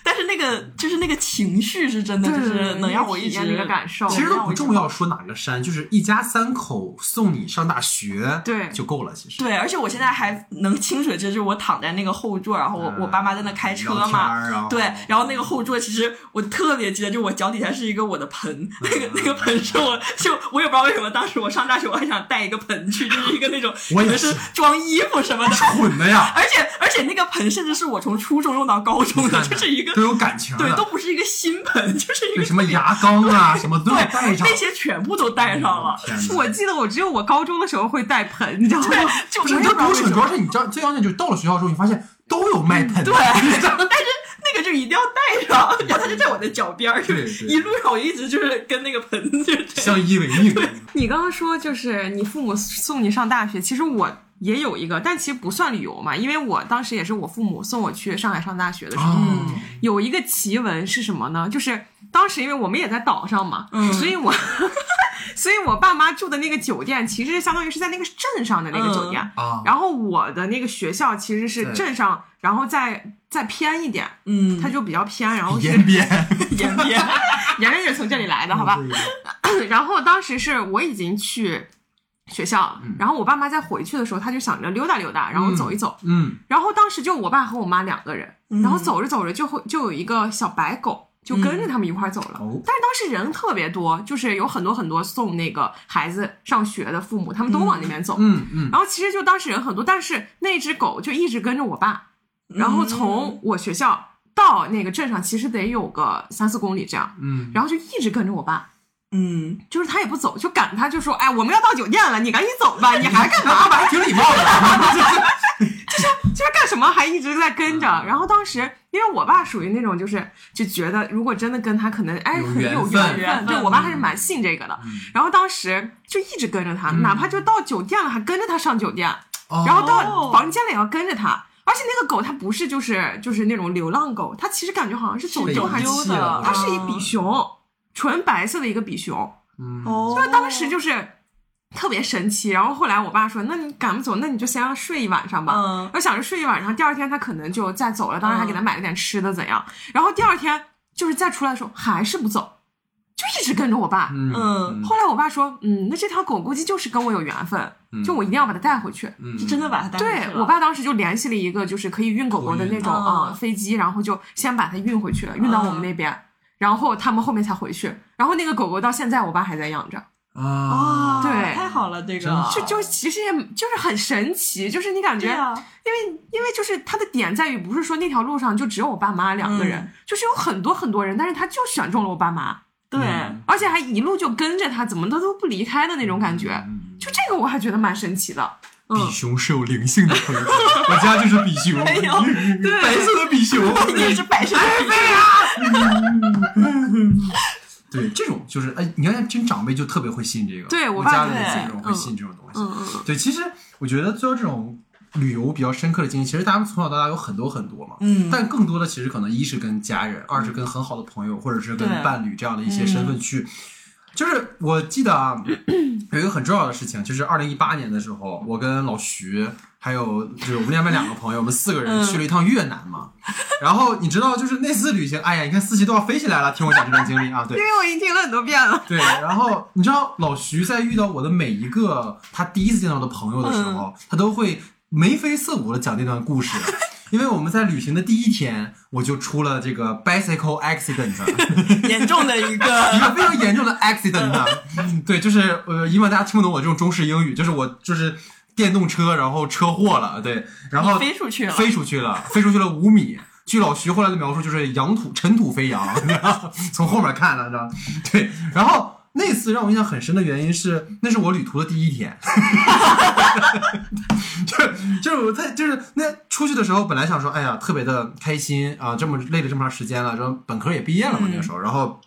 但是那个就是那个情绪是真的，对就对是对能让我体一验直那个感受对其实都让我不一直重要，说哪个山，就是一家三口送你上大学，对就够了。其实，对，而且我现在还能清楚地记得，就是我躺在那个后座，然后我、我爸妈在那开车嗯聊天嘛，儿啊，对，然后那 个后座，其实我特别记得，就我脚底下是一个我的盆，那嗯个那个盆是我，就我也不知道为什么，当时我上大学我还想带一个盆去，就是一个那种我可也能是是装衣服什么的，混的 呀，而且而且那个盆甚至是我从初中用到高中的，哎就是一个都有感情的，对，都不是一个新盆，就是一对个什么牙缸啊，什么都要带对上嗯那。些全部都带上了，天我哪！记得我只有我高中的时候会带盆，你知道吗？就不是我你也不知这道读为什省，主么嗯要是你知道最关键就是到了学校之后，你发现都有卖盆的，对， 但是那个就一定要带上，然后它就在我的脚边儿，就对对一路上我一直就是跟那个盆就是这样相依为命。你刚刚说就是你父母送你上大学，其实我也有一个，但其实不算旅游嘛，因为我当时也是我父母送我去上海上大学的时候，哦，嗯有一个奇闻是什么呢？就是当时因为我们也在岛上嘛，嗯所以我 所以我爸妈住的那个酒店其实相当于是在那个镇上的那个酒店，啊，然后我的那个学校其实是对镇上，然后再再偏一点，嗯它就比较偏，然后是 延边， 演 变。沿着也是从这里来的，好吧？ 然后当时是我已经去学校了，嗯然后我爸妈在回去的时候，他就想着溜达溜达，然后走一走。嗯，然后当时就我爸和我妈两个人，然后走着走着就会就有一个小白狗，就跟着他们一块儿走了。哦但是当时人特别多，就是有很多很多送那个孩子上学的父母，他们都往那边走。嗯嗯，然后其实就当时人很多，但是那只狗就一直跟着我爸，嗯然后从我学校到那个镇上其实得有个三四公里这样，嗯，然后就一直跟着我爸。嗯，就是他也不走，就赶他，就说：“哎，我们要到酒店了，你赶紧走 吧，你还干嘛？”爸爸还挺礼貌 的，就是干什么还一直在跟着。嗯然后当时因为我爸属于那种就是就觉得如果真的跟他可能哎有很有缘缘分嗯缘对分我爸还是蛮信这 个的。然后当时就一直跟着嗯他，哪怕就到酒店了还跟着他上酒店，哦然后到房间了也要跟着他。而且那个狗它不是就是就是那种流浪狗，它其实感觉好像是走被丢还是丢嗯丢弃了的，它是一比熊，纯白色的一个比熊。嗯哦，就是当时就是特别神奇。然后后来我爸说：“那你赶不走，那你就先让它睡一晚上吧。”嗯我想着睡一晚上，第二天他可能就再走了。当时还给他买了点吃的，怎样？然后第二天就是再出来的时候还是不走，就一直跟着我爸。嗯，后来我爸说：“嗯，那这条狗估计就是跟我有缘分，嗯就我一定要把它带回去。就真的把它嗯带回去对了我爸当时就联系了一个就是可以运狗狗的那种托运啊、嗯飞机，然后就先把它运回去了，运到我们那边，然后他们后面才回去。然后那个狗狗到现在我爸还在养着。啊，啊，对太好了，这真个好就就其实也就是很神奇，就是你感觉，对啊，因为因为就是它的点在于，不是说那条路上就只有我爸妈两个人，嗯就是有很多很多人，但是他就选中了我爸妈，对，啊嗯而且还一路就跟着他，怎么都都不离开的那种感觉，嗯就这个我还觉得蛮神奇的。嗯，比熊是有灵性的，朋友们我家就是比熊，哎呦 白色的比熊。也是摆设的比对，这种就是哎，你看真长辈就特别会信这个，嗯对我我家爸里对这种会信这种东西。嗯嗯对，其实我觉得最后这种旅游比较深刻的经历，其实大家从小到大有很多很多嘛。嗯但更多的其实可能一是跟家人，二是嗯跟很好的朋友或者是跟对伴侣这样的一些身份去。就是我记得啊， 有一个很重要的事情，就是二零一八年的时候，我跟老徐还有就是我们另外两个 朋友，我们四个人去了一趟越南嘛。嗯然后你知道，就是那次旅行，哎呀，你看思琪都要飞起来了，听我讲这段经历啊，对因，为我已经听了很多遍了。对，然后你知道老徐在遇到我的每一个他第一次见到的朋友的时候，他都会眉飞色舞的讲那段故事。因为我们在旅行的第一天，我就出了这个 bicycle accident，严重的一一个，个非常严重的 accident。对，啊就是呃，以往大家听不懂我这种中式英语，就是我就是电动车，然后车祸了，对，然后飞出去了，飞出去了，飞出去了五米。据老徐后来的描述，就是扬土尘土飞扬， 你知道从后面看的，你知道？对，然后那次让我印象很深的原因是，那是我旅途的第一天， 就是就是我在就是那出去的时候，本来想说，哎呀，特别的开心啊，这么累了这么长时间了，然后本科也毕业了嘛，那个时候，嗯然后。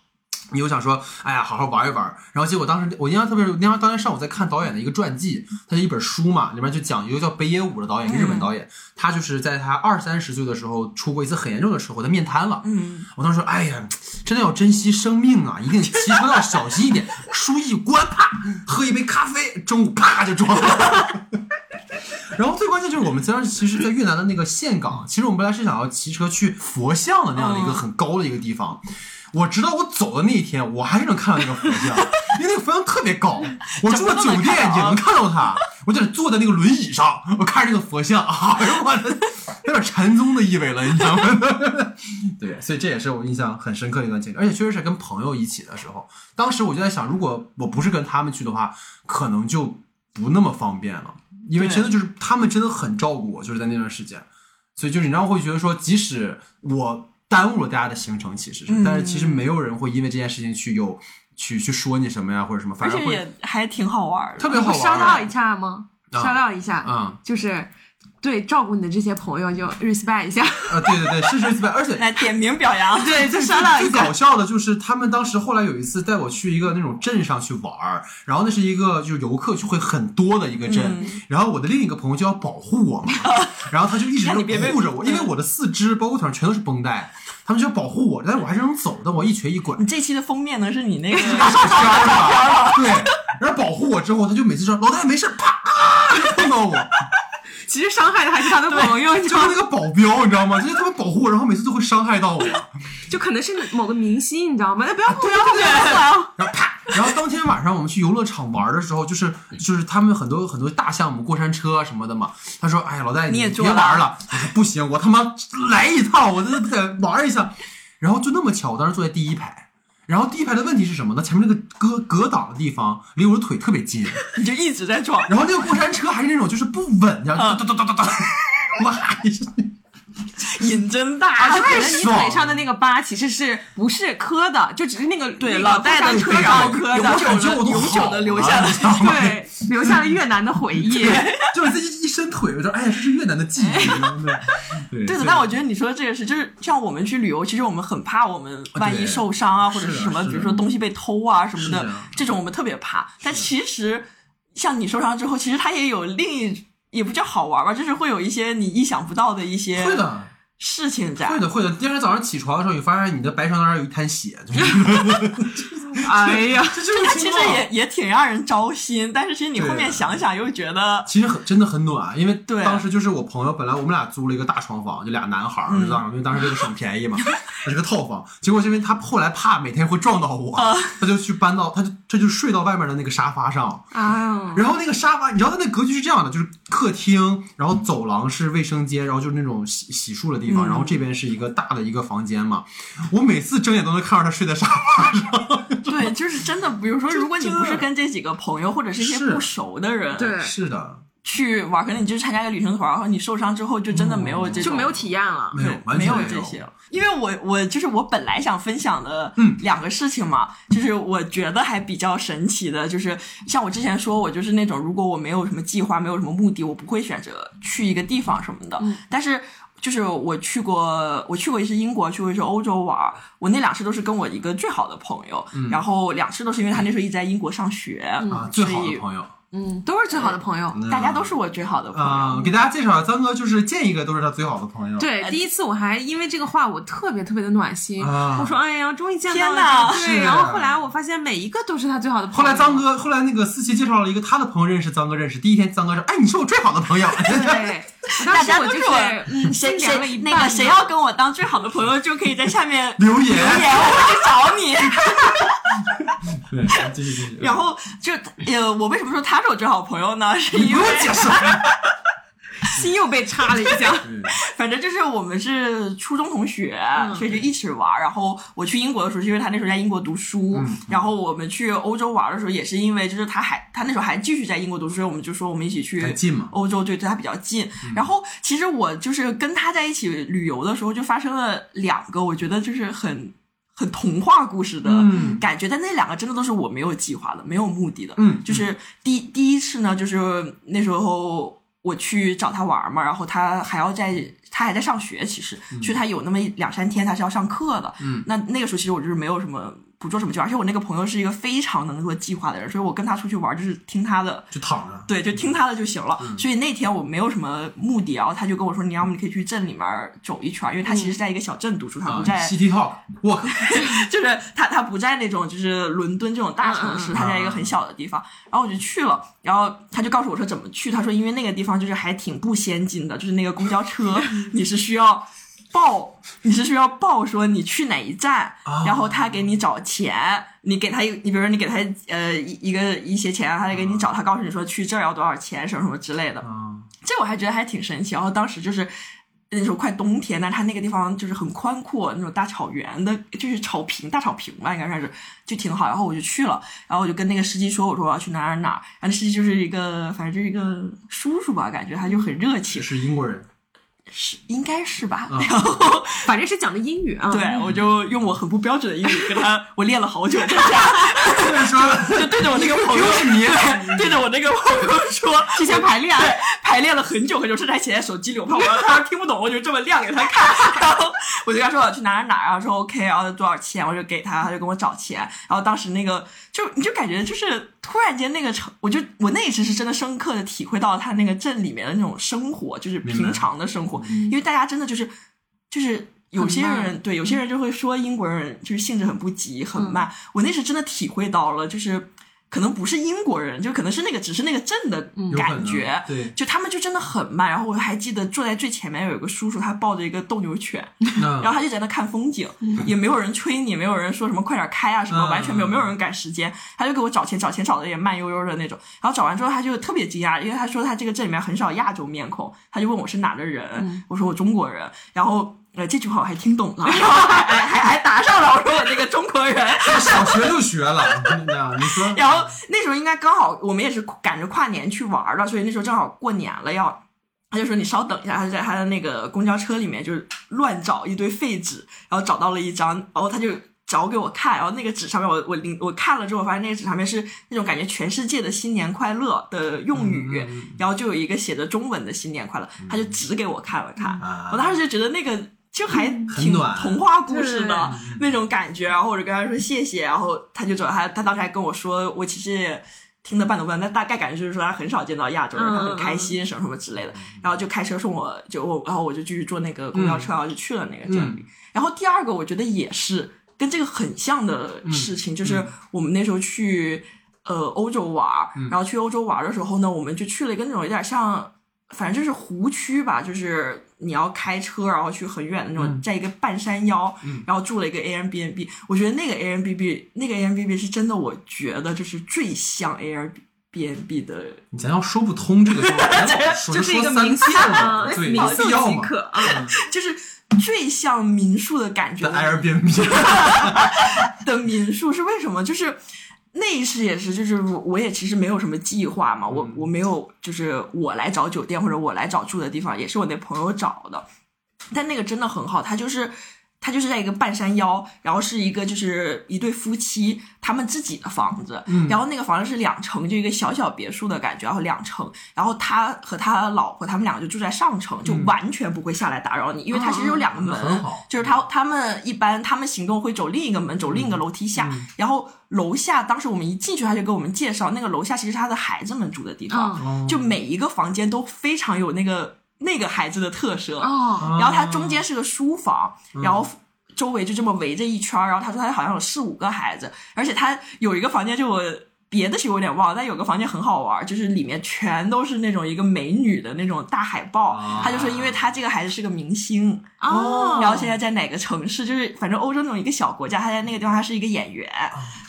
你又想说，哎呀，好好玩一玩。然后结果当时我印象特别，那当当天上午在看导演的一个传记，他是一本书嘛，里面就讲一个叫北野武的导演，一个日本导演，他就是在他二三十岁的时候出过一次很严重的车祸，他面瘫了。嗯，我当时说，哎呀，真的要珍惜生命啊，一定骑车要小心一点。 书一关，啪，喝一杯咖啡，中午啪就装了。然后最关键就是我们当时其实，在越南的那个岘港，其实我们本来是想要骑车去佛像的那样的一个很高的一个地方。我直到我走的那一天，我还是能看到那个佛像，因为那个佛像特别高，我住的酒店也能看到啊它。我就是坐在那个轮椅上，我看着那个佛像， 哎呦我的，有点禅宗的意味了，你知道吗？ 对，所以这也是我印象很深刻的一段经历，而且确实是跟朋友一起的时候，当时我就在想，如果我不是跟他们去的话，可能就不那么方便了，因为对真的就是他们真的很照顾我，就是在那段时间，所以就是你让我会觉得说，即使我耽误了大家的行程，其实是，嗯但是其实没有人会因为这件事情去有去去说你什么呀或者什么，反而而且会也还挺好玩的，特别好玩商儿量一下吗？啊商量一下，啊就是对照顾你的这些朋友就 respect 一下。 啊，对对对，是是是，而且来点名表 扬， 对，就商量最一搞下。笑的就是他们当时后来有一次带我去一个那种镇上去玩儿，然后那是一个就是游客就会很多的一个镇，嗯然后我的另一个朋友就要保护 我嘛，哦然后他就一直那你别被护着我，因为嗯我的四肢包括腿上全都是绷带，他们就要保护我，但是我还是能走的，我一瘸一拐，你这期的封面呢是你那个照片儿吧？对，然后保护我之后，他就每次说老大爷没事，啪啊就碰到我，其实伤害的还是他的朋友，哎你知就道是吗那个保镖，你知道吗？就是他们保护我，然后每次都会伤害到我。就可能是某个明星，你知道吗？那不要不要 不对要！然后啪，然后当天晚上我们去游乐场玩的时候，就是就是他们很多很多大项目，过山车啊什么的嘛。他说：“哎呀，老戴你也别坐了啊玩了。”我说：“不行，我他妈来一趟，我这在玩一下。”然后就那么巧，我当时坐在第一排。然后第一排的问题是什么呢？前面那个隔隔挡的地方离我的腿特别近， 你就一直在撞， 然后那个过山车还是那种就是不稳，然嗯后哒哒哒哒哒，哇一声，瘾真而大且本来你爽腿上的那个疤其实是不是磕的，就只是那个对那个老戴的过山车腿然后上有个我，感磕的觉我都永久好地留下了来你知道 吗？对，留下了越南的回忆。就是这一一身腿，我说哎呀，这是越南的记忆，对对的，但我觉得你说的这个是，就是像我们去旅游，其实我们很怕我们万一对受伤啊，或者是的是什么，是的比如说东西被偷啊什么是的的，这种我们特别怕。但其实像你受伤之后，其实它也有另一，也不叫好玩吧，就是会有一些你意想不到的一些会的。事情在会。的，会的。第二天早上起床的时候，你发现你的白床单上有一滩血，就是 哎呀，这就是它其实情啊况也也挺让人糟心，但是其实你后面想想又觉 得，其实很真的很暖，啊因为对当时就是我朋友，本来我们俩租了一个大床房，就俩男孩儿，嗯你知道吗？因为当时这个省便宜嘛， 这是个套房。结果是因为他后来怕每天会撞到我，啊他就去搬到，他就这就睡到外面的那个沙发上。哎呦，然后那个沙发，你知道它那格局是这样的，就是客厅，然后走廊是卫生间，然后就是那种洗洗漱的地嗯方，然后这边是一个大的一个房间嘛。我每次睁眼都能看到他睡在沙发上。对，就是真的，比如说，如果你不真是的跟这几个朋友或者是一些是不熟的人，对是的，去玩，可能你就参加一个旅行团，然后你受伤之后就真的没有这种就没有体验了。嗯没有对，完没全有没这些了。因为我我就是我本来想分享的嗯两个事情嘛，就是我觉得还比较神奇的，就是像我之前说，我就是那种如果我没有什么计划、没有什么目的，我不会选择去一个地方什么的。但是就是我去过，我去过一次英国，去过一次欧洲玩儿，我那两次都是跟我一个最好的朋友，嗯然后两次都是因为他那时候一直在英国上学，啊，最好嗯所以的朋友。嗯，都是最好的朋友。嗯大家都是我最好的朋友。啊、给大家介绍，张哥就是见一个都是他最好的朋友。对，第一次我还因为这个话我特别特别的暖心，啊我说哎呀，终于见到天了哪这个对，是然后后来我发现每一个都是他最好的朋后友。 来张哥，后来那个思琪介绍了一个他的朋友认识张哥认识，第一天张哥说：“哎，你是我最好的朋友。 对，大当时家我都就是是我嗯，谁心谁凉了一半那个谁要跟我当最好的朋友，就可以在下面留言留言，我会去找你。对，继续继续。 然后就呃，我为什么说他是我最好的朋友呢？是你因不为用解释，心又被插了一下。反正就是我们是初中同学，嗯所以就一起玩儿。然后我去英国的时候，是因为他那时候在英国读书，嗯然后我们去欧洲玩儿的时候，也是因为就是他还他那时候还继续在英国读书，所以我们就说我们一起去很近嗯嘛欧洲对对他比较近。然后其实我就是跟他在一起旅游的时候，就发生了两个我觉得就是很很童话故事的嗯感觉，但那两个真的都是我没有计划的、没有目的的。嗯就是第第一次呢，就是那时候我去找他玩嘛，然后他还要在。他还在上学，其实，所以他有那么一两三天他是要上课的。嗯，那那个时候其实我就是没有什么不做什么计划，而且我那个朋友是一个非常能做计划的人，所以我跟他出去玩就是听他的，就躺着。对，就听他的就行了。嗯所以那天我没有什么目的，然后他就跟我说：“你要么你可以去镇里面走一圈，因为他其实在一个小镇读书，他嗯啊不在， ，City Talk，我 就是他他不在那种就是伦敦这种大城市，嗯嗯嗯他在一个很小的地方。然后我就去了，然后他就告诉我说怎么去，他说因为那个地方就是还挺不先进的，就是那个公交车你是需要。报你是需要报说你去哪一站，啊然后他给你找钱，你给他一，你比如说你给他呃一一个一些钱，啊他就给你找，他告诉你说去这儿要多少钱，什么什么之类的。啊，这我还觉得还挺神奇。然后当时就是那时候快冬天，但它那个地方就是很宽阔，那种大草原的，就是草坪，大草坪吧，应该算是就挺好。然后我就去了，然后我就跟那个司机说，我说我要去哪儿哪儿。然后那司机就是一个，反正就是一个叔叔吧，感觉他就很热情，是英国人，是应该是吧？啊然后 反正是讲的英语 啊。对我就用我很不标准的英语跟他，我练了好久，在家所以说就对着我那个朋友又。是你，啊 对着我那个朋友说，之前排练，对，排练了很久很久，甚至还写在手机里。我怕我要他要听不懂，我就这么亮给他看。 然后我就跟他说我去哪儿哪儿，然后说 OK，然后多少钱，我就给他，他就给我找钱。然后当时那个就你就感觉就是突然间那个城，我就我那一次是真的深刻的体会到他那个镇里面的那种生活，就是明白平常的生活，嗯因为大家真的就是就是。有些很人慢对有些人就会说英国人就是性子很不急很嗯慢，我那是真的体会到了，就是可能不是英国人，就可能是那个只是那个镇的嗯有可感能觉，对，就他们就真的很慢。然后我还记得坐在最前面有一个叔叔，他抱着一个斗牛犬，那然后他就在那看风景，也没有人催你，没有人说什么快点开啊什么，嗯完全没有，嗯没有人赶时间。他就给我找钱，找钱找的也慢悠悠的那种。然后找完之后，他就特别惊讶，因为他说他这个镇里面很少亚洲面孔，他就问我是哪的人，我说我中国人，然后。呃，这句话我还听懂了，然后还还还答上了，我说我这个中国人。小学就学了，真的你说然后那时候应该刚好我们也是赶着跨年去玩儿了，所以那时候正好过年了要。他就说你稍等一下，他就在他的那个公交车里面就是乱找一堆废纸，然后找到了一张，然后他就找给我看，然后那个纸上面我我领我看了之后，发现那个纸上面是那种感觉全世界的新年快乐的用语，嗯嗯嗯然后就有一个写着中文的新年快乐，他就指给我看了看，啊我当时就觉得那个就还嗯挺暖嗯童话故事的对那种感觉，然后我就跟他说谢谢，然后他就走，他他当时还跟我说，我其实也听得半懂半懂，但大概感觉就是说他很少见到亚洲人，嗯他很开心什么什么之类嗯的，然后就开车送我，就我，然后我就继续坐那个公交嗯车，然后就去了那个镇里。然后第二个我觉得也是跟这个很像的事情，就是我们那时候去呃欧洲玩儿，然后去欧洲玩儿的时候呢，我们就去了一个那种有点像，反正就是湖区吧，就是你要开车然后去很远的那种，在一个半山腰，然后住了一个 Airbnb。我觉得那个 Airbnb 那个 Airbnb 是真的，我觉得就是最像 Airbnb 的你咱要说不通这个 事儿，我这就是一说个三名遍啊了，对，嗯民有宿必要即吗？可啊，就是最像民宿的感觉在 Airbnb 的民宿是为什么？就是那一次也是，就是我我也其实没有什么计划嘛，嗯我我没有就是我来找酒店或者我来找住的地方，也是我那朋友找的，但那个真的很好，它就是。它就是在一个半山腰，然后是一个就是一对夫妻他们自己的房子，嗯然后那个房子是两层，就一个小小别墅的感觉，然后两层，然后他和他老婆他们俩就住在上层，就完全不会下来打扰你，因为它其实有两个门，嗯啊很好就是他他们一般他们行动会走另一个门，走另一个楼梯下，嗯然后楼下当时我们一进去，他就给我们介绍那个楼下其实是他的孩子们住的地方，哦 就每一个房间都非常有那个那个孩子的特色，哦，啊然后它中间是个书房，嗯然后周围就这么围着一圈儿。然后他说他好像有四五个孩子，而且他有一个房间就我。别的是有点忘了，但有个房间很好玩儿，就是里面全都是那种一个美女的那种大海报。啊他就说，因为他这个孩子是个明星，哦然后现在在哪个城市，就是反正欧洲那种一个小国家，他在那个地方他是一个演员，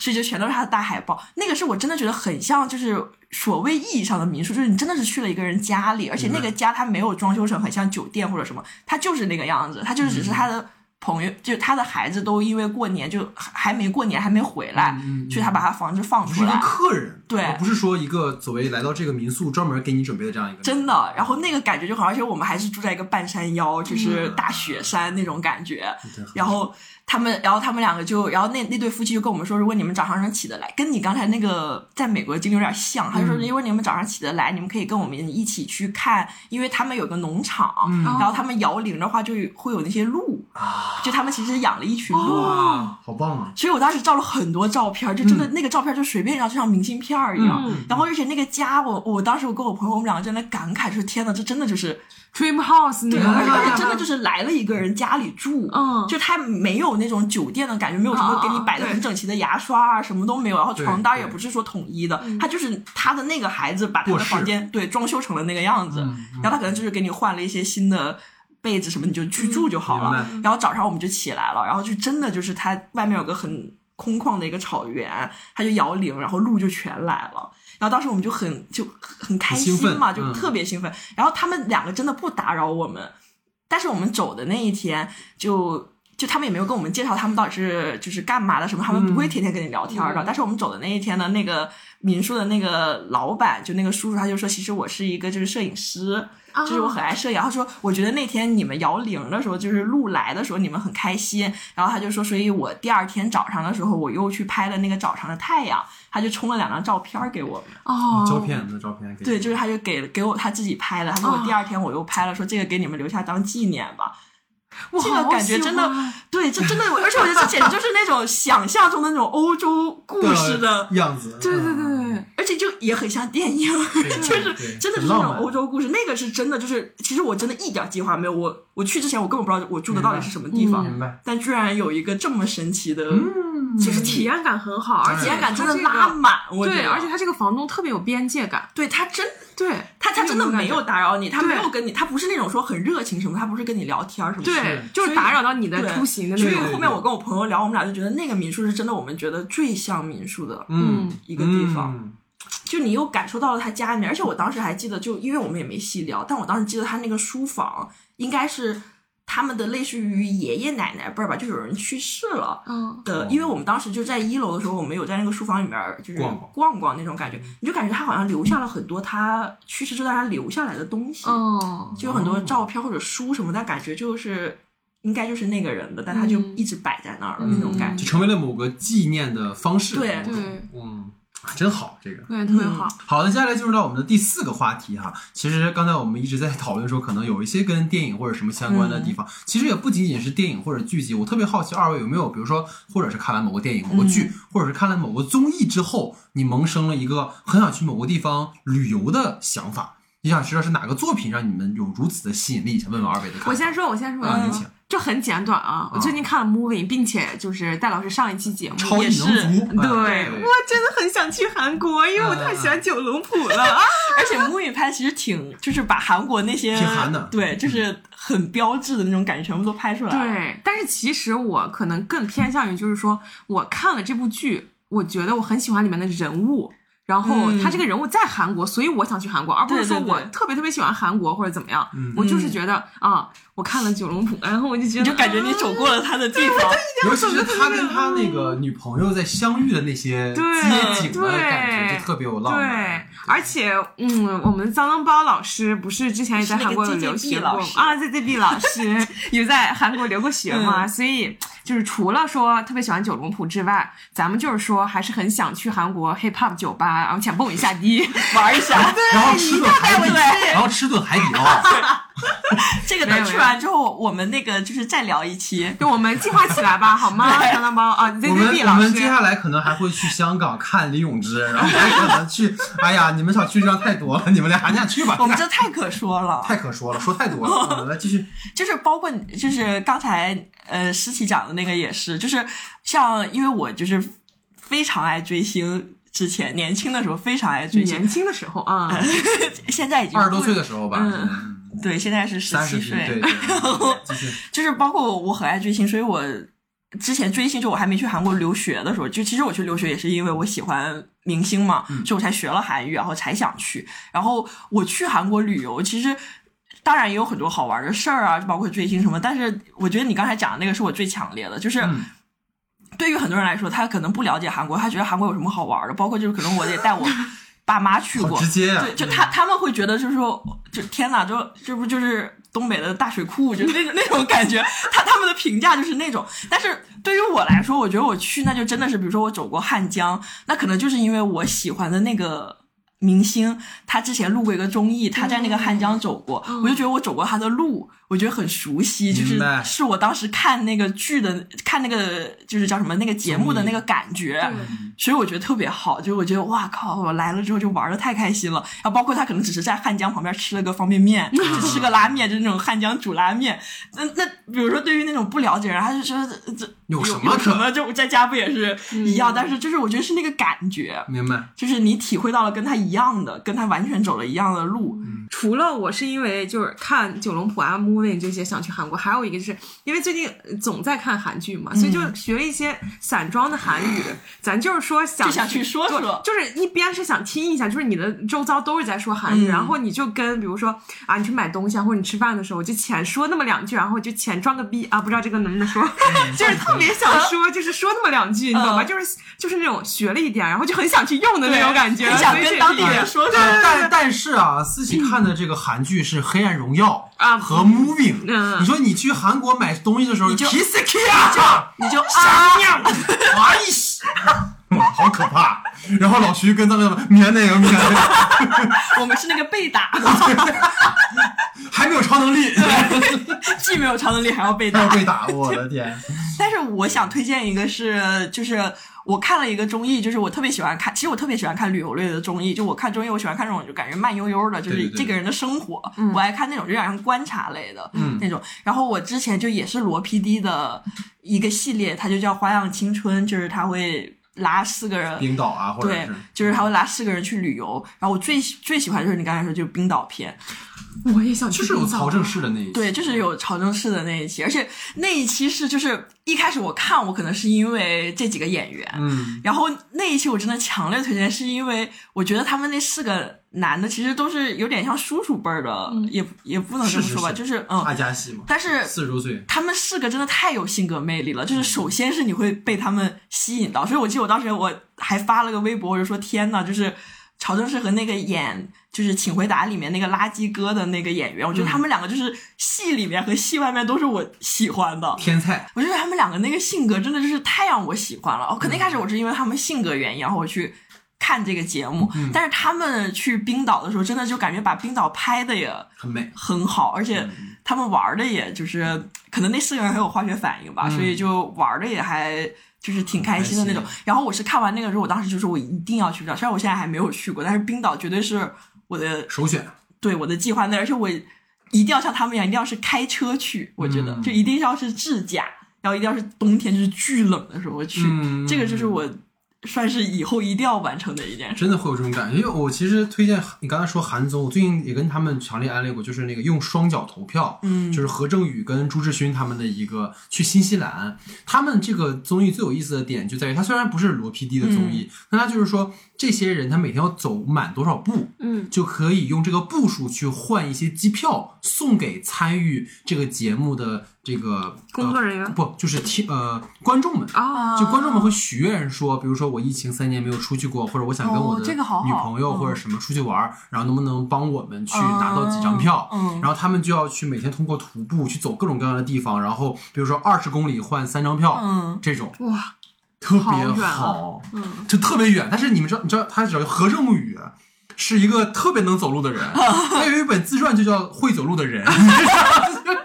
所以就全都是他的大海报。那个是我真的觉得很像，就是所谓意义上的民宿，就是你真的是去了一个人家里，而且那个家他没有装修成很像酒店或者什么，他就是那个样子，他就是只是他的。朋友就是他的孩子都因为过年就还还没过年还没回来，所以他把他房子放不出是一来个，客人，对而不是说一个所谓来到这个民宿专门给你准备的这样一个，真的。然后那个感觉就很好，而且我们还是住在一个半山腰，就是大雪山那种感觉。真好然后他们，然后他们两个就，然后那那对夫妻就跟我们说，如果你们早上能起得来，跟你刚才那个在美国经历有点像。他就说，如果你们早上起得来，你们可以跟我们一起去看，因为他们有个农场，然后他们摇铃的话就会有那些鹿，啊，就他们其实养了一群鹿。哦哇，好棒啊！所以我当时照了很多照片，就真的、那个照片就随便一张，就像明信片儿一样。嗯然后而且那个家，我我当时我跟我朋友我们两个在那感慨说：“天呐，这真的就是， Dream House 那对，个，而且啊而 且真的就是来了一个人家里住，嗯就他没有那种酒店的感觉，没有什么给你摆的啊啊很整齐的牙刷啊，什么都没有，然后对床单对也不是说统一的，他就是他的那个孩子把他卧的室嗯房间对装修成了那个样子，然后他可能就是给你换了一些新的。”被子什么你就去住就好了嗯，然后早上我们就起来了，然后就真的就是它外面有个很空旷的一个草原，它就摇铃，然后鹿就全来了。然后当时我们就很就很开心嘛，很兴奋就嗯特别兴奋。然后他们两个真的不打扰我们，但是我们走的那一天就。就他们也没有跟我们介绍他们到底是就是干嘛的什么，他们不会嗯天天跟你聊天的。但是我们走的那一天呢，那个民宿的那个老板就那个叔叔他就说，其实我是一个就是摄影师，啊就是我很爱摄影。他说，我觉得那天你们摇铃的时候，就是路来的时候，你们很开心。然后他就说，所以我第二天早上的时候，我又去拍了那个早上的太阳，他就冲了两张照片给我们。哦，胶片的照片给对，就是他就给给我他自己拍的，他说我第二天我又拍了，说这个给你们留下当纪念吧。我这个感觉真的，对，这真的，而且我觉得这简直就是那种想象中的那种欧洲故事的，样子，对对对嗯对，而且就也很像电影， 就对是真的就是那种欧洲故事。那个是真的，就是其实我真的一点计划没有，我我去之前我根本不知道我住的到底是什么地方，明白。嗯但居然有一个这么神奇的嗯就是嗯体验感很好，而且体验感，真的它这个拉满，我觉对，得而且他这个房东特别有边界感，对他真对他他真的没有。打扰你，他对没有跟你，他不是那种说很热情什么，他不是跟你聊天儿什么的，对是，就是打扰到你的对出行的所那以种。后面我跟我朋友聊，我们俩就觉得那个民宿是真的，我们觉得最像民宿的嗯，一个地方。就你又感受到了他家里面，而且我当时还记得就，因为我们也没细聊，但我当时记得他那个书房应该是他们的类似于爷爷奶奶辈儿吧，就有人去世了嗯，的哦。因为我们当时就在一楼的时候，我们有在那个书房里面就是逛逛逛逛那种感觉，你就感觉他好像留下了很多他去世之后他留下来的东西，哦，就有很多照片或者书什么，但感觉就是应该就是那个人的，但他就一直摆在那儿了那种感觉。嗯就成为了某个纪念的方式。对对嗯，真好，这个。对，特别好。好，那接下来进入到我们的第四个话题哈。其实刚才我们一直在讨论说，可能有一些跟电影或者什么相关的地嗯方，其实也不仅仅是电影或者剧集。我特别好奇二位有没有，比如说，或者是看完某个电影、某个剧，嗯或者是看了某个综艺之后，你萌生了一个很想去某个地方旅游的想法。你想知道是哪个作品让你们有如此的吸引力？想问问二位的看法。我先说，我先说，啊，嗯你请。就很简短啊。我最近看了 Moving，并且就是戴老师上一期节目超也异是，能族，对哎我真的很想去韩国，因为我太喜欢九龙浦了。啊而且母语拍其实挺，就是把韩国那些挺韩的嗯对，就是很标志的那种感觉，全部都拍出来了。对，但是其实我可能更偏向于就是说，我看了这部剧，我觉得我很喜欢里面的人物。然后嗯他这个人物在韩国，所以我想去韩国，而不是说对对我对特别特别喜欢韩国或者怎么样。嗯我就是觉得啊，我看了九龙浦，然后我就你觉得，就感觉你走过了他的地方，尤其是他跟他那个女朋友在相遇的那些街景的感觉，对就特别有浪漫啊对。，而且嗯，我们脏脏包老师不是之前也在是那个韩国有留 JJB 学老过吗师啊，ZZB 老师有在韩国留过学嘛，嗯所以就是除了说特别喜欢九龙浦之外，咱们就是说还是很想去韩国 hip hop 酒吧，然后想蹦一下迪。玩一下。 然后吃顿海底，然后吃顿海底捞。 这个没有等没去有完之后，我们那个就是再聊一期。就我们计划起来吧，好吗？对脏脏包啊我们，ZZB 我老们接师。下来可能还会去香港看李永芝，然后还可能去，哎呀，你们想去的地方太多了，你们俩还想去吧？我们这太可说了，太可说了，说太多了。嗯 来继续，就是包括就是刚才呃诗琪讲的那个也是，就是像因为我就是非常爱追星，之前年轻的时候非常爱追星，年轻的时候啊， 现在已经嗯二十多岁的时候吧，嗯对，现在是十三七十岁， 对对，对继续。就是包括我很爱追星，所以我之前追星就我还没去韩国留学的时候，就其实我去留学也是因为我喜欢明星嘛，嗯所以我才学了韩语，然后才想去。然后我去韩国旅游，其实。当然也有很多好玩的事儿啊，包括追星什么。但是我觉得你刚才讲的那个是我最强烈的，就是嗯对于很多人来说，他可能不了解韩国，他觉得韩国有什么好玩的。包括就是可能我也带我爸妈去好过，直接啊对，就他他们会觉得就是说，就天哪，这这不就是东北的大水库，就是那种那种感觉。他他们的评价就是那种，但是对于我来说，我觉得我去那就真的是，比如说我走过汉江，那可能就是因为我喜欢的那个。明星他之前录过一个综艺，他在嗯那个汉江走过，我就觉得我走过他的路，我觉得很熟悉，就明是白是我当时看那个剧的，看那个就是叫什么那个节目的那个感觉。所以我觉得特别好，就是我觉得哇靠，我来了之后就玩的太开心了。然后包括他可能只是在汉江旁边吃了个方便面，就吃个拉面，就是那种汉江煮拉面。那那比如说对于那种不了解人，他就说这这有什什么可什么，就在家不也是一样？但是就是我觉得是那个感觉，明白，就是你体会到了跟他一样的，跟他完全走了一样的路。嗯除了我是因为就是看九龙浦啊、Moving 这些想去韩国，还有一个就是因为最近呃总在看韩剧嘛，所以嗯就学了一些散装的韩语。咱就是说想就想去说说就是一边是想听一下，就是你的周遭都是在说韩语，嗯然后你就跟比如说啊，你去买东西啊，或者你吃饭的时候，就浅说那么两句，然后就浅装个逼啊，不知道这个能不能说， 就是特别想说，就是说那么两句，你懂吗？嗯就是就是那种学了一点，然后就很想去用的那种感觉，很想所以这跟也当是地一个人说说。但但但是啊，思琪看的这个韩剧是《黑暗荣耀》啊和《Moving》。嗯你说你去韩国买东西的时候，你就皮斯克啊，你就啊，哎西，哇，好可怕！然后老徐跟他们免那个免那个，我们是那个被打， 还没有超能力，既没有超能力，还要被还打要。被打，我的天！但是我想推荐一个是，就是我看了一个综艺，就是我特别喜欢看，其实我特别喜欢看旅游类的综艺，就我看综艺，我喜欢看这种就感觉慢悠悠的，就对是对对这个人的生活，我爱看那种就像观察类的、嗯那种。然后我之前就也是罗 PD 的一个系列，它就叫《花样青春》，就是他会拉四个人。冰岛啊，或者对是，就是他会拉四个人去旅游，然后我最最喜欢就是你刚才说就是冰岛片，我也想去就是有冰岛曹正式的那一期，对，就是有朝政式的那一期，而且那一期是就是一开始我看我可能是因为这几个演员，嗯，然后那一期我真的强烈推荐，是因为我觉得他们那四个男的其实都是有点像叔叔辈儿的，也也不能这么嗯是是说吧，是就是嗯，阿加西嘛，但是四十多岁，他们四个真的太有性格魅力了，就是首先是你会被他们吸引到，所以我记得我当时我还发了个微博，我就说天呐，就是曹正奭和那个演就是《请回答》里面那个垃圾哥的那个演员，我觉得他们两个就是戏里面和戏外面都是我喜欢的。天菜，我觉得他们两个那个性格真的就是太让我喜欢了。哦，可能一开始我是因为他们性格原因，然后我去看这个节目，但是他们去冰岛的时候，真的就感觉把冰岛拍的也很美，很好，而且嗯他们玩的也就是可能那四个人很有化学反应吧，所以就玩的也还就是挺开心的那种嗯开。然后我是看完那个之后，我当时就说我一定要去冰岛，虽然我现在还没有去过，但是冰岛绝对是我的首选，对我的计划内，而且我一定要像他们一样，一定要是开车去，我觉得、嗯就一定要是自驾，然后一定要是冬天就是巨冷的时候去，嗯这个就是我算是以后一定要完成的一件事。真的会有这种感觉。因为我其实推荐你刚才说韩综，我最近也跟他们强烈安利过，就是那个用双脚投票，嗯就是何正宇跟朱志勋他们的一个去新西兰，他们这个综艺最有意思的点就在于，它虽然不是罗 PD 的综艺，嗯但它就是说这些人他每天要走满多少步，嗯，就可以用这个步数去换一些机票送给参与这个节目的这个工作呃人员不就是听呃观众们。啊，就观众们会许愿说，比如说我疫情三年没有出去过，或者我想跟哦我的这个好好女朋友嗯或者什么出去玩儿，然后能不能帮我们去拿到几张票？嗯然后他们就要去每天通过徒步去走各种各样的地方，然后比如说二十公里换三张票，嗯，这种哇，特别好远啊好，嗯，就特别远。但是你们知道，你知道他只要何正宇。是一个特别能走路的 人，他有一本自传就叫《会走路的人》，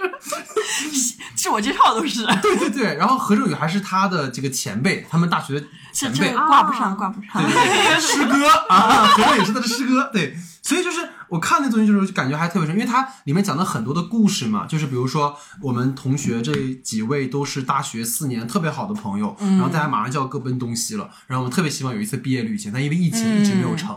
自我介绍都是。对对对。然后何正宇还是他的这个前辈，他们大学的这前这辈哦个，挂不啊上，挂不上。对对对，师哥啊，何正也是他的师哥，对，所以就是我看那东西就是感觉还特别深，因为它里面讲了很多的故事嘛，就是比如说我们同学这几位都是大学四年特别好的朋友，然后大家马上就要各奔东西了，然后我们特别希望有一次毕业旅行，但因为疫情一直没有成，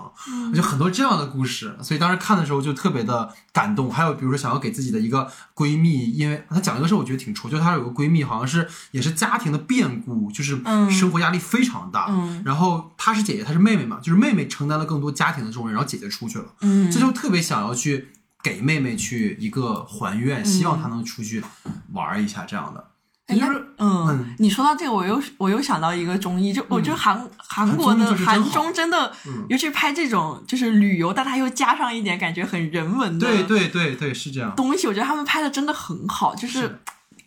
就很多这样的故事，所以当时看的时候就特别的感动。还有比如说想要给自己的一个闺蜜，因为她讲一个事儿，我觉得挺戳，就她有个闺蜜好像是也是家庭的变故，就是嗯生活压力非常大，嗯然后她是姐姐，她是妹妹嘛，就是妹妹承担了更多家庭的重任，然后姐姐出去了， 嗯这就特别想要去给妹妹去一个还愿，希望她能出去玩一下这样的，嗯哎就那是嗯嗯，你说到这个，我又我又想到一个综艺，就我觉得韩韩国韩综的就是真韩好嗯综真的，尤其拍这种就是旅游，但它又加上一点感觉很人文对的对对对，是这样，东西，我觉得他们拍的真的很好，就是是的。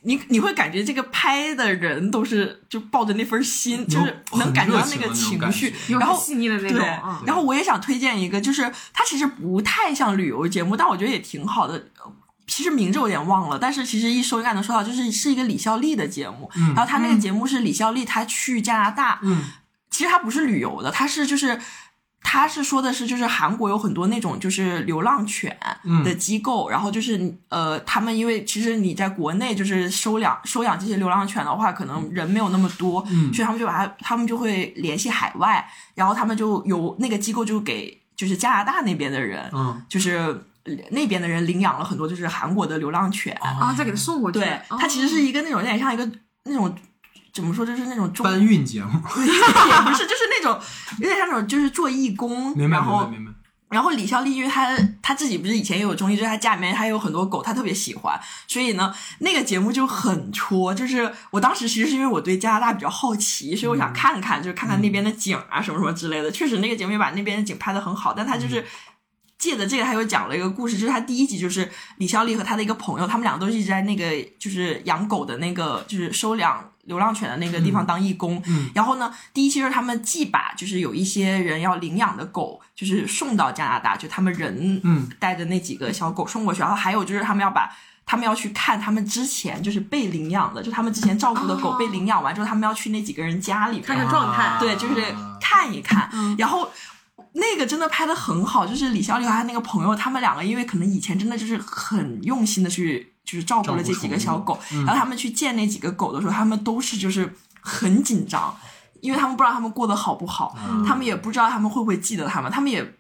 你你会感觉这个拍的人都是就抱着那份心，有就是能感觉到那个情绪很热情的那种感，觉有然很后细腻的那种对啊，，然后我也想推荐一个，就是它其实不太像旅游节目，但我觉得也挺好的。呃其实名字我有点忘了，但是其实一搜应该能搜到，就是是一个李孝利的节目。嗯然后他那个节目是李孝利他去加拿大，嗯，其实他不是旅游的，他是就是。他是说的是，就是韩国有很多那种就是流浪犬嗯的机构，然后就是呃，他们因为其实你在国内就是收养收养这些流浪犬的话，可能人没有那么多，嗯所以他们就把它他们就会联系海外，然后他们就有那个机构就给就是加拿大那边的人，嗯，就是呃那边的人领养了很多就是韩国的流浪犬，哦啊，再给他送过去，对，哦它其实是一个那种有点像一个那种怎么说，就是那种中搬运节 目，也不是，就是那种有点像那种就是做义工，明白然明白后明白，然后李孝利，因为她她自己不是以前也有综艺，就是她家里面还有很多狗，她特别喜欢，所以呢，那个节目就很戳。就是我当时其实是因为我对加拿大比较好奇，所以我想看看，就是看看那边的景啊什么什么之类嗯的。确实那个节目也把那边的景拍的很好，但他就是。借着这个，他又讲了一个故事，就是他第一集就是李孝利和他的一个朋友，他们两个都是一直在那个就是养狗的那个就是收养流浪犬的那个地方当义工。嗯然后呢，第一期就是他们既把就是有一些人要领养的狗，就是送到加拿大，就他们人嗯带着那几个小狗送过去，然后还有就是他们要把。他们要去看他们之前就是被领养的，就他们之前照顾的狗哦被领养完之后，他们要去那几个人家里面看看状态啊对，就是看一看。嗯然后那个真的拍的很好，就是李孝利和他那个朋友，他们两个因为可能以前真的就是很用心的去就是照顾了这几个小狗，然后他们去见那几个狗的时候，他们都是就是很紧啊嗯张，因为他们不知道他们过得好不好，他们也不知道他们会不会记得他们，他们也。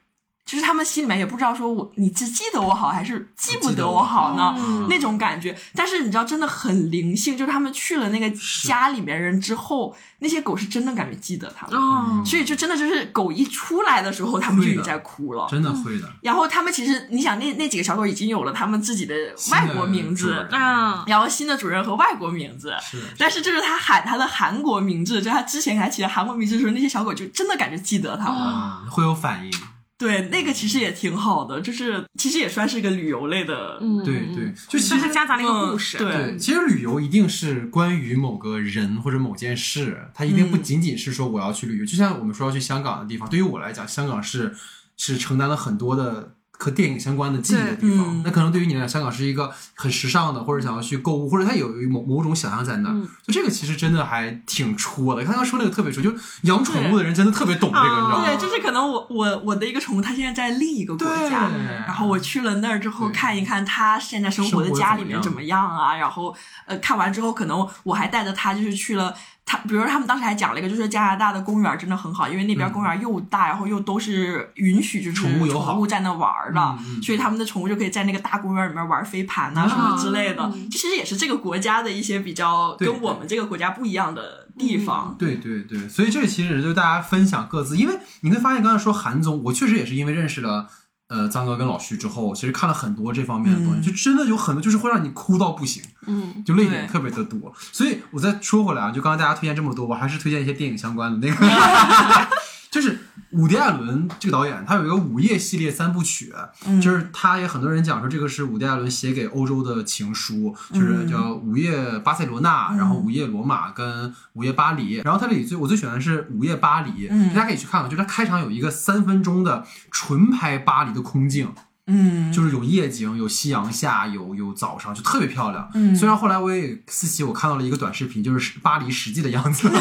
就是他们心里面也不知道说我你只记得我好还是记不得我好呢记得我哦好嗯那种感觉。但是你知道，真的很灵性，就是他们去了那个家里面人之后，那些狗是真的感觉记得他们，哦，所以就真的就是狗一出来的时候，他们就已对经的在哭了。嗯真的会的。然后他们其实，你想那那几个小狗已经有了他们自己的新外的国名主人字，啊，然后新的主人和外国名字，是的但是就是他喊他的韩国名字，就他之前给他起的韩国名字的时候，那些小狗就真的感觉记得嗯他了。啊，会有反应。对，那个其实也挺好的，就是其实也算是个旅游类的。嗯，对嗯，对嗯，就其但它实。夹杂了一个故事，嗯对对，其实旅游一定是关于某个人或者某件事，它一定不嗯仅仅是说我要去旅游。就像我们说要去香港的地方，对于我来讲，香港是是承担了很多的和电影相关的记忆的地方。嗯那可能对于你来讲，香港是一个很时尚的，或者想要去购物，或者它有某某种想象在嗯那儿。就这个其实真的还挺戳的。刚刚说那个特别戳，就养宠物的人真的特别懂这个，你知道吗啊？对，就是可能我我我的一个宠物，它现在在另一个国家，对然后我去了那儿之后对看一看它现在生活的家里面怎么样啊，然后呃看完之后，可能我还带着它就是去了它，比如说他们当时还讲了一个，就是加拿大的公园真的很好，因为那边公园又大，然后又都是允许就是嗯宠物友好宠物在那玩儿的，嗯嗯所以他们的宠物就可以在那个大公园里面玩飞盘啊什么之类的，嗯这其实也是这个国家的一些比较对嗯跟我们这个国家不一样的地方。对对对，所以这其实就是大家分享各自，因为你会发现刚才说韩综，我确实也是因为认识了呃张哥跟老徐之后，其实看了很多这方面的东西，嗯就真的有很多就是会让你哭到不行，嗯，就泪对点特别的多。所以我再说回来啊，就刚刚大家推荐这么多，我还是推荐一些电影相关的那个， 就是伍迪·艾伦这个导演，他有一个午夜系列三部曲，嗯就是他也很多人讲说这个是伍迪·艾伦写给欧洲的情书，就是嗯叫《午夜巴塞罗那》，然后《午夜罗马》跟《午夜巴黎》。然后他这里最我最喜欢的是《午夜巴黎》，嗯大家可以去看看，啊就是他开场有一个三分钟的纯拍巴黎的空镜，嗯，就是有夜景，有夕阳下，有有早上，就特别漂亮。嗯虽然后来我也私企我看到了一个短视频，就是巴黎实际的样子，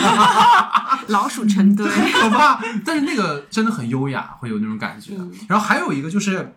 老鼠成堆，可怕。但是那个真的很优雅，会有那种感觉。嗯然后还有一个就是，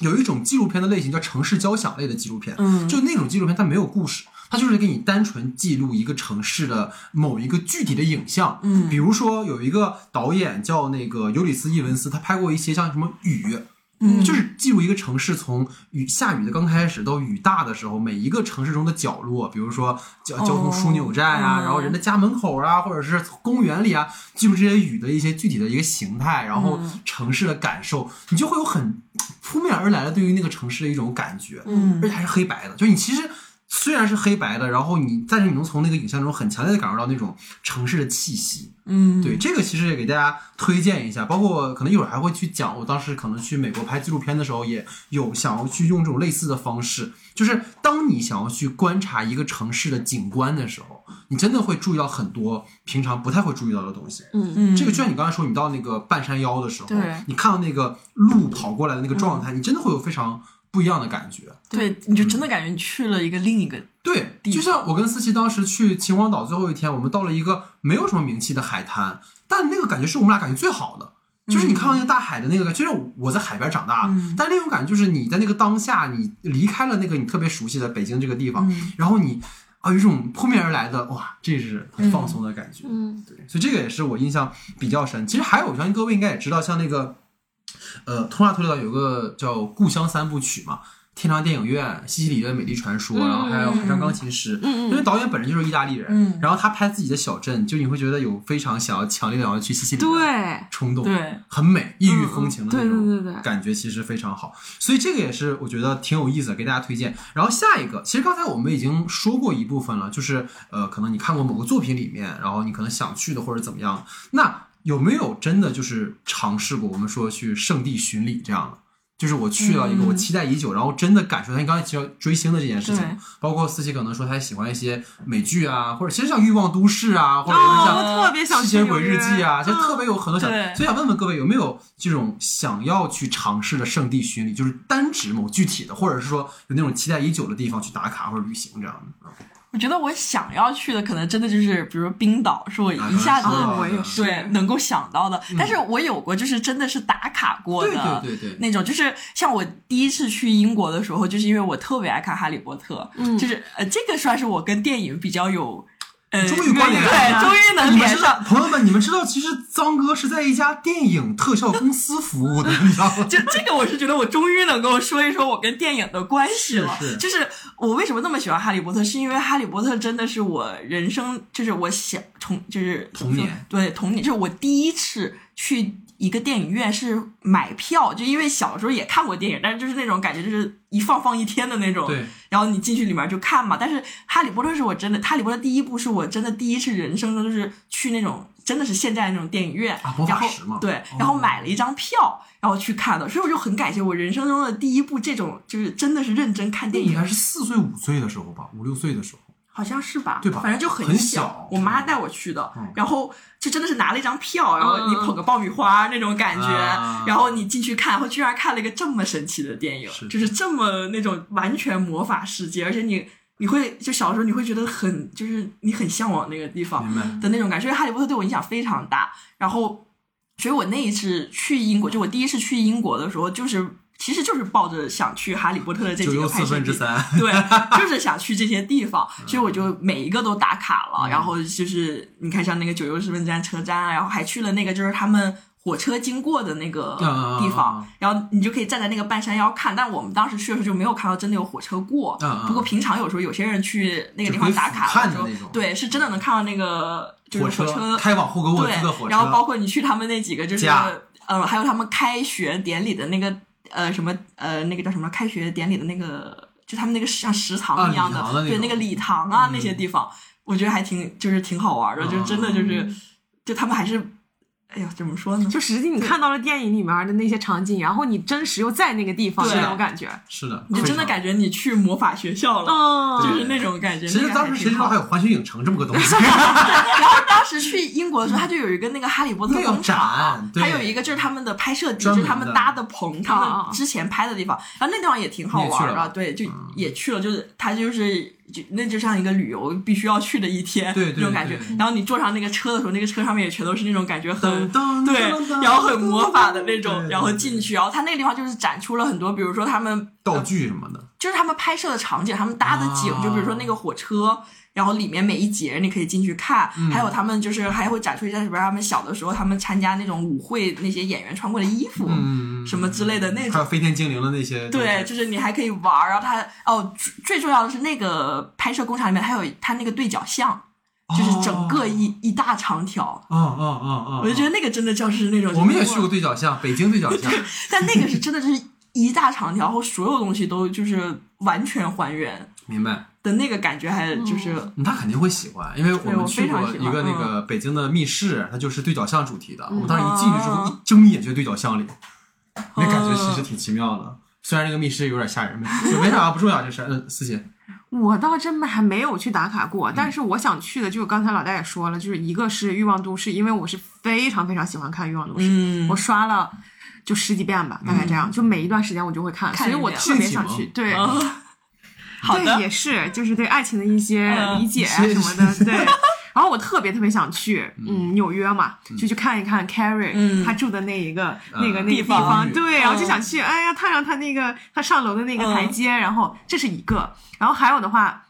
有一种纪录片的类型叫城市交响类的纪录片，嗯就那种纪录片它没有故事。它就是给你单纯记录一个城市的某一个具体的影像，嗯比如说有一个导演叫那个尤里斯·伊文斯，他拍过一些像什么雨，嗯就是记录一个城市从雨下雨的刚开始到雨大的时候，每一个城市中的角落，比如说交交通枢纽站啊，哦然后人的家门口啊，或者是公园里啊，记录这些雨的一些具体的一个形态，然后城市的感受，你就会有很扑面而来的对于那个城市的一种感觉，嗯而且还是黑白的，就你其实。虽然是黑白的，然后你，但是你能从那个影像中很强烈的感受到那种城市的气息，嗯对，这个其实也给大家推荐一下，包括可能一会儿还会去讲，我当时可能去美国拍纪录片的时候，也有想要去用这种类似的方式，就是当你想要去观察一个城市的景观的时候，你真的会注意到很多平常不太会注意到的东西。嗯，嗯这个就像你刚才说，你到那个半山腰的时候对，嗯你看到那个鹿跑过来的那个状态，你真的会有非常不一样的感觉。对，你就真的感觉你去了一个另一个，对，地就像我跟思琪当时去秦皇岛最后一天，我们到了一个没有什么名气的海滩，但那个感觉是我们俩感觉最好的，就是你看到那个大海的那个感觉，就是我在海边长大的，嗯但那种感觉就是你在那个当下，你离开了那个你特别熟悉的北京这个地方，嗯然后你啊有一种扑面而来的哇，这是很放松的感觉。嗯，对，所以这个也是我印象比较深。其实还有，我相信各位应该也知道，像那个，呃，通纳推导有个叫《故乡三部曲》嘛，《天堂电影院》《西西里的美丽传说》，然后还有《海上钢琴师》嗯嗯因为导演本人就是意大利人，嗯然后他拍自己的小镇，就你会觉得有非常想要强烈的想要去西西里的对，冲动，对，很美，异域风情的对那种。对对对，感觉其实非常好，所以这个也是我觉得挺有意思的，给大家推荐。然后下一个，其实刚才我们已经说过一部分了，就是呃，可能你看过某个作品里面，然后你可能想去的或者怎么样，那有没有真的就是尝试过我们说去圣地巡礼这样的？就是我去了一个嗯我期待已久，然后真的感受到你刚才提到追星的这件事情对，包括思琪可能说她喜欢一些美剧啊，或者其实像《欲望都市》啊，或者是像哦，我特别想吸去血纽鬼约日记啊，就特别有很多想，对所以想问问各位有没有这种想要去尝试的圣地巡礼，就是单指某具体的，或者是说有那种期待已久的地方去打卡或者旅行这样的。我觉得我想要去的可能真的就是，比如冰岛，是我一下子、啊我也是对能够想到的。但是我有过就是真的是打卡过的，嗯对对对对那种就是像我第一次去英国的时嗯候，就是因为我特别爱看《哈利波特》，就是呃，这个算是我跟电影比较有。嗯终于关联了对，终于能你们连知道上，，朋友们，你们知道，其实脏哥是在一家电影特效公司服务的，你知道吗？这这个我是觉得我终于能够说一说我跟电影的关系了。是是就是我为什么那么喜欢哈利波特，是因为哈利波特真的是我人生，就是我想从就是童年对童年，就是我第一次去。一个电影院是买票，就因为小时候也看过电影，但是就是那种感觉，就是一放放一天的那种。对，然后你进去里面就看嘛。但是《哈利波特》是我真的，《哈利波特》第一部是我真的第一次人生中就是去那种真的是现在那种电影院，啊魔然法后石嘛哦对，然后买了一张票，然后去看的。所以我就很感谢我人生中的第一部这种就是真的是认真看电你影，还是四岁五岁的时候吧，五六岁的时候，好像是吧？对吧反正就很小小，我妈带我去的嗯，然后就真的是拿了一张票，然后你捧个爆米花那种感觉啊， 然后你进去看，然后居然看了一个这么神奇的电影是，就是这么那种完全魔法世界，而且你你会就小时候你会觉得很就是你很向往那个地方，明白？的那种感觉。所以《哈利波特》对我影响非常大。然后，所以我那一次去英国，就我第一次去英国的时候，就是其实就是抱着想去《哈利波特》的这九几又个四拍摄分之地。三，对，就是想去这些地方，所以我就每一个都打卡了。然后就是你看，像那个九幽十分站车站啊，然后还去了那个就是他们火车经过的那个嗯嗯地嗯方嗯，然后你就可以站在那个半山腰看。但我们当时去的时候就没有看到真的有火车过嗯嗯。不过平常有时候有些人去那个地就可方以打卡时俯瞰候的那种，对，是真的能看到那个就是火火车开往霍格沃兹的火对，车，然后包括你去他们那几个就是家呃，还有他们开学典礼的那个呃什么呃那个叫什么开学典礼的那个，就他们那个像食啊堂一样的，礼堂的那对种嗯那个礼堂啊、那些地方，我觉得还挺就是挺好玩的，就真的就是、哦就他们还是哎呀怎么说呢？就实际你看到了电影里面的那些场景，然后你真实又在那个地方的对那种感觉，是的，你就真的感觉你去魔法学校了，嗯，就对是那种感觉。那非常。其实个当还时挺谁知道好还有环球影城这么个东 西？然后当时去英国的时候，他就有一个那个哈利波特那有广场展，对还有一个就是他们的拍摄地，就专门是的他们搭的棚，他们之前拍的地方。然后那地方也挺好你也去玩了嗯吧的，对，就也去了，就是它就是就那就像一个旅游必须要去的一天，对对那种感觉对对。然后你坐上那个车的时候，那个车上面也全都是那种感觉很噔噔对噔噔，然后很魔法的那对对种，对然后进去，然后它那个地方就是展出了很多，比如说他们道具什么的，就是他们拍摄的场景，他们搭的景，啊就比如说那个火车，然后里面每一节你可以进去看，嗯还有他们就是还会展出一下，比如他们小的时候他们参加那种舞会那些演员穿过的衣服，嗯，什么之类的那还种。有飞天精灵的那些东西，对，就是你还可以玩儿，然后他哦，最最重要的是那个拍摄工厂里面还有他那个对角巷，就是整个一、一大长条，哦，哦哦哦哦，我就觉得那个真的就是那种我们也去过，对角巷，北京对角巷， 但那个是真的就是一大长条，然后所有东西都就是完全还原明白？的那个感觉，还就是。嗯他肯定会喜欢，因为我对们我去非常过喜一个欢那个北京的密室，它就是对角巷主题的。我们当时一嗯进去之后，一睁眼就对角巷里，那感觉哦其实挺奇妙的。虽然这个密室有点吓人，没没啥不重要，这事儿。嗯，思琪，我倒真没还没有去打卡嗯过，但是我想去的，就是刚才老大也说了，就是一个是《欲望都市》，因为我是非常非常喜欢看《欲望都市》，嗯我刷了就十几遍吧，大概这样，就每一段时间我就会看，看所以我一遍特别近想景去。吗对，啊， 好对， 的，也是，就是对爱情的一些嗯理解啊一些什么的，对。 然后我特别特别想去，嗯，纽约嘛，就去看一看 Carrie、嗯他住的那一个、嗯那个那个地方对，然后嗯就想去，哎呀，踏上他那个他上楼的那个嗯台阶，然后这是一个，然后还有的话。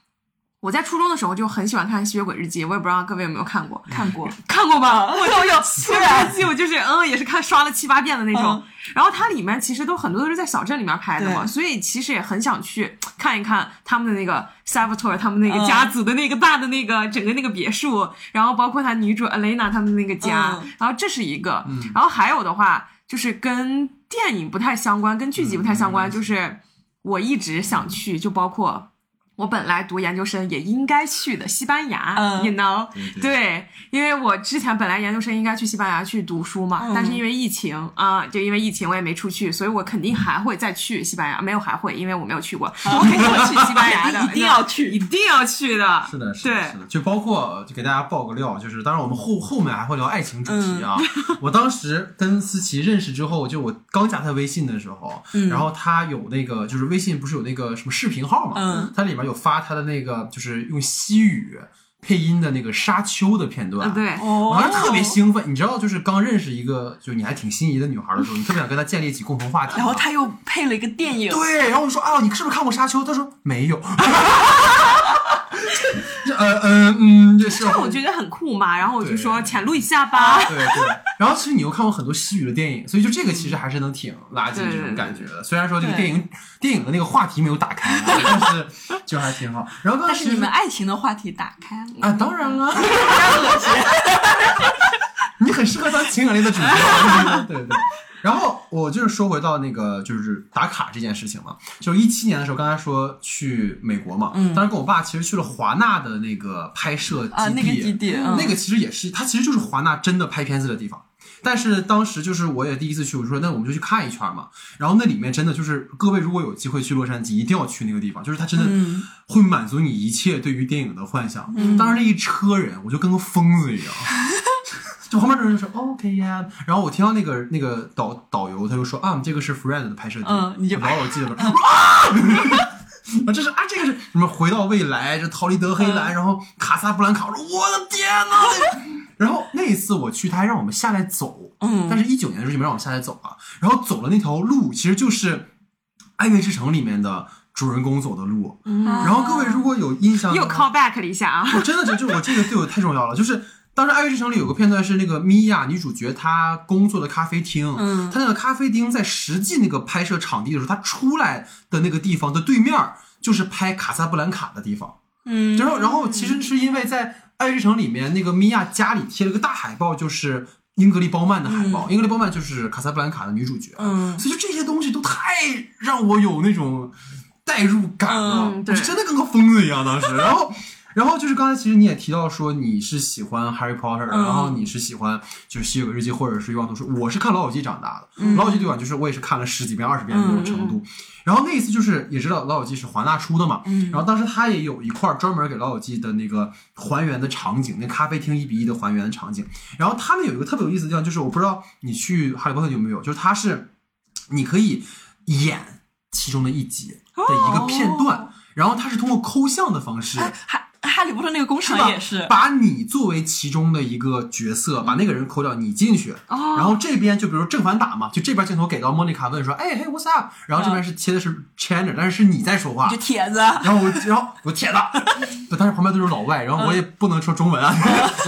我在初中的时候就很喜欢看《吸血鬼日记》，我也不知道各位有没有看过，看过，看过吧？我都有《突吸血然鬼日记》，我就是嗯，也是看刷了七八遍的那种。啊嗯然后它里面其实都很多都是在小镇里面拍的嘛，对所以其实也很想去看一看他们的那个 Salvatore 他们那嗯个家族的那个大的那个、整个那个别墅，然后包括他女主 Elena 他们的那个家，嗯然后这是一个，然后还有的话就是跟电影不太相关，跟剧集不太相关，嗯就是我一直想去，就包括。我本来读研究生也应该去的西班牙，嗯也能对对对，因为我之前本来研究生应该去西班牙去读书嘛，嗯但是因为疫情啊、就因为疫情我也没出去，所以我肯定还会再去西班牙，没有还会，因为我没有去过，我肯定会去西班牙的， 一定要去一定要去的，是的，是对的，是的，就包括就给大家爆个料，就是当然我们后后面还会聊爱情主题啊。 我当时跟思琪认识之后，就我刚加她微信的时候，然后她有那个就是微信不是有那个什么视频号嘛，嗯它里面有发她的那个就是用西语配音的那个沙丘的片段，嗯，对，哦我当时特别兴奋，你知道，就是刚认识一个就你还挺心仪的女孩的时候，你特别想跟她建立起共同话题哦嘛。然后他又配了一个电影， 对，然后我说啊，你是不是看过《沙丘》？他说没有。这呃嗯嗯，这是这我觉得很酷嘛，然后我就说对浅录一下吧。对对，然后其实你又看过很多西语的电影，所以就这个其实还是能挺拉近这种感觉的。虽然说这个电影电影的那个话题没有打开啊，但是就还挺好。然后但刚刚是其你实们爱情的话题打开了，啊，当 然了，你很适合当情感类的主角，啊 对对对。然后我就是说回到那个就是打卡这件事情嘛，就是一七年的时候，刚才说去美国嘛，嗯当时跟我爸其实去了华纳的那个拍摄基地，啊，那个基地，嗯那个其实也是，它其实就是华纳真的拍片子的地方。但是当时就是我也第一次去，我就说那我们就去看一圈嘛。然后那里面真的就是各位如果有机会去洛杉矶，一定要去那个地方，就是它真的嗯会满足你一切对于电影的幻想。当时那一车人，我就跟个疯子一 样。就旁边的人说哦 OK 呀、然后我听到那个那个导导游他就说啊，这个是 Friend 的拍摄地，嗯你就然后我记得了，啊， 啊这是啊这个是什么回到未来，这逃离德黑嗯兰，然后卡萨布兰卡，我说我的天呐！这 然后那一次我去，他还让我们下来走，嗯但是一九年的时候就没让我们下来走啊，然后走了那条路，其实就是《爱乐之城》里面的主人公走的路。嗯嗯然后各位如果有印象的又话， call back 了一下啊，我真的觉得就我这个对我太重要了，就是。当时《爱乐之城》里有个片段是那个米娅女主角她工作的咖啡厅，嗯她那个咖啡厅在实际那个拍摄场地的时候，她出来的那个地方的对面儿就是拍《卡萨布兰卡》的地方。嗯，然后，然后其实是因为在《爱乐之城》里面，那个米娅家里贴了个大海报，就是英格丽·褒曼的海报，英格丽·褒曼就是《卡萨布兰卡》的女主角。嗯所以就这些东西都太让我有那种代入感了，嗯我对是真的跟个疯子一样当时。然后，然后就是刚才其实你也提到说你是喜欢 Harry Potter，、嗯然后你是喜欢就是《吸血鬼日记》或者是《欲望都市》，我是看《老友记》长大的，嗯老友记》对吧？就是我也是看了十几遍、二十遍的那种程度。然后那一次就是也知道《老友记》是华纳出的嘛，嗯然后当时他也有一块专门给《老友记》的那个还原的场景，那咖啡厅一比一的还原的场景。然后他们有一个特别有意思的地方，就是我不知道你去《哈利波特》有没有，就是它是你可以演其中的一集的一个片段，然后它是通过抠像的方式。哦哎哈哈利波特那个工是厂吧？啊也是，把你作为其中的一个角色，把那个人抠掉，你进去，哦然后这边就比如正反打嘛，就这边镜头给到莫妮卡问说，哎嘿，what's up？然嗯后这边是切的是 Chandler，但是是你在说话，这帖子，然后我，然后我 天呐，对，但是旁边都是老外，然后我也嗯不能说中文啊，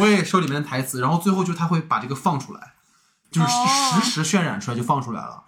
我也说里面的台词，然后最后就他会把这个放出来，就是哦实时渲染出来就放出来了。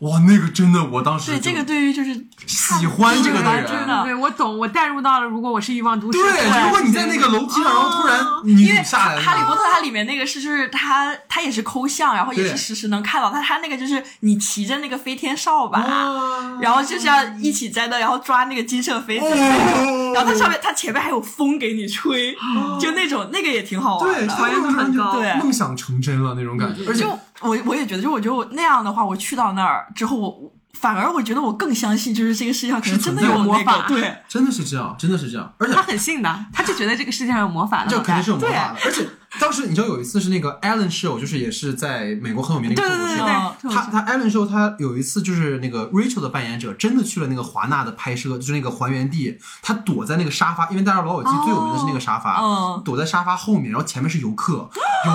哇，那个真的，我当时对就这个对于就是喜欢这个的看人，知道对我懂，我带入到了，如果我是欲望都市，对，如果你在那个楼梯上，然后突然女哦因为主下来了，哈利波特》它里面那个是，就是它它也是抠像，然后也对是实时能看到，但它那个就是你骑着那个飞天扫把，啊然后就是要一起在那，然后抓那个金色飞子，哦 然后它上面它前面还有风给你吹，就那种那个也挺好玩对，的。就那种很就高对梦想成真了那种感觉，而嗯且就我我也觉得，就我觉得我那样的话，我去到那儿之后，我我反而我觉得我更相信，就是这个世界上可能是真存的在有的那魔个法对。真的是这样，真的是这样，而且他很信的，他就觉得这个世界上有魔法了，这肯定是有魔啊对法的。而且当时你知道有一次是那个 Alan Show，就是也是在美国很有名的一个对脱口对对秀。嗯对，他他 Alan Show 他有一次就是那个 Rachel 的扮演者真的去了那个华纳的拍摄，就是那个还原地，他躲在那个沙发，因为大家知道老友记哦最有名的是那个沙发，哦嗯躲在沙发后面，然后前面是游客，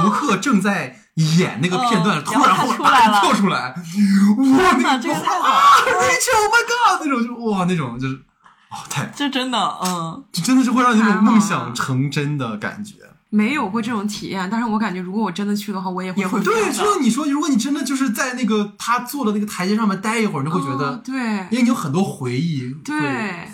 游客正在演那个片段，嗯哦突然然后他后面出来啪了跳出来，哇，天那哪个这个太好啊，Rachel，Oh my God，那种就哇那种就是，哦，太这真的，嗯，就真的是会让你有太种好梦了想成真的感觉。没有过这种体验，但是我感觉如果我真的去的话，我也会也会对，的就是你说，如果你真的就是在那个他坐的那个台阶上面待一会儿，你就会觉哦嗯得，对因为你有很多回忆。对，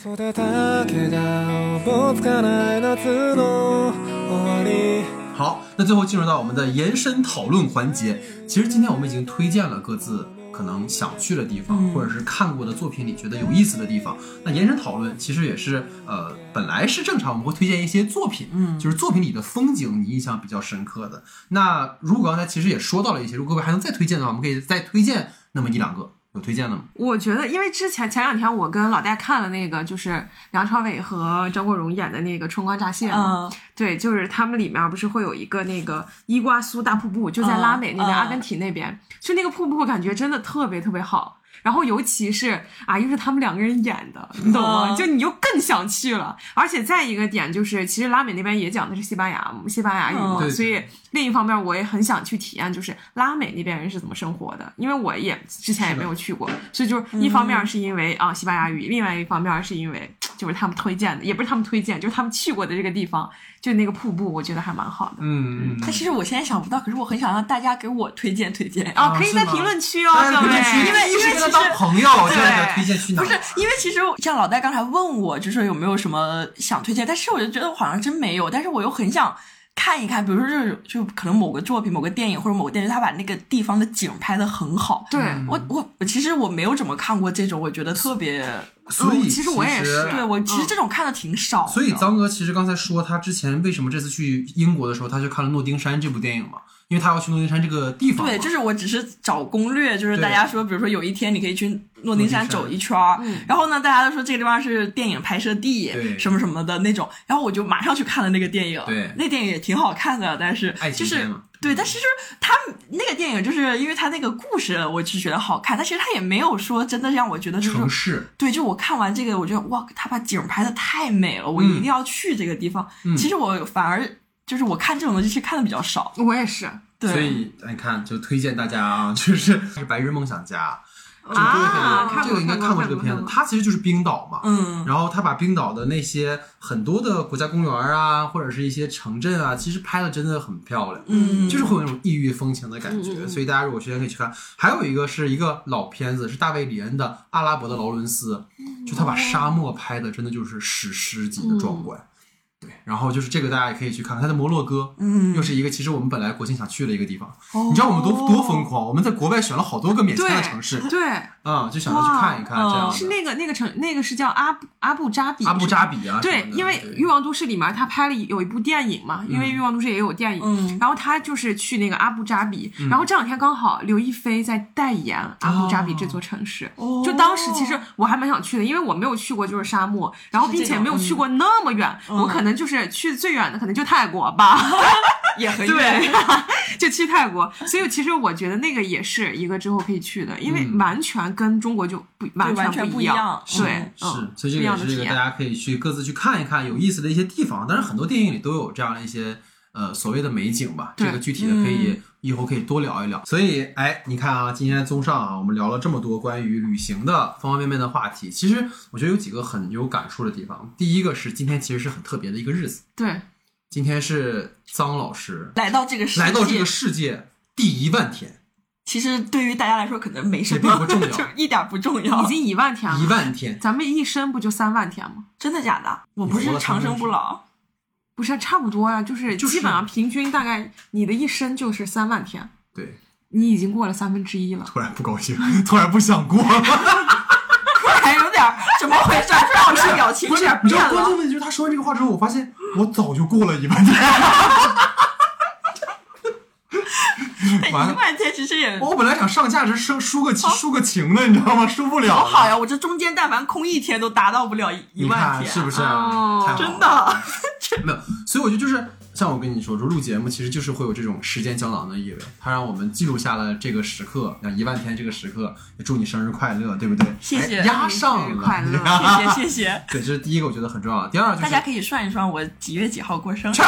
それだけじゃおぼつかない夏の終わり好，那最后进入到我们的延伸讨论环节。其实今天我们已经推荐了各自可能想去的地方，嗯或者是看过的作品里觉得有意思的地方。那延伸讨论其实也是，呃，本来是正常我们会推荐一些作品，嗯，就是作品里的风景你印象比较深刻的。那如果刚才其实也说到了一些，如果各位还能再推荐的话，我们可以再推荐那么一两个。有推荐的吗？我觉得，因为之前前两天我跟老戴看了那个，就是梁朝伟和张国荣演的那个《春光乍泄》啊嘛，嗯对，就是他们里面不是会有一个那个伊瓜苏大瀑布，就在拉美那嗯边，嗯阿根廷那边，就那个瀑布感觉真的特别特别好。然后尤其是啊，又是他们两个人演的，你懂吗？嗯就你又更想去了。而且再一个点就是，其实拉美那边也讲的是西班牙西班牙语嘛，嗯对哎所以另一方面我也很想去体验，就是拉美那边人是怎么生活的，因为我嗯也之前也没有去过，所以就是一方面是因为、啊西班牙语，另外一方面是因为就是他们推荐的，也不是他们推荐，就是他们去过的这个地方，就那个瀑布，我觉得还蛮好的。嗯，但其实我现在想不到，可是我很想让大家给我推荐推荐。啊，可以哦是在吗啊评论区哦，大家评各论区，位。第一是哎因为跟他其实当朋友，对现在给他推荐去哪？不是，因为其实像老戴刚才问我，就是有没有什么想推荐，但是我就觉得我好像真没有，但是我又很想看一看，比如说这种，就可能某个作品、某个电影或者某个电视剧，他把那个地方的景拍的很好。对，我我我其实我没有怎么看过这种，我觉得特别，所以嗯其实我也是对我其实这种看的挺少的。嗯所以张哥其实刚才说他之前为什么这次去英国的时候，他去看了《诺丁山》这部电影嘛，因为他要去诺丁山这个地方嘛。对，就是我只是找攻略，就是大哦对家说，比如说有一天你可以去诺丁丁山山走一圈儿嗯，然后呢，大家都说这个地方是电影拍摄地对，什么什么的那种，然后我就马上去看了那个电影，对那电影也挺好看的，但是爱就情是片嘛对，但是就是他那个电影，就是因为他那个故事，我是觉得好看，但其实他也没有说真的让我觉得就是城市，对，就我看完这个，我觉得哇，他把景拍的太美嗯了，我一定要去这个地方。其实我反而就是我看这种东西是看的比较少，我也是对，所以哎你看，就推荐大家啊，就是 是《白日梦想家》啊，看这个过应该看过这个片子，它其实就是冰岛嘛。嗯。然后他把冰岛的那些很多的国家公园啊，或者是一些城镇啊，其实拍的真的很漂亮，嗯就是会有那种异域风情的感觉。所以大家如果时间可以去看。还有一个是一个老片子，是大卫·里恩的《阿拉伯的劳伦斯》，嗯就哦他把沙漠拍的真的就是史诗级的壮观。对，然后就是这个大家也可以去看看。他在摩洛哥，嗯又是一个其实我们本来国庆想去的一个地方。哦你知道我们多多疯狂，我们在国外选了好多个免签的对城市对，啊、就想要去看一看这样的。是那个那个城，那个是叫阿布阿布扎比，阿布扎比。比啊，对什，么的因为《欲望都市》里面他拍了有一部电影嘛，因为《欲望都市》也有电影，嗯然后他就是去那个阿布扎比，然后这两天刚好刘亦菲在代言阿布扎比这座城市，哦就当时其实我还蛮想去的，因为我没有去过就是沙漠，然后并且没有去过那么远，我可能就是去最远的可能就泰国吧，也很远。对， 就去泰国。所以其实我觉得那个也是一个之后可以去的，因为完全跟中国就不完完全全不不一一样样。对，是嗯，所以这个不一也样是的这体个验大家可以去各自去看一看有意思的一些地方。当然，很多电影里都有这样的一些呃所谓的美景吧，这对嗯个具体的可以、以后可以多聊一聊。所以，哎，你看啊，今天综上啊，我们聊了这么多关于旅行的方方面面的话题，其实我觉得有几个很有感触的地方。第一个是今天其实是很特别的一个日子，对，今天是臧老师来到这个世界，来到这个世界第一万天，其实对于大家来说可能没什也并么，不重要就一点不重要。已经一万天了，一万天。咱们一生不就三万天吗？真的假的？我不活了是长三分生之不老，不是，差不多呀、就是就是基本上平均大概你的一生就是三万天，对，你已经过了三分之一了。突然不高兴，突然不想过了。突然有点儿 怎么回事？朱老师表情不有是点，你知变道关了。键问题就是他说完这个话之后，我发现我早就过了 一万天。一完了万天其实也 我本来想上价值输输个输个情的，你知道吗？输不了多好了。呀！我这中间但凡空一天都达到不了一一你万看天，是不是？啊哦太好了真的。没有，所以我觉得就是像我跟你说，就录节目其实就是会有这种时间胶囊的意味，它让我们记录下了这个时刻，像一万天这个时刻，也祝你生日快乐，对不对？谢谢哎压上生日了，快乐压谢谢谢谢， 对，这是第一个，我觉得很重要的。第二就是大家可以算一算我几月几号过 生日去。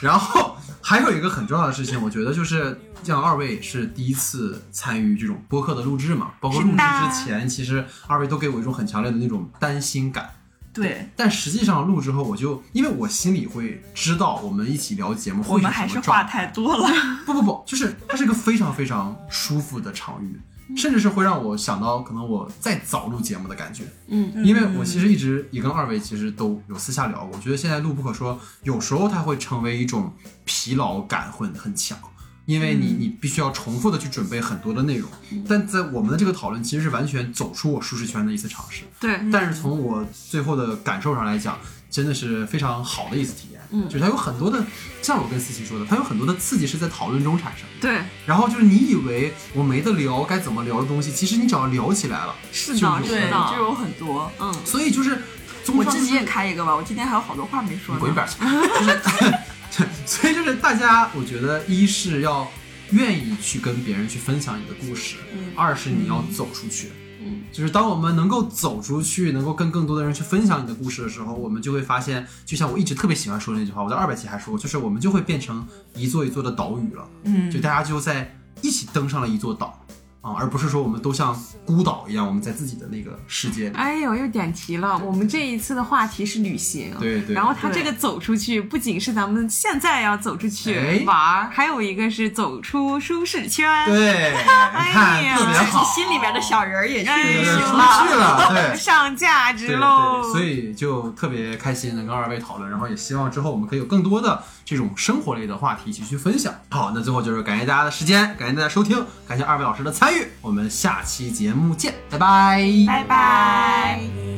然后还有一个很重要的事情，我觉得就是像二位是第一次参与这种播客的录制嘛，包括录制之前，其实二位都给我一种很强烈的那种担心感。对，但实际上录之后，我就因为我心里会知道，我们一起聊节目我会们还什是么话状太态。多了。不不不，就是它是一个非常非常舒服的场域，嗯甚至是会让我想到可能我再早录节目的感觉。嗯，因为我其实一直也跟二位其实都有私下聊过，我觉得现在录不可说，有时候它会成为一种疲劳感会很强，因为嗯你你必须要重复的去准备很多的内容，但在我们的这个讨论其实是完全走出我舒适圈的一次尝试，对，但是从我最后的感受上来讲，真的是非常好的一次体验，嗯就是它有很多的，像我跟思琪说的，它有很多的刺激是在讨论中产生的。对，然后就是你以为我没得聊，该怎么聊的东西，其实你只要聊起来了，是就的，有是对，了就的，有很多。嗯，所以就是综我上自己之也开一个吧，我今天还有好多话没说你呢。滚一边儿去！ 就是，所以就是大家，我觉得一是要愿意去跟别人去分享你的故事，嗯二是你要走出去。嗯，就是当我们能够走出去，能够跟更多的人去分享你的故事的时候，我们就会发现，就像我一直特别喜欢说的那句话，我在二百期还说过，就是我们就会变成一座一座的岛屿了。嗯就大家就在一起登上了一座岛。啊，而不是说我们都像孤岛一样，我们在自己的那个世界里。哎呦，又点题了。我们这一次的话题是旅行，对对然后它对这个走出去，不仅是咱们现在要走出哎去玩儿，还有一个是走出舒适圈。对，你哎看呀特别自己好，心里面的小人儿也去哎对呦出了。去了，对。上价对值喽！对，所以就特别开心能跟二位讨论，然后也希望之后我们可以有更多的这种生活类的话题一起去分享。好，那最后就是感谢大家的时间，感谢大家收听，感谢二位老师的参与，我们下期节目见，拜拜，拜拜。 「